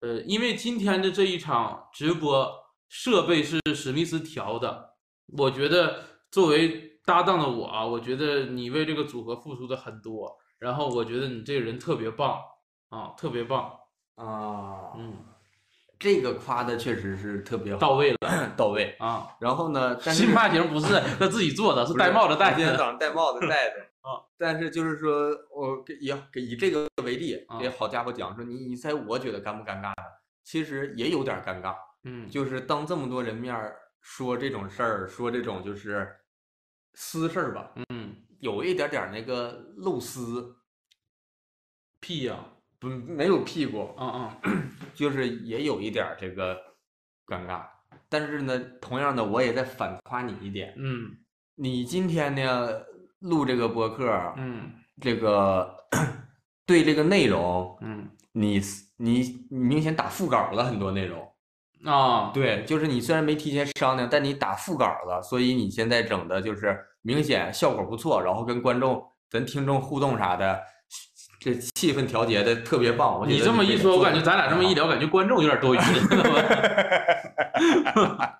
Speaker 2: 呃，因为今天的这一场直播设备是史密斯调的，我觉得作为搭档的我啊，我觉得你为这个组合付出的很多，然后我觉得你这个人特别棒啊，特别棒，
Speaker 1: 啊，
Speaker 2: 嗯，
Speaker 1: 这个夸的确实是特别
Speaker 2: 到
Speaker 1: 好嗯
Speaker 2: 位了
Speaker 1: 到位。
Speaker 2: 啊。
Speaker 1: 然后呢，但是
Speaker 2: 新发型不是他自己做的，是
Speaker 1: 不
Speaker 2: 戴
Speaker 1: 是
Speaker 2: 帽子
Speaker 1: 我
Speaker 2: 戴
Speaker 1: 今天
Speaker 2: 的。
Speaker 1: 早上 戴帽子 戴的
Speaker 2: 啊。
Speaker 1: 但是就是说，我给以给以这个为例
Speaker 2: 啊，
Speaker 1: 给好家伙讲说，你你猜我觉得尴不尴尬呢？其实也有点尴尬，
Speaker 2: 嗯，
Speaker 1: 就是当这么多人面儿说这种事儿，说这种就是私事儿吧，
Speaker 2: 嗯，
Speaker 1: 有一点点儿那个露丝，
Speaker 2: 屁呀、
Speaker 1: 不没有屁股，
Speaker 2: 嗯
Speaker 1: 就是也有一点儿这个尴尬。但是呢，同样的，我也在反夸你一点，
Speaker 2: 嗯
Speaker 1: 你今天呢录这个播客儿，
Speaker 2: 嗯
Speaker 1: 这个对这个内容，
Speaker 2: 嗯
Speaker 1: 你你你明显打副稿了很多内容。
Speaker 2: 嗯啊，
Speaker 1: 对，就是你虽然没提前商量，但你打副稿了，所以你现在整的就是明显效果不错，然后跟观众、跟听众互动啥的，这气氛调节的特别棒。我觉得
Speaker 2: 你这么一说，我感觉咱俩这么一聊，感觉观众有点多余了。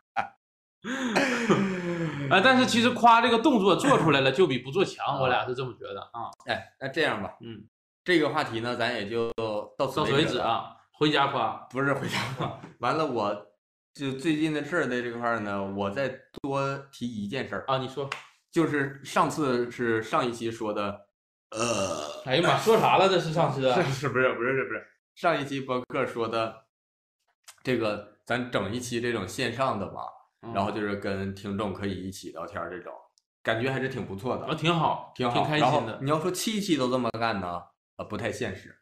Speaker 2: 哎，但是其实夸这个动作做出来了，就比不做强，我俩是这么觉得啊。
Speaker 1: 哎，那这样吧，
Speaker 2: 嗯，
Speaker 1: 这个话题呢，咱也就到此
Speaker 2: 到此为止
Speaker 1: 止。
Speaker 2: 啊，回家夸。
Speaker 1: 不是回家吧？ 完了，我就最近的事儿在这块儿呢，我再多提一件事儿，
Speaker 2: 啊，你说，
Speaker 1: 就是上次是上一期说的，呃，
Speaker 2: 哎呀妈，说啥了？这是上次啊，
Speaker 1: 是不是不是不是上一期博客说的，这个咱整一期这种线上的吧，
Speaker 2: 嗯
Speaker 1: 然后就是跟听众可以一起聊天儿这种，感觉还是挺不错
Speaker 2: 啊，
Speaker 1: 的，
Speaker 2: 挺好，
Speaker 1: 哦挺好。
Speaker 2: 开
Speaker 1: 然后
Speaker 2: 心的。
Speaker 1: 你要说七期都这么干呢，呃，不太现实。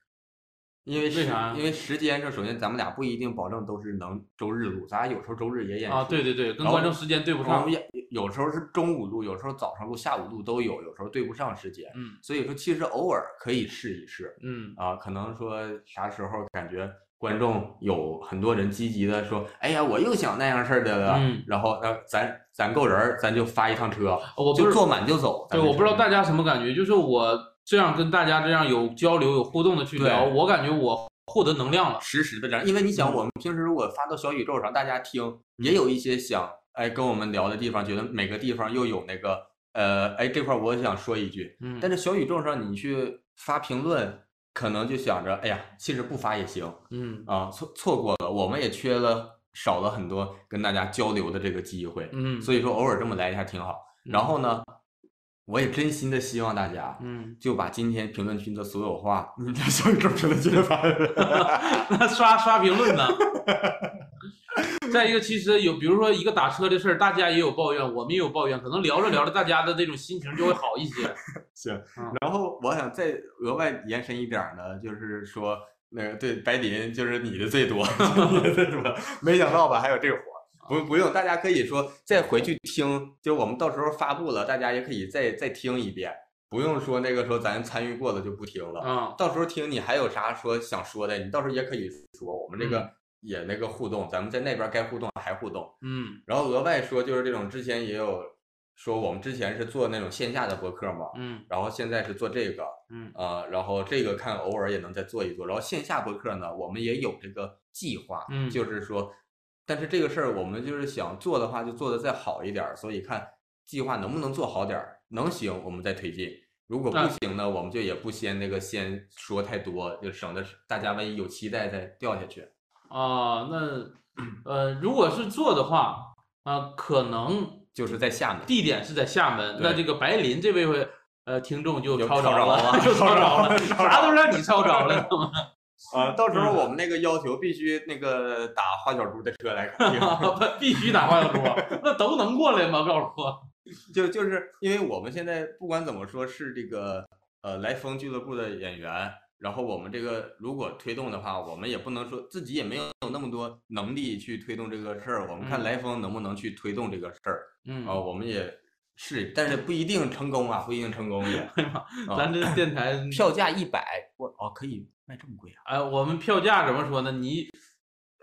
Speaker 1: 因为啊
Speaker 2: 为
Speaker 1: 时
Speaker 2: 啥呀
Speaker 1: 因为时间上，首先咱们俩不一定保证都是能周日录，咱俩有时候周日也演出
Speaker 2: 啊，对对对，跟
Speaker 1: 然后
Speaker 2: 观众时间对不
Speaker 1: 我
Speaker 2: 上
Speaker 1: 们。也有时候是中午录，有时候早上录，下午录都有，有时候对不上时间，
Speaker 2: 嗯
Speaker 1: 所以说其实偶尔可以试一试
Speaker 2: 嗯，
Speaker 1: 啊，可能说啥时候感觉观众有很多人积极的说，哎呀，我又想那样事儿的了，
Speaker 2: 嗯
Speaker 1: 然后那咱咱够人儿，咱就发一趟车，
Speaker 2: 哦我不
Speaker 1: 就是坐满就走。
Speaker 2: 对，
Speaker 1: 咱
Speaker 2: 我不知道
Speaker 1: 这
Speaker 2: 大家什么感觉，就是我这样跟大家这样有交流、有互动的去聊，
Speaker 1: 对
Speaker 2: 我感觉我获得能量了。
Speaker 1: 实时的这样，因为你
Speaker 2: 嗯
Speaker 1: 想，我们平时如果发到小宇宙上，大家听也有一些想哎跟我们聊的地方，觉得每个地方又有那个呃哎这块儿我想说一句，
Speaker 2: 嗯，
Speaker 1: 但是小宇宙上你去发评论，可能就想着，哎呀，其实不发也行
Speaker 2: 嗯
Speaker 1: 啊，错错过了，我们也缺了少了很多跟大家交流的这个机会，
Speaker 2: 嗯，
Speaker 1: 所以说偶尔这么来一下挺好。然后呢，我也真心的希望大家
Speaker 2: 嗯，
Speaker 1: 就把今天评论区的所有话，你在小宇宙评论区里发。
Speaker 2: 那刷刷评论呢？ 再一个，其实有，比如说一个打车的事儿，大家也有抱怨，我们也有抱怨，可能聊着聊着，大家的这种心情就会好一些。
Speaker 1: 行
Speaker 2: 嗯，
Speaker 1: 然后我想再额外延伸一点儿呢，就是说那个对白银就是你的最多， 你的最多，没想到吧？还有这个活儿，
Speaker 2: 啊
Speaker 1: 不不用，大家可以
Speaker 2: 嗯
Speaker 1: 说再回去听，就我们到时候发布了，大家也可以再再听一遍，不用说那个说咱参与过的就不听了。
Speaker 2: 嗯，
Speaker 1: 到时候听你还有啥说想说的，你到时候也可以说，我们这个也那个互动，咱们在那边该互动还互动。
Speaker 2: 嗯
Speaker 1: 然后额外说就是这种之前也有说我们之前是做那种线下的博客嘛，
Speaker 2: 嗯
Speaker 1: 然后现在是做这个，
Speaker 2: 嗯
Speaker 1: 啊，然后这个看偶尔也能再做一做。然后线下播客呢，我们也有这个计划，
Speaker 2: 嗯
Speaker 1: 就是说，但是这个事儿我们就是想做的话，就做的再好一点儿，所以看计划能不能做好点儿，能行我们再推进。如果不
Speaker 2: 那
Speaker 1: 行呢，我们就也不先那个先说太多，就省得大家万一有期待再掉下去。
Speaker 2: 啊，那呃，如果是做的话，啊，可能
Speaker 1: 就是在厦门，
Speaker 2: 地点是在厦门，那这
Speaker 1: 对
Speaker 2: 个白林这位会呃听众就
Speaker 1: 就
Speaker 2: 抄
Speaker 1: 抄着
Speaker 2: 了，
Speaker 1: 了
Speaker 2: 就抄
Speaker 1: 抄着了
Speaker 2: 着了，
Speaker 1: 抄
Speaker 2: 啥
Speaker 1: 着
Speaker 2: 都让你抄 着了，
Speaker 1: 啊，到时候我们那个要求必须那个打花小猪的车来 看病。
Speaker 2: 必须打花 小猪，那都能过来吗？告诉我，
Speaker 1: 就就是因为我们现在不管怎么说是这个呃来风俱乐部的演员，然后我们这个如果推动的话，我们也不能说自己也没有那么多能力去推动这个事儿，我们看
Speaker 2: 嗯
Speaker 1: 来风能不能去推动这个事儿
Speaker 2: 嗯
Speaker 1: 啊、我们也是，但是不一定成功啊，不一定成功 也
Speaker 2: 哎呀妈，
Speaker 1: 啊
Speaker 2: 咱这电台，
Speaker 1: 票价一百，我哦可以卖这么贵啊？
Speaker 2: 哎，我们票价怎么说呢？你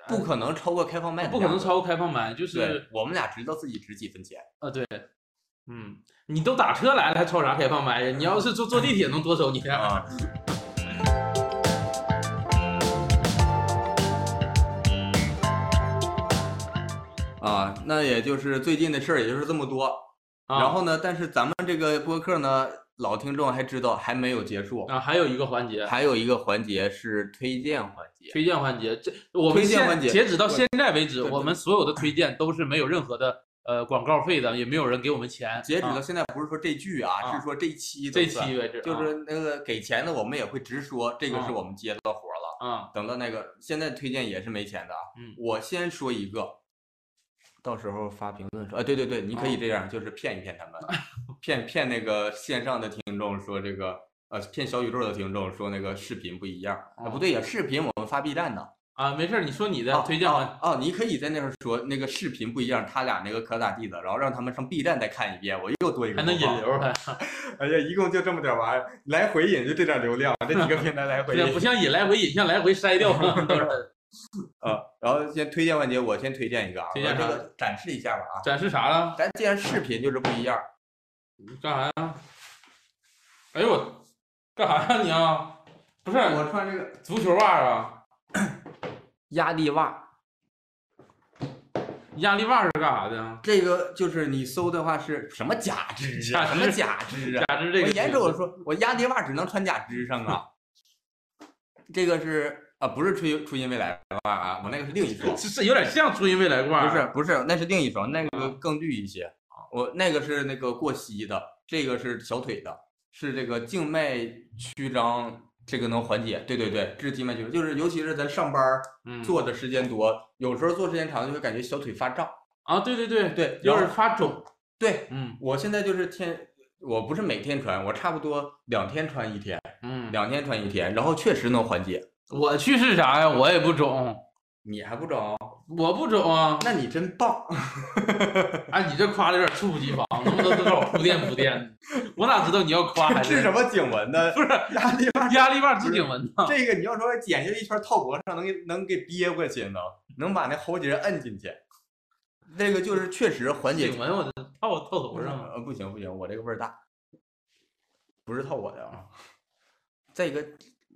Speaker 1: 不可能超过开放麦的价格，
Speaker 2: 不可能超过开放麦，就
Speaker 1: 对
Speaker 2: 是，
Speaker 1: 我们俩知道自己值几分钱。
Speaker 2: 啊，对，嗯，你都打车来了，还超啥开放麦呀？你要是坐坐地铁能多收你点
Speaker 1: 啊。
Speaker 2: 嗯
Speaker 1: 啊，那也就是最近的事儿，也就是这么多。
Speaker 2: 啊
Speaker 1: 嗯然后呢，但是咱们这个播客呢，老听众还知道还没有结束，
Speaker 2: 啊，还有一个环节。
Speaker 1: 还有一个环节是推荐环节。
Speaker 2: 推荐环节，这我们
Speaker 1: 推荐
Speaker 2: 现
Speaker 1: 环节
Speaker 2: 截止到现在为止，
Speaker 1: 对对
Speaker 2: 我们所有的推荐都是没有任何的呃广告费的，也没有人给我们钱。
Speaker 1: 截止
Speaker 2: 啊
Speaker 1: 到现在，不是说这句啊，
Speaker 2: 啊
Speaker 1: 是说这期都
Speaker 2: 这
Speaker 1: 算
Speaker 2: 期为止，
Speaker 1: 就是那个给钱的，我们也会直说，这个是
Speaker 2: 啊
Speaker 1: 我们接到的活了。
Speaker 2: 啊，
Speaker 1: 等到那个现在推荐也是没钱的啊。
Speaker 2: 嗯
Speaker 1: 我先说一个，到时候发评论说，啊，对对对，你可以
Speaker 2: 哦
Speaker 1: 这样，就是骗一骗他们，骗骗那个线上的听众说这个，呃，骗小宇宙的听众说那个视频不一样，啊，不对
Speaker 2: 哦
Speaker 1: 呀，视频我们发 B 站呢。
Speaker 2: 啊，没事儿，你说你的
Speaker 1: 哦
Speaker 2: 推荐环
Speaker 1: 哦哦，你可以在那儿说那个视频不一样，他俩那个可咋地的，然后让他们上 B 站再看一遍，我又多一个
Speaker 2: 还能
Speaker 1: 播
Speaker 2: 引
Speaker 1: 放
Speaker 2: 流，还，
Speaker 1: 哎呀，一共就这么点玩意儿，来回引就这点流量，这几个平台来回
Speaker 2: 这不像引来回引，像来回筛 掉都是
Speaker 1: 啊，然后先推荐环节，我先推荐一个啊，
Speaker 2: 推荐
Speaker 1: 我这
Speaker 2: 啥
Speaker 1: 个展示一下吧啊。
Speaker 2: 展示啥了？
Speaker 1: 咱既然视频就是不一样，
Speaker 2: 干啥呀？哎呦我，干啥呀你啊？不是
Speaker 1: 我穿这个
Speaker 2: 足球袜啊，
Speaker 1: 压力袜，
Speaker 2: 压力袜是干啥的呀？
Speaker 1: 这个就是你搜的话是什么假肢啊？
Speaker 2: 假
Speaker 1: 什
Speaker 2: 肢
Speaker 1: 么假肢啊？
Speaker 2: 假肢 这
Speaker 1: 我
Speaker 2: 个是，
Speaker 1: 严守说，我压力袜只能穿假肢上啊。这个是啊，不是初初音未来袜啊，我那个是另一双。
Speaker 2: 是是有点像初音未来袜，
Speaker 1: 不是不是，那是另一双，那个更绿一些。啊我那个是那个过膝的，这个是小腿的，是这个静脉曲张，这个能缓解。对对对，治静脉曲张，就是尤其是咱上班儿
Speaker 2: 嗯
Speaker 1: 坐的时间多，有时候坐时间长就会感觉小腿发胀。
Speaker 2: 啊，对对对
Speaker 1: 对
Speaker 2: 有
Speaker 1: 然后
Speaker 2: 点发肿，
Speaker 1: 对
Speaker 2: 嗯
Speaker 1: 我现在就是天，我不是每天穿，我差不多两天穿一天，
Speaker 2: 嗯，
Speaker 1: 两天穿一天，然后确实能缓解。
Speaker 2: 我去是啥呀？我也不肿，
Speaker 1: 你还不中？
Speaker 2: 我不肿啊，
Speaker 1: 那你真棒！
Speaker 2: 哎，你这夸的有点猝不及防，能不能再让我铺垫铺垫？我哪知道你要夸还
Speaker 1: 是什么颈纹呢？
Speaker 2: 不是
Speaker 1: 压力大
Speaker 2: 压力腕治颈纹呢？
Speaker 1: 这个你要说剪下一圈套脖上，能给能给憋过去呢，能把那喉结摁进去。那个就是确实缓解
Speaker 2: 颈纹我这套套头上了，
Speaker 1: 呃，不行不行，我这个味儿大，不是套我的啊。再一个，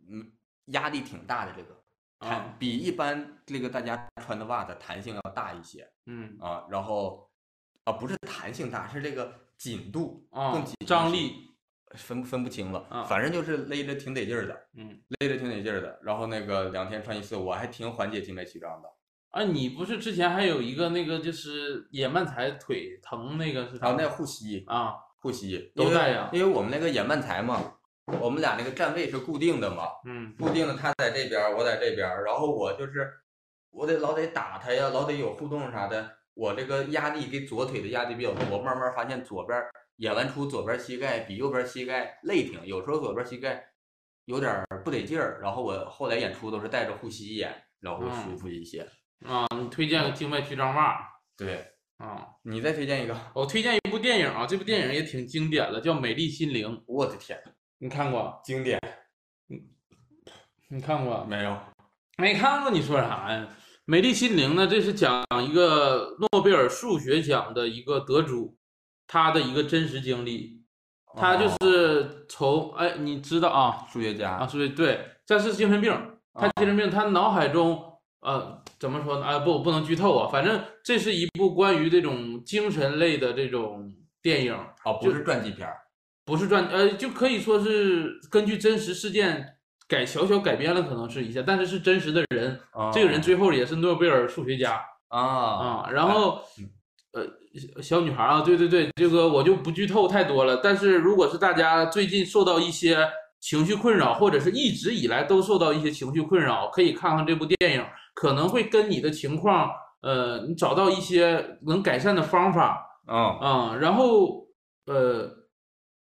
Speaker 1: 嗯，压力挺大的这个，弹
Speaker 2: 啊，
Speaker 1: 比一般这个大家穿的袜子弹性要大一些
Speaker 2: 嗯
Speaker 1: 啊。然后啊，不是弹性大，是这个紧度
Speaker 2: 啊
Speaker 1: 更紧，
Speaker 2: 张力，
Speaker 1: 分不分不清
Speaker 2: 啊
Speaker 1: 了，反正就是勒着挺得劲儿的。
Speaker 2: 嗯，
Speaker 1: 勒着挺得劲儿的，然后那个两天穿一次，我还挺缓解静脉曲张的。
Speaker 2: 啊，你不是之前还有一个那个就是野蛮才腿疼那个是
Speaker 1: 然
Speaker 2: 啥
Speaker 1: 后？那护膝，
Speaker 2: 啊，
Speaker 1: 护膝
Speaker 2: 都
Speaker 1: 因为
Speaker 2: 带呀
Speaker 1: 因为我们那个眼慢才嘛，我们俩那个站位是固定的嘛，
Speaker 2: 嗯
Speaker 1: 固定的他在这边儿，我在这边儿，然后我就是我得老得打他呀，老得有互动啥的。我这个压力给左腿的压力比较多，慢慢发现左边儿演完出左边儿膝盖比右边儿膝盖累挺，有时候左边儿膝盖有点儿不得劲儿，然后我后来演出都是带着护膝演，然后会舒
Speaker 2: 嗯
Speaker 1: 服一些。
Speaker 2: 啊，你推荐个静脉曲张袜
Speaker 1: 对
Speaker 2: 啊。
Speaker 1: 你再推荐一个，
Speaker 2: 我推荐一部电影啊，这部电影也挺经典的，叫《美丽心灵》，
Speaker 1: 我的天，
Speaker 2: 你看过？
Speaker 1: 经典
Speaker 2: 你看过？
Speaker 1: 没有？
Speaker 2: 没看过，你说啥呀？《美丽心灵》呢，这是讲一个诺贝尔数学奖的一个得主，他的一个真实经历。他就
Speaker 1: 哦
Speaker 2: 是从哎，你知道啊
Speaker 1: 数学家
Speaker 2: 啊，是不是对？这是精神病，他精神病，他脑海中呃怎么说呢？啊，不，我不能剧透啊，反正这是一部关于这种精神类的这种电影。
Speaker 1: 哦，不是传记片儿
Speaker 2: 不是传，呃，就可以说是根据真实事件改小小改编了，可能是一下，但是是真实的人，这
Speaker 1: 哦
Speaker 2: 个人最后也是诺贝尔数学家
Speaker 1: 啊
Speaker 2: 啊、然后，呃，小小女孩啊，对对对，这个我就不剧透太多了。但是如果是大家最近受到一些情绪困扰，或者是一直以来都受到一些情绪困扰，可以看看这部电影，可能会跟你的情况，呃，你找到一些能改善的方法。
Speaker 1: 嗯
Speaker 2: 啊、然后呃，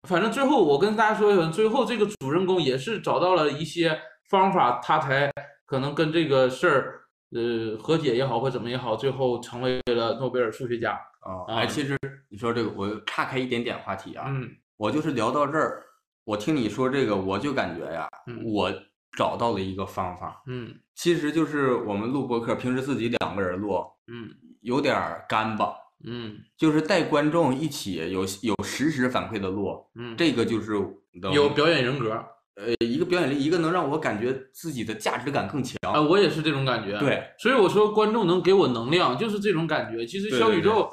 Speaker 2: 反正最后我跟大家说一下，最后这个主人公也是找到了一些方法，他才可能跟这个事儿呃和解也好，或怎么也好，最后成为了诺贝尔数学家。
Speaker 1: 啊
Speaker 2: 啊
Speaker 1: 哎，其实你说这个，我岔开一点点话题啊，
Speaker 2: 嗯
Speaker 1: 我就是聊到这儿，我听你说这个，我就感觉呀，
Speaker 2: 嗯
Speaker 1: 我找到了一个方法，
Speaker 2: 嗯
Speaker 1: 其实就是我们录播客，平时自己两个人录，
Speaker 2: 嗯
Speaker 1: 有点儿干巴。
Speaker 2: 嗯
Speaker 1: 就是带观众一起有有实时反馈的录，
Speaker 2: 嗯，
Speaker 1: 这个就是能
Speaker 2: 有表演人格啊、
Speaker 1: 呃一个表演力，一个能让我感觉自己的价值感更强。
Speaker 2: 啊我也是这种感觉。，
Speaker 1: 对，
Speaker 2: 所以我说观众能给我能量，就是这种感觉。其实
Speaker 1: 对
Speaker 2: 小
Speaker 1: 对
Speaker 2: 宇
Speaker 1: 对
Speaker 2: 宙，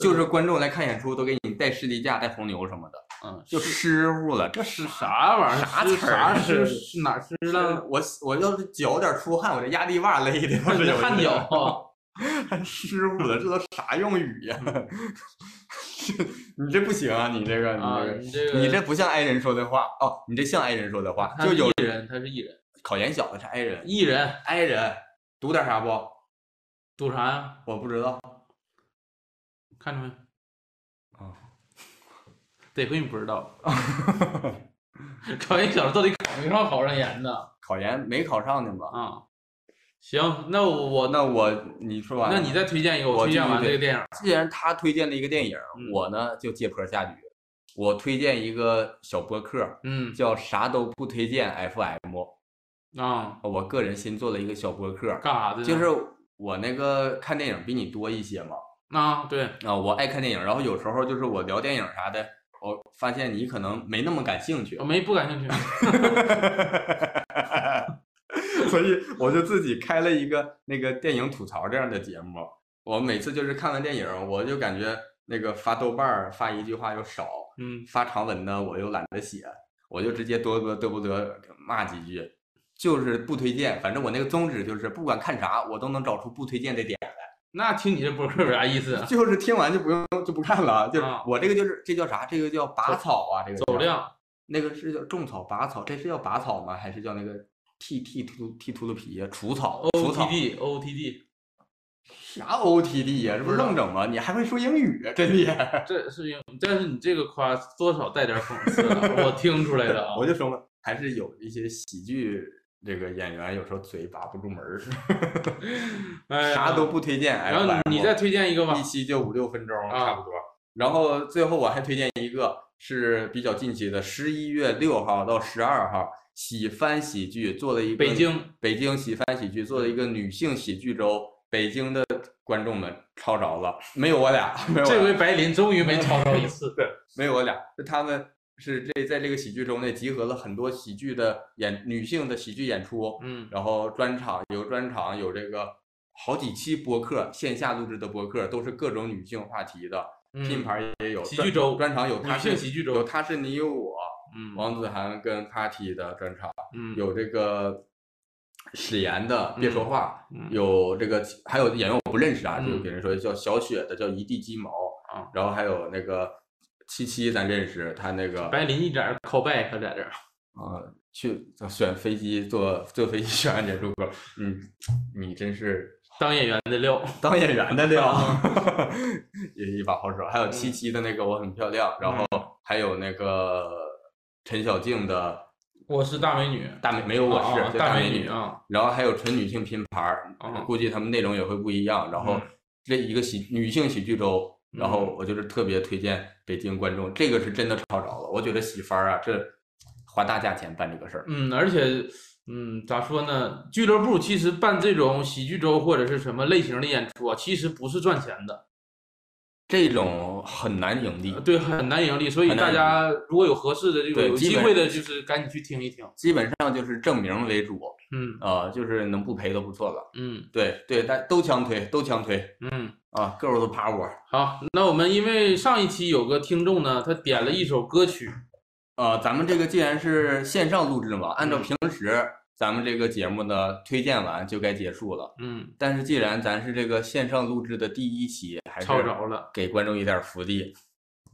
Speaker 1: 就是观众来看演出都给你带士力架、带红牛什么的，
Speaker 2: 嗯，
Speaker 1: 就师傅了。这
Speaker 2: 是啥玩意儿？
Speaker 1: 啥
Speaker 2: 是
Speaker 1: 词儿
Speaker 2: 啥
Speaker 1: 啊
Speaker 2: 是
Speaker 1: 这
Speaker 2: 是 哪是
Speaker 1: 是
Speaker 2: 了？
Speaker 1: 我我要是脚有点出汗，我这压力袜勒的，我这有一
Speaker 2: 汗
Speaker 1: 阵儿
Speaker 2: 脚，
Speaker 1: 师傅了，这都啥用语呀、 你这不行啊，你这个，
Speaker 2: 啊！
Speaker 1: 你
Speaker 2: 你这
Speaker 1: 这
Speaker 2: 个
Speaker 1: 个，你这不像爱人说的话哦，你这像爱人说的话，
Speaker 2: 他
Speaker 1: 啊就是有
Speaker 2: 艺人，他是艺人，
Speaker 1: 考研小子是爱人，
Speaker 2: 艺人
Speaker 1: 爱人读点啥不？
Speaker 2: 赌啥呀？
Speaker 1: 我不知道，
Speaker 2: 看着没？
Speaker 1: 啊，
Speaker 2: 得亏你不知道。 考研小子到底考没上考上研呢？
Speaker 1: 考研没考上呢吧？
Speaker 2: 啊，行，那我
Speaker 1: 那我你说完了，
Speaker 2: 那你再推荐一个，
Speaker 1: 我
Speaker 2: 推
Speaker 1: 继
Speaker 2: 荐
Speaker 1: 续
Speaker 2: 完这
Speaker 1: 推
Speaker 2: 个电影。
Speaker 1: 既然他推荐了一个电影，
Speaker 2: 嗯
Speaker 1: 我呢就借坡下雨，我推荐一个小播客
Speaker 2: 嗯
Speaker 1: 叫啥都不推荐 FM，
Speaker 2: 啊，
Speaker 1: 我个人新做了一个小播客，
Speaker 2: 干啥的呢？
Speaker 1: 就是我那个看电影比你多一些嘛，
Speaker 2: 啊，对，
Speaker 1: 啊，我爱看电影，然后有时候就是我聊电影啥的，我发现你可能没那么感兴趣
Speaker 2: 我，没不感兴趣。
Speaker 1: 所以我就自己开了一个那个电影吐槽这样的节目。我每次就是看完电影，我就感觉那个发豆瓣儿发一句话又少，
Speaker 2: 嗯，
Speaker 1: 发长文呢我又懒得写，我就直接多多嘚不嘚骂几句，就是不推荐。反正我那个宗旨就是，不管看啥，我都能找出不推荐的点，
Speaker 2: 那听你这播客有啥意思啊？
Speaker 1: 就是听完就不用就不看了。就是
Speaker 2: 啊
Speaker 1: 我这个就是这叫啥？这个叫拔草啊，这个
Speaker 2: 走
Speaker 1: 叫
Speaker 2: 量，
Speaker 1: 那个是叫种草拔草，这是叫拔草吗？还是叫那个剃剃秃剃秃噜皮呀？除草除草
Speaker 2: OTD OTD，
Speaker 1: 啥 OTD 呀？这不是愣整吗？你还会说英语啊，真厉害！
Speaker 2: 这是因为，但是你这个夸多少带点讽刺了，我听出来的啊。
Speaker 1: 我就说嘛，还是有一些喜剧这个演员有时候嘴拔不住门儿，
Speaker 2: 哎 呀
Speaker 1: 啥都不推荐。
Speaker 2: 然后你你再推荐一个吧
Speaker 1: 一，期就五六分钟
Speaker 2: 啊
Speaker 1: 差不多。然后最后我还推荐一个是比较近期的，十一月六号到十二号，喜翻喜剧做了一个
Speaker 2: 北京
Speaker 1: 北京喜翻喜剧做了一个女性喜剧周，北京的观众们抄着 了，没有我俩，没有我
Speaker 2: 这
Speaker 1: 俩
Speaker 2: 回白琳终于没抄到 一次。
Speaker 1: 没有我俩，就他们是这在这个喜剧周内集合了很多喜剧的演女性的喜剧演出，
Speaker 2: 嗯，
Speaker 1: 然后专场有专场有这个好几期播客线下录制的播客都是各种女性话题的，
Speaker 2: 嗯
Speaker 1: 拼盘儿也有
Speaker 2: 喜
Speaker 1: 专
Speaker 2: 剧周
Speaker 1: 专场有
Speaker 2: 女
Speaker 1: 他
Speaker 2: 性
Speaker 1: 是
Speaker 2: 喜剧周
Speaker 1: 有他是你有我
Speaker 2: 嗯，
Speaker 1: 王子涵跟 Party 的专场，
Speaker 2: 嗯
Speaker 1: 有这个史岩的别说
Speaker 2: 嗯
Speaker 1: 话，
Speaker 2: 嗯
Speaker 1: 有这个还有演员我不认识啊，就
Speaker 2: 嗯
Speaker 1: 比如说叫小雪的叫一地鸡毛，
Speaker 2: 啊
Speaker 1: 然后还有那个七七咱认识，他那个
Speaker 2: 白琳一点儿 call back 在这儿，
Speaker 1: 呃，去选飞机坐坐飞机选安检出口，嗯，你真是
Speaker 2: 当演员的料。
Speaker 1: 当演员的料，也是一把好手。还有
Speaker 2: 嗯
Speaker 1: 七七的那个我很漂亮，然后还有那个陈小静的
Speaker 2: 我是大美女，
Speaker 1: 大美没有我是
Speaker 2: 啊啊
Speaker 1: 就
Speaker 2: 大
Speaker 1: 美嗯
Speaker 2: 女啊，
Speaker 1: 然后还有纯女性拼盘儿
Speaker 2: 啊，
Speaker 1: 估计他们内容也会不一样。然后
Speaker 2: 嗯
Speaker 1: 这一个喜女性喜剧周，然后
Speaker 2: 嗯
Speaker 1: 我就是特别推荐北京观众，这个是真的超着了。我觉得喜番儿啊，这花大价钱办这个事儿，
Speaker 2: 嗯，而且，嗯，咋说呢？俱乐部其实办这种喜剧周或者是什么类型的演出啊，其实不是赚钱的，
Speaker 1: 这种很难盈利
Speaker 2: 呃。对，很难盈利。所以
Speaker 1: 嗯很难盈
Speaker 2: 大
Speaker 1: 利
Speaker 2: 家如果有合适的这个
Speaker 1: 对
Speaker 2: 有
Speaker 1: 基
Speaker 2: 机
Speaker 1: 本
Speaker 2: 会
Speaker 1: 上
Speaker 2: 的，就是赶紧去听一听。
Speaker 1: 基本上就是正名为主，
Speaker 2: 嗯
Speaker 1: 呃，就是能不赔都不错了。
Speaker 2: 嗯
Speaker 1: 对对，大都强推，都强推
Speaker 2: 嗯，
Speaker 1: 啊，girls power
Speaker 2: 好，那我们因为上一期有个听众呢，他点了一首歌曲，
Speaker 1: 呃，咱们这个既然是线上录制嘛，按
Speaker 2: 嗯
Speaker 1: 照平时咱们这个节目呢推荐完就该结束了。
Speaker 2: 嗯，
Speaker 1: 但是既然咱是这个线上录制的第一期，还是
Speaker 2: 抄着了，
Speaker 1: 给观众一点福利，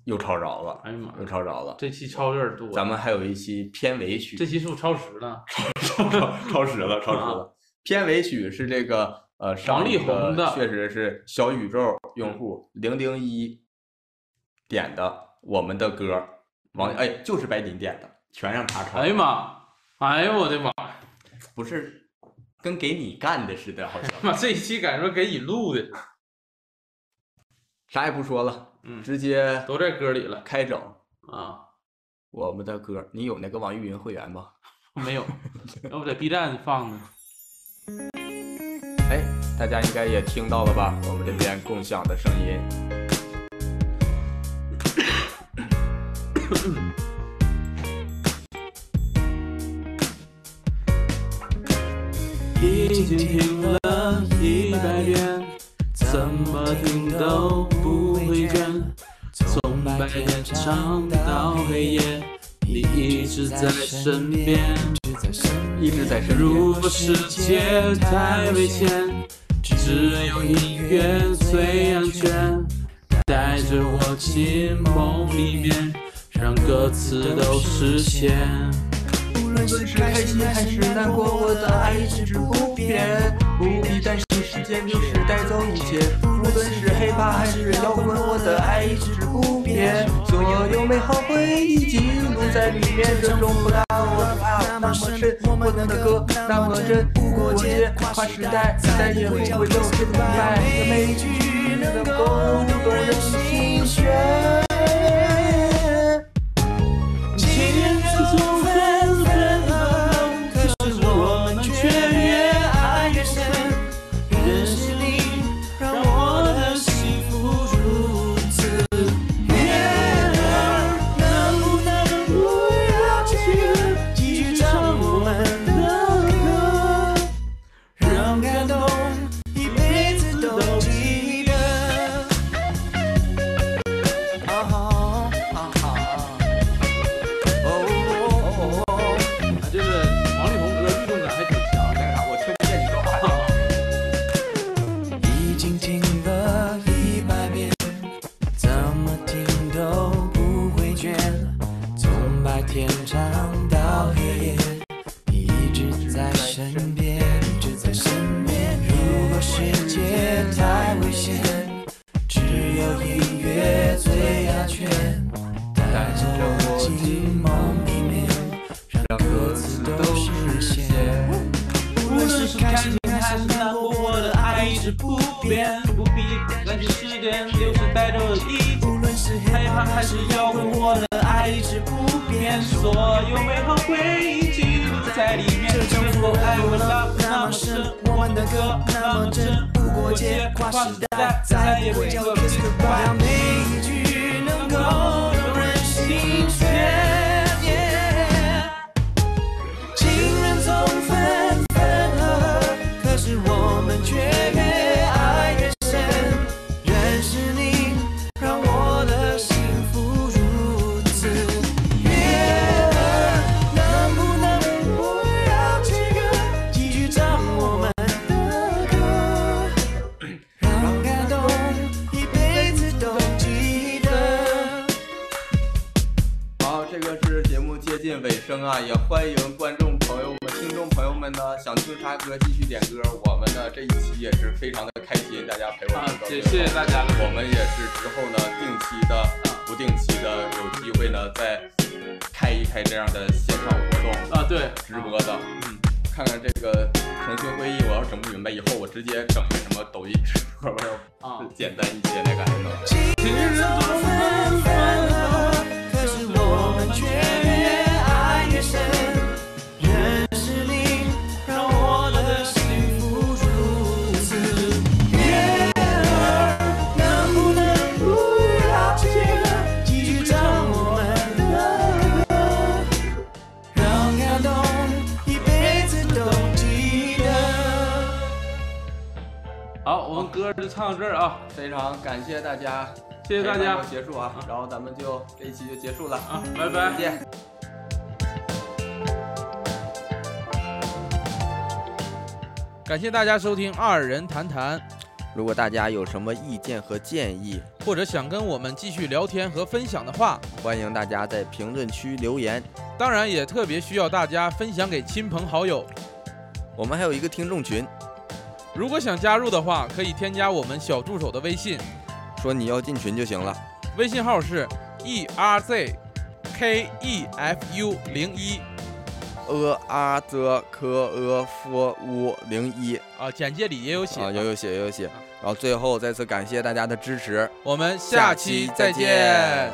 Speaker 1: 又抄着了，
Speaker 2: 哎呀妈
Speaker 1: 又
Speaker 2: 呀，
Speaker 1: 抄着了。
Speaker 2: 这期抄有点多，
Speaker 1: 咱们还有一期片尾曲，
Speaker 2: 这期是不是超时了？
Speaker 1: 超超超时了，超时了。片尾曲是这个呃，上
Speaker 2: 王力
Speaker 1: 一个
Speaker 2: 宏的嗯
Speaker 1: 确实是小宇宙用户零零一点的我们的歌儿，王哎就是白琳点的，全让他唱，
Speaker 2: 哎呀妈，哎呦我的妈呀！
Speaker 1: 不是跟给你干的似的， 好像
Speaker 2: 妈，这一期感觉给引路的，
Speaker 1: 啥也不说了，
Speaker 2: 嗯
Speaker 1: 直接
Speaker 2: 都在歌里了
Speaker 1: 开整
Speaker 2: 啊，
Speaker 1: 我们的歌儿。你有那个网易云会员吗？
Speaker 2: 没有，要不在 B 站放呢。
Speaker 1: 哎，大家应该也听到了吧，我们这边共享的声音。
Speaker 2: 已经听了一百遍，怎么听都不会倦。从白天唱到黑夜，你一直在身边。
Speaker 1: 一直在身边，
Speaker 2: 如果世界太危险，只有音乐最安全。带着我进梦里面，让歌词都实现。
Speaker 1: 是开心还是难过，我的爱一直不变。不必担心时间就是带走一切，无论是害怕还是摇滚，我的爱一直不变。所有美好回忆记录在里面，这种不大我的爱那么深，我们的歌那么真，不过界跨时代，再也不会有这种爱。每句能够读懂人心弦。
Speaker 2: 情人总分分合合，可是我们却越爱越深。认识你，让我的幸福如此悦耳。
Speaker 4: 身边，就在身边。如果世界太危险，只有音乐最安全。带着我进梦里面，让歌词都实现。无论是开心还是难过，我的爱一直不变。不必感谢时间流逝带走了一切。无论是害怕还是摇滚，我的爱一直不变。所有美好回忆记录在里面。这征服爱我 love 那么深，我们的歌那么真。不过界，跨时代，再也不叫 kiss goodbye。让每一句能够动人心弦。情人总分分合，可是我们却越爱越深。认识你，让我的幸福如此悦耳。能不能不要这个，继续唱我们的歌？让感动一辈子都记得。
Speaker 1: 好，这个是节目接近尾声啊，也欢迎观众朋友们、听众朋友们呢，想听啥歌继续点歌。我们呢这一期也是非常的开心，大家陪我
Speaker 6: 啊
Speaker 1: 们到，
Speaker 6: 谢
Speaker 1: 最后。
Speaker 6: 谢大家。
Speaker 1: 我们也是之后呢，定期的、不定期的，有机会呢再开一开这样的线上活动、
Speaker 6: 啊，对，
Speaker 1: 直播的。
Speaker 6: 嗯，
Speaker 1: 看看这个腾讯会议，我要整不明白，以后我直接整一个什么抖音直播吧，
Speaker 6: 啊，
Speaker 1: 简单一些那个还能。
Speaker 4: 情人总分分合，可是我们却越爱越深。认识你，让我的幸福如此悦耳。能不能不要这个，继续唱我们的歌，让感动一辈子都记得。
Speaker 6: 好，我们歌就唱到这儿啊，
Speaker 1: 非常感谢大家，
Speaker 6: 谢谢大家
Speaker 1: 非常结束啊，然后咱们就这一期就结束了啊，
Speaker 6: 啊，拜拜
Speaker 1: 再。见。
Speaker 2: 感谢大家收听《二人谈谈》，
Speaker 7: 如果大家有什么意见和建议，
Speaker 2: 或者想跟我们继续聊天和分享的话，
Speaker 7: 欢迎大家在评论区留言。
Speaker 2: 当然也特别需要大家分享给亲朋好友。
Speaker 7: 我们还有一个听众群，
Speaker 2: 如果想加入的话，可以添加我们小助手的微信，
Speaker 7: 说你要进群就行了。
Speaker 2: 微信号是 e r z k e f u 零一
Speaker 7: 呃啊则科呃 f 乌零一
Speaker 2: 啊，简介里也有写。
Speaker 7: 啊，有有写有有写。然后最后再次感谢大家的支持，
Speaker 2: 我们下期再见。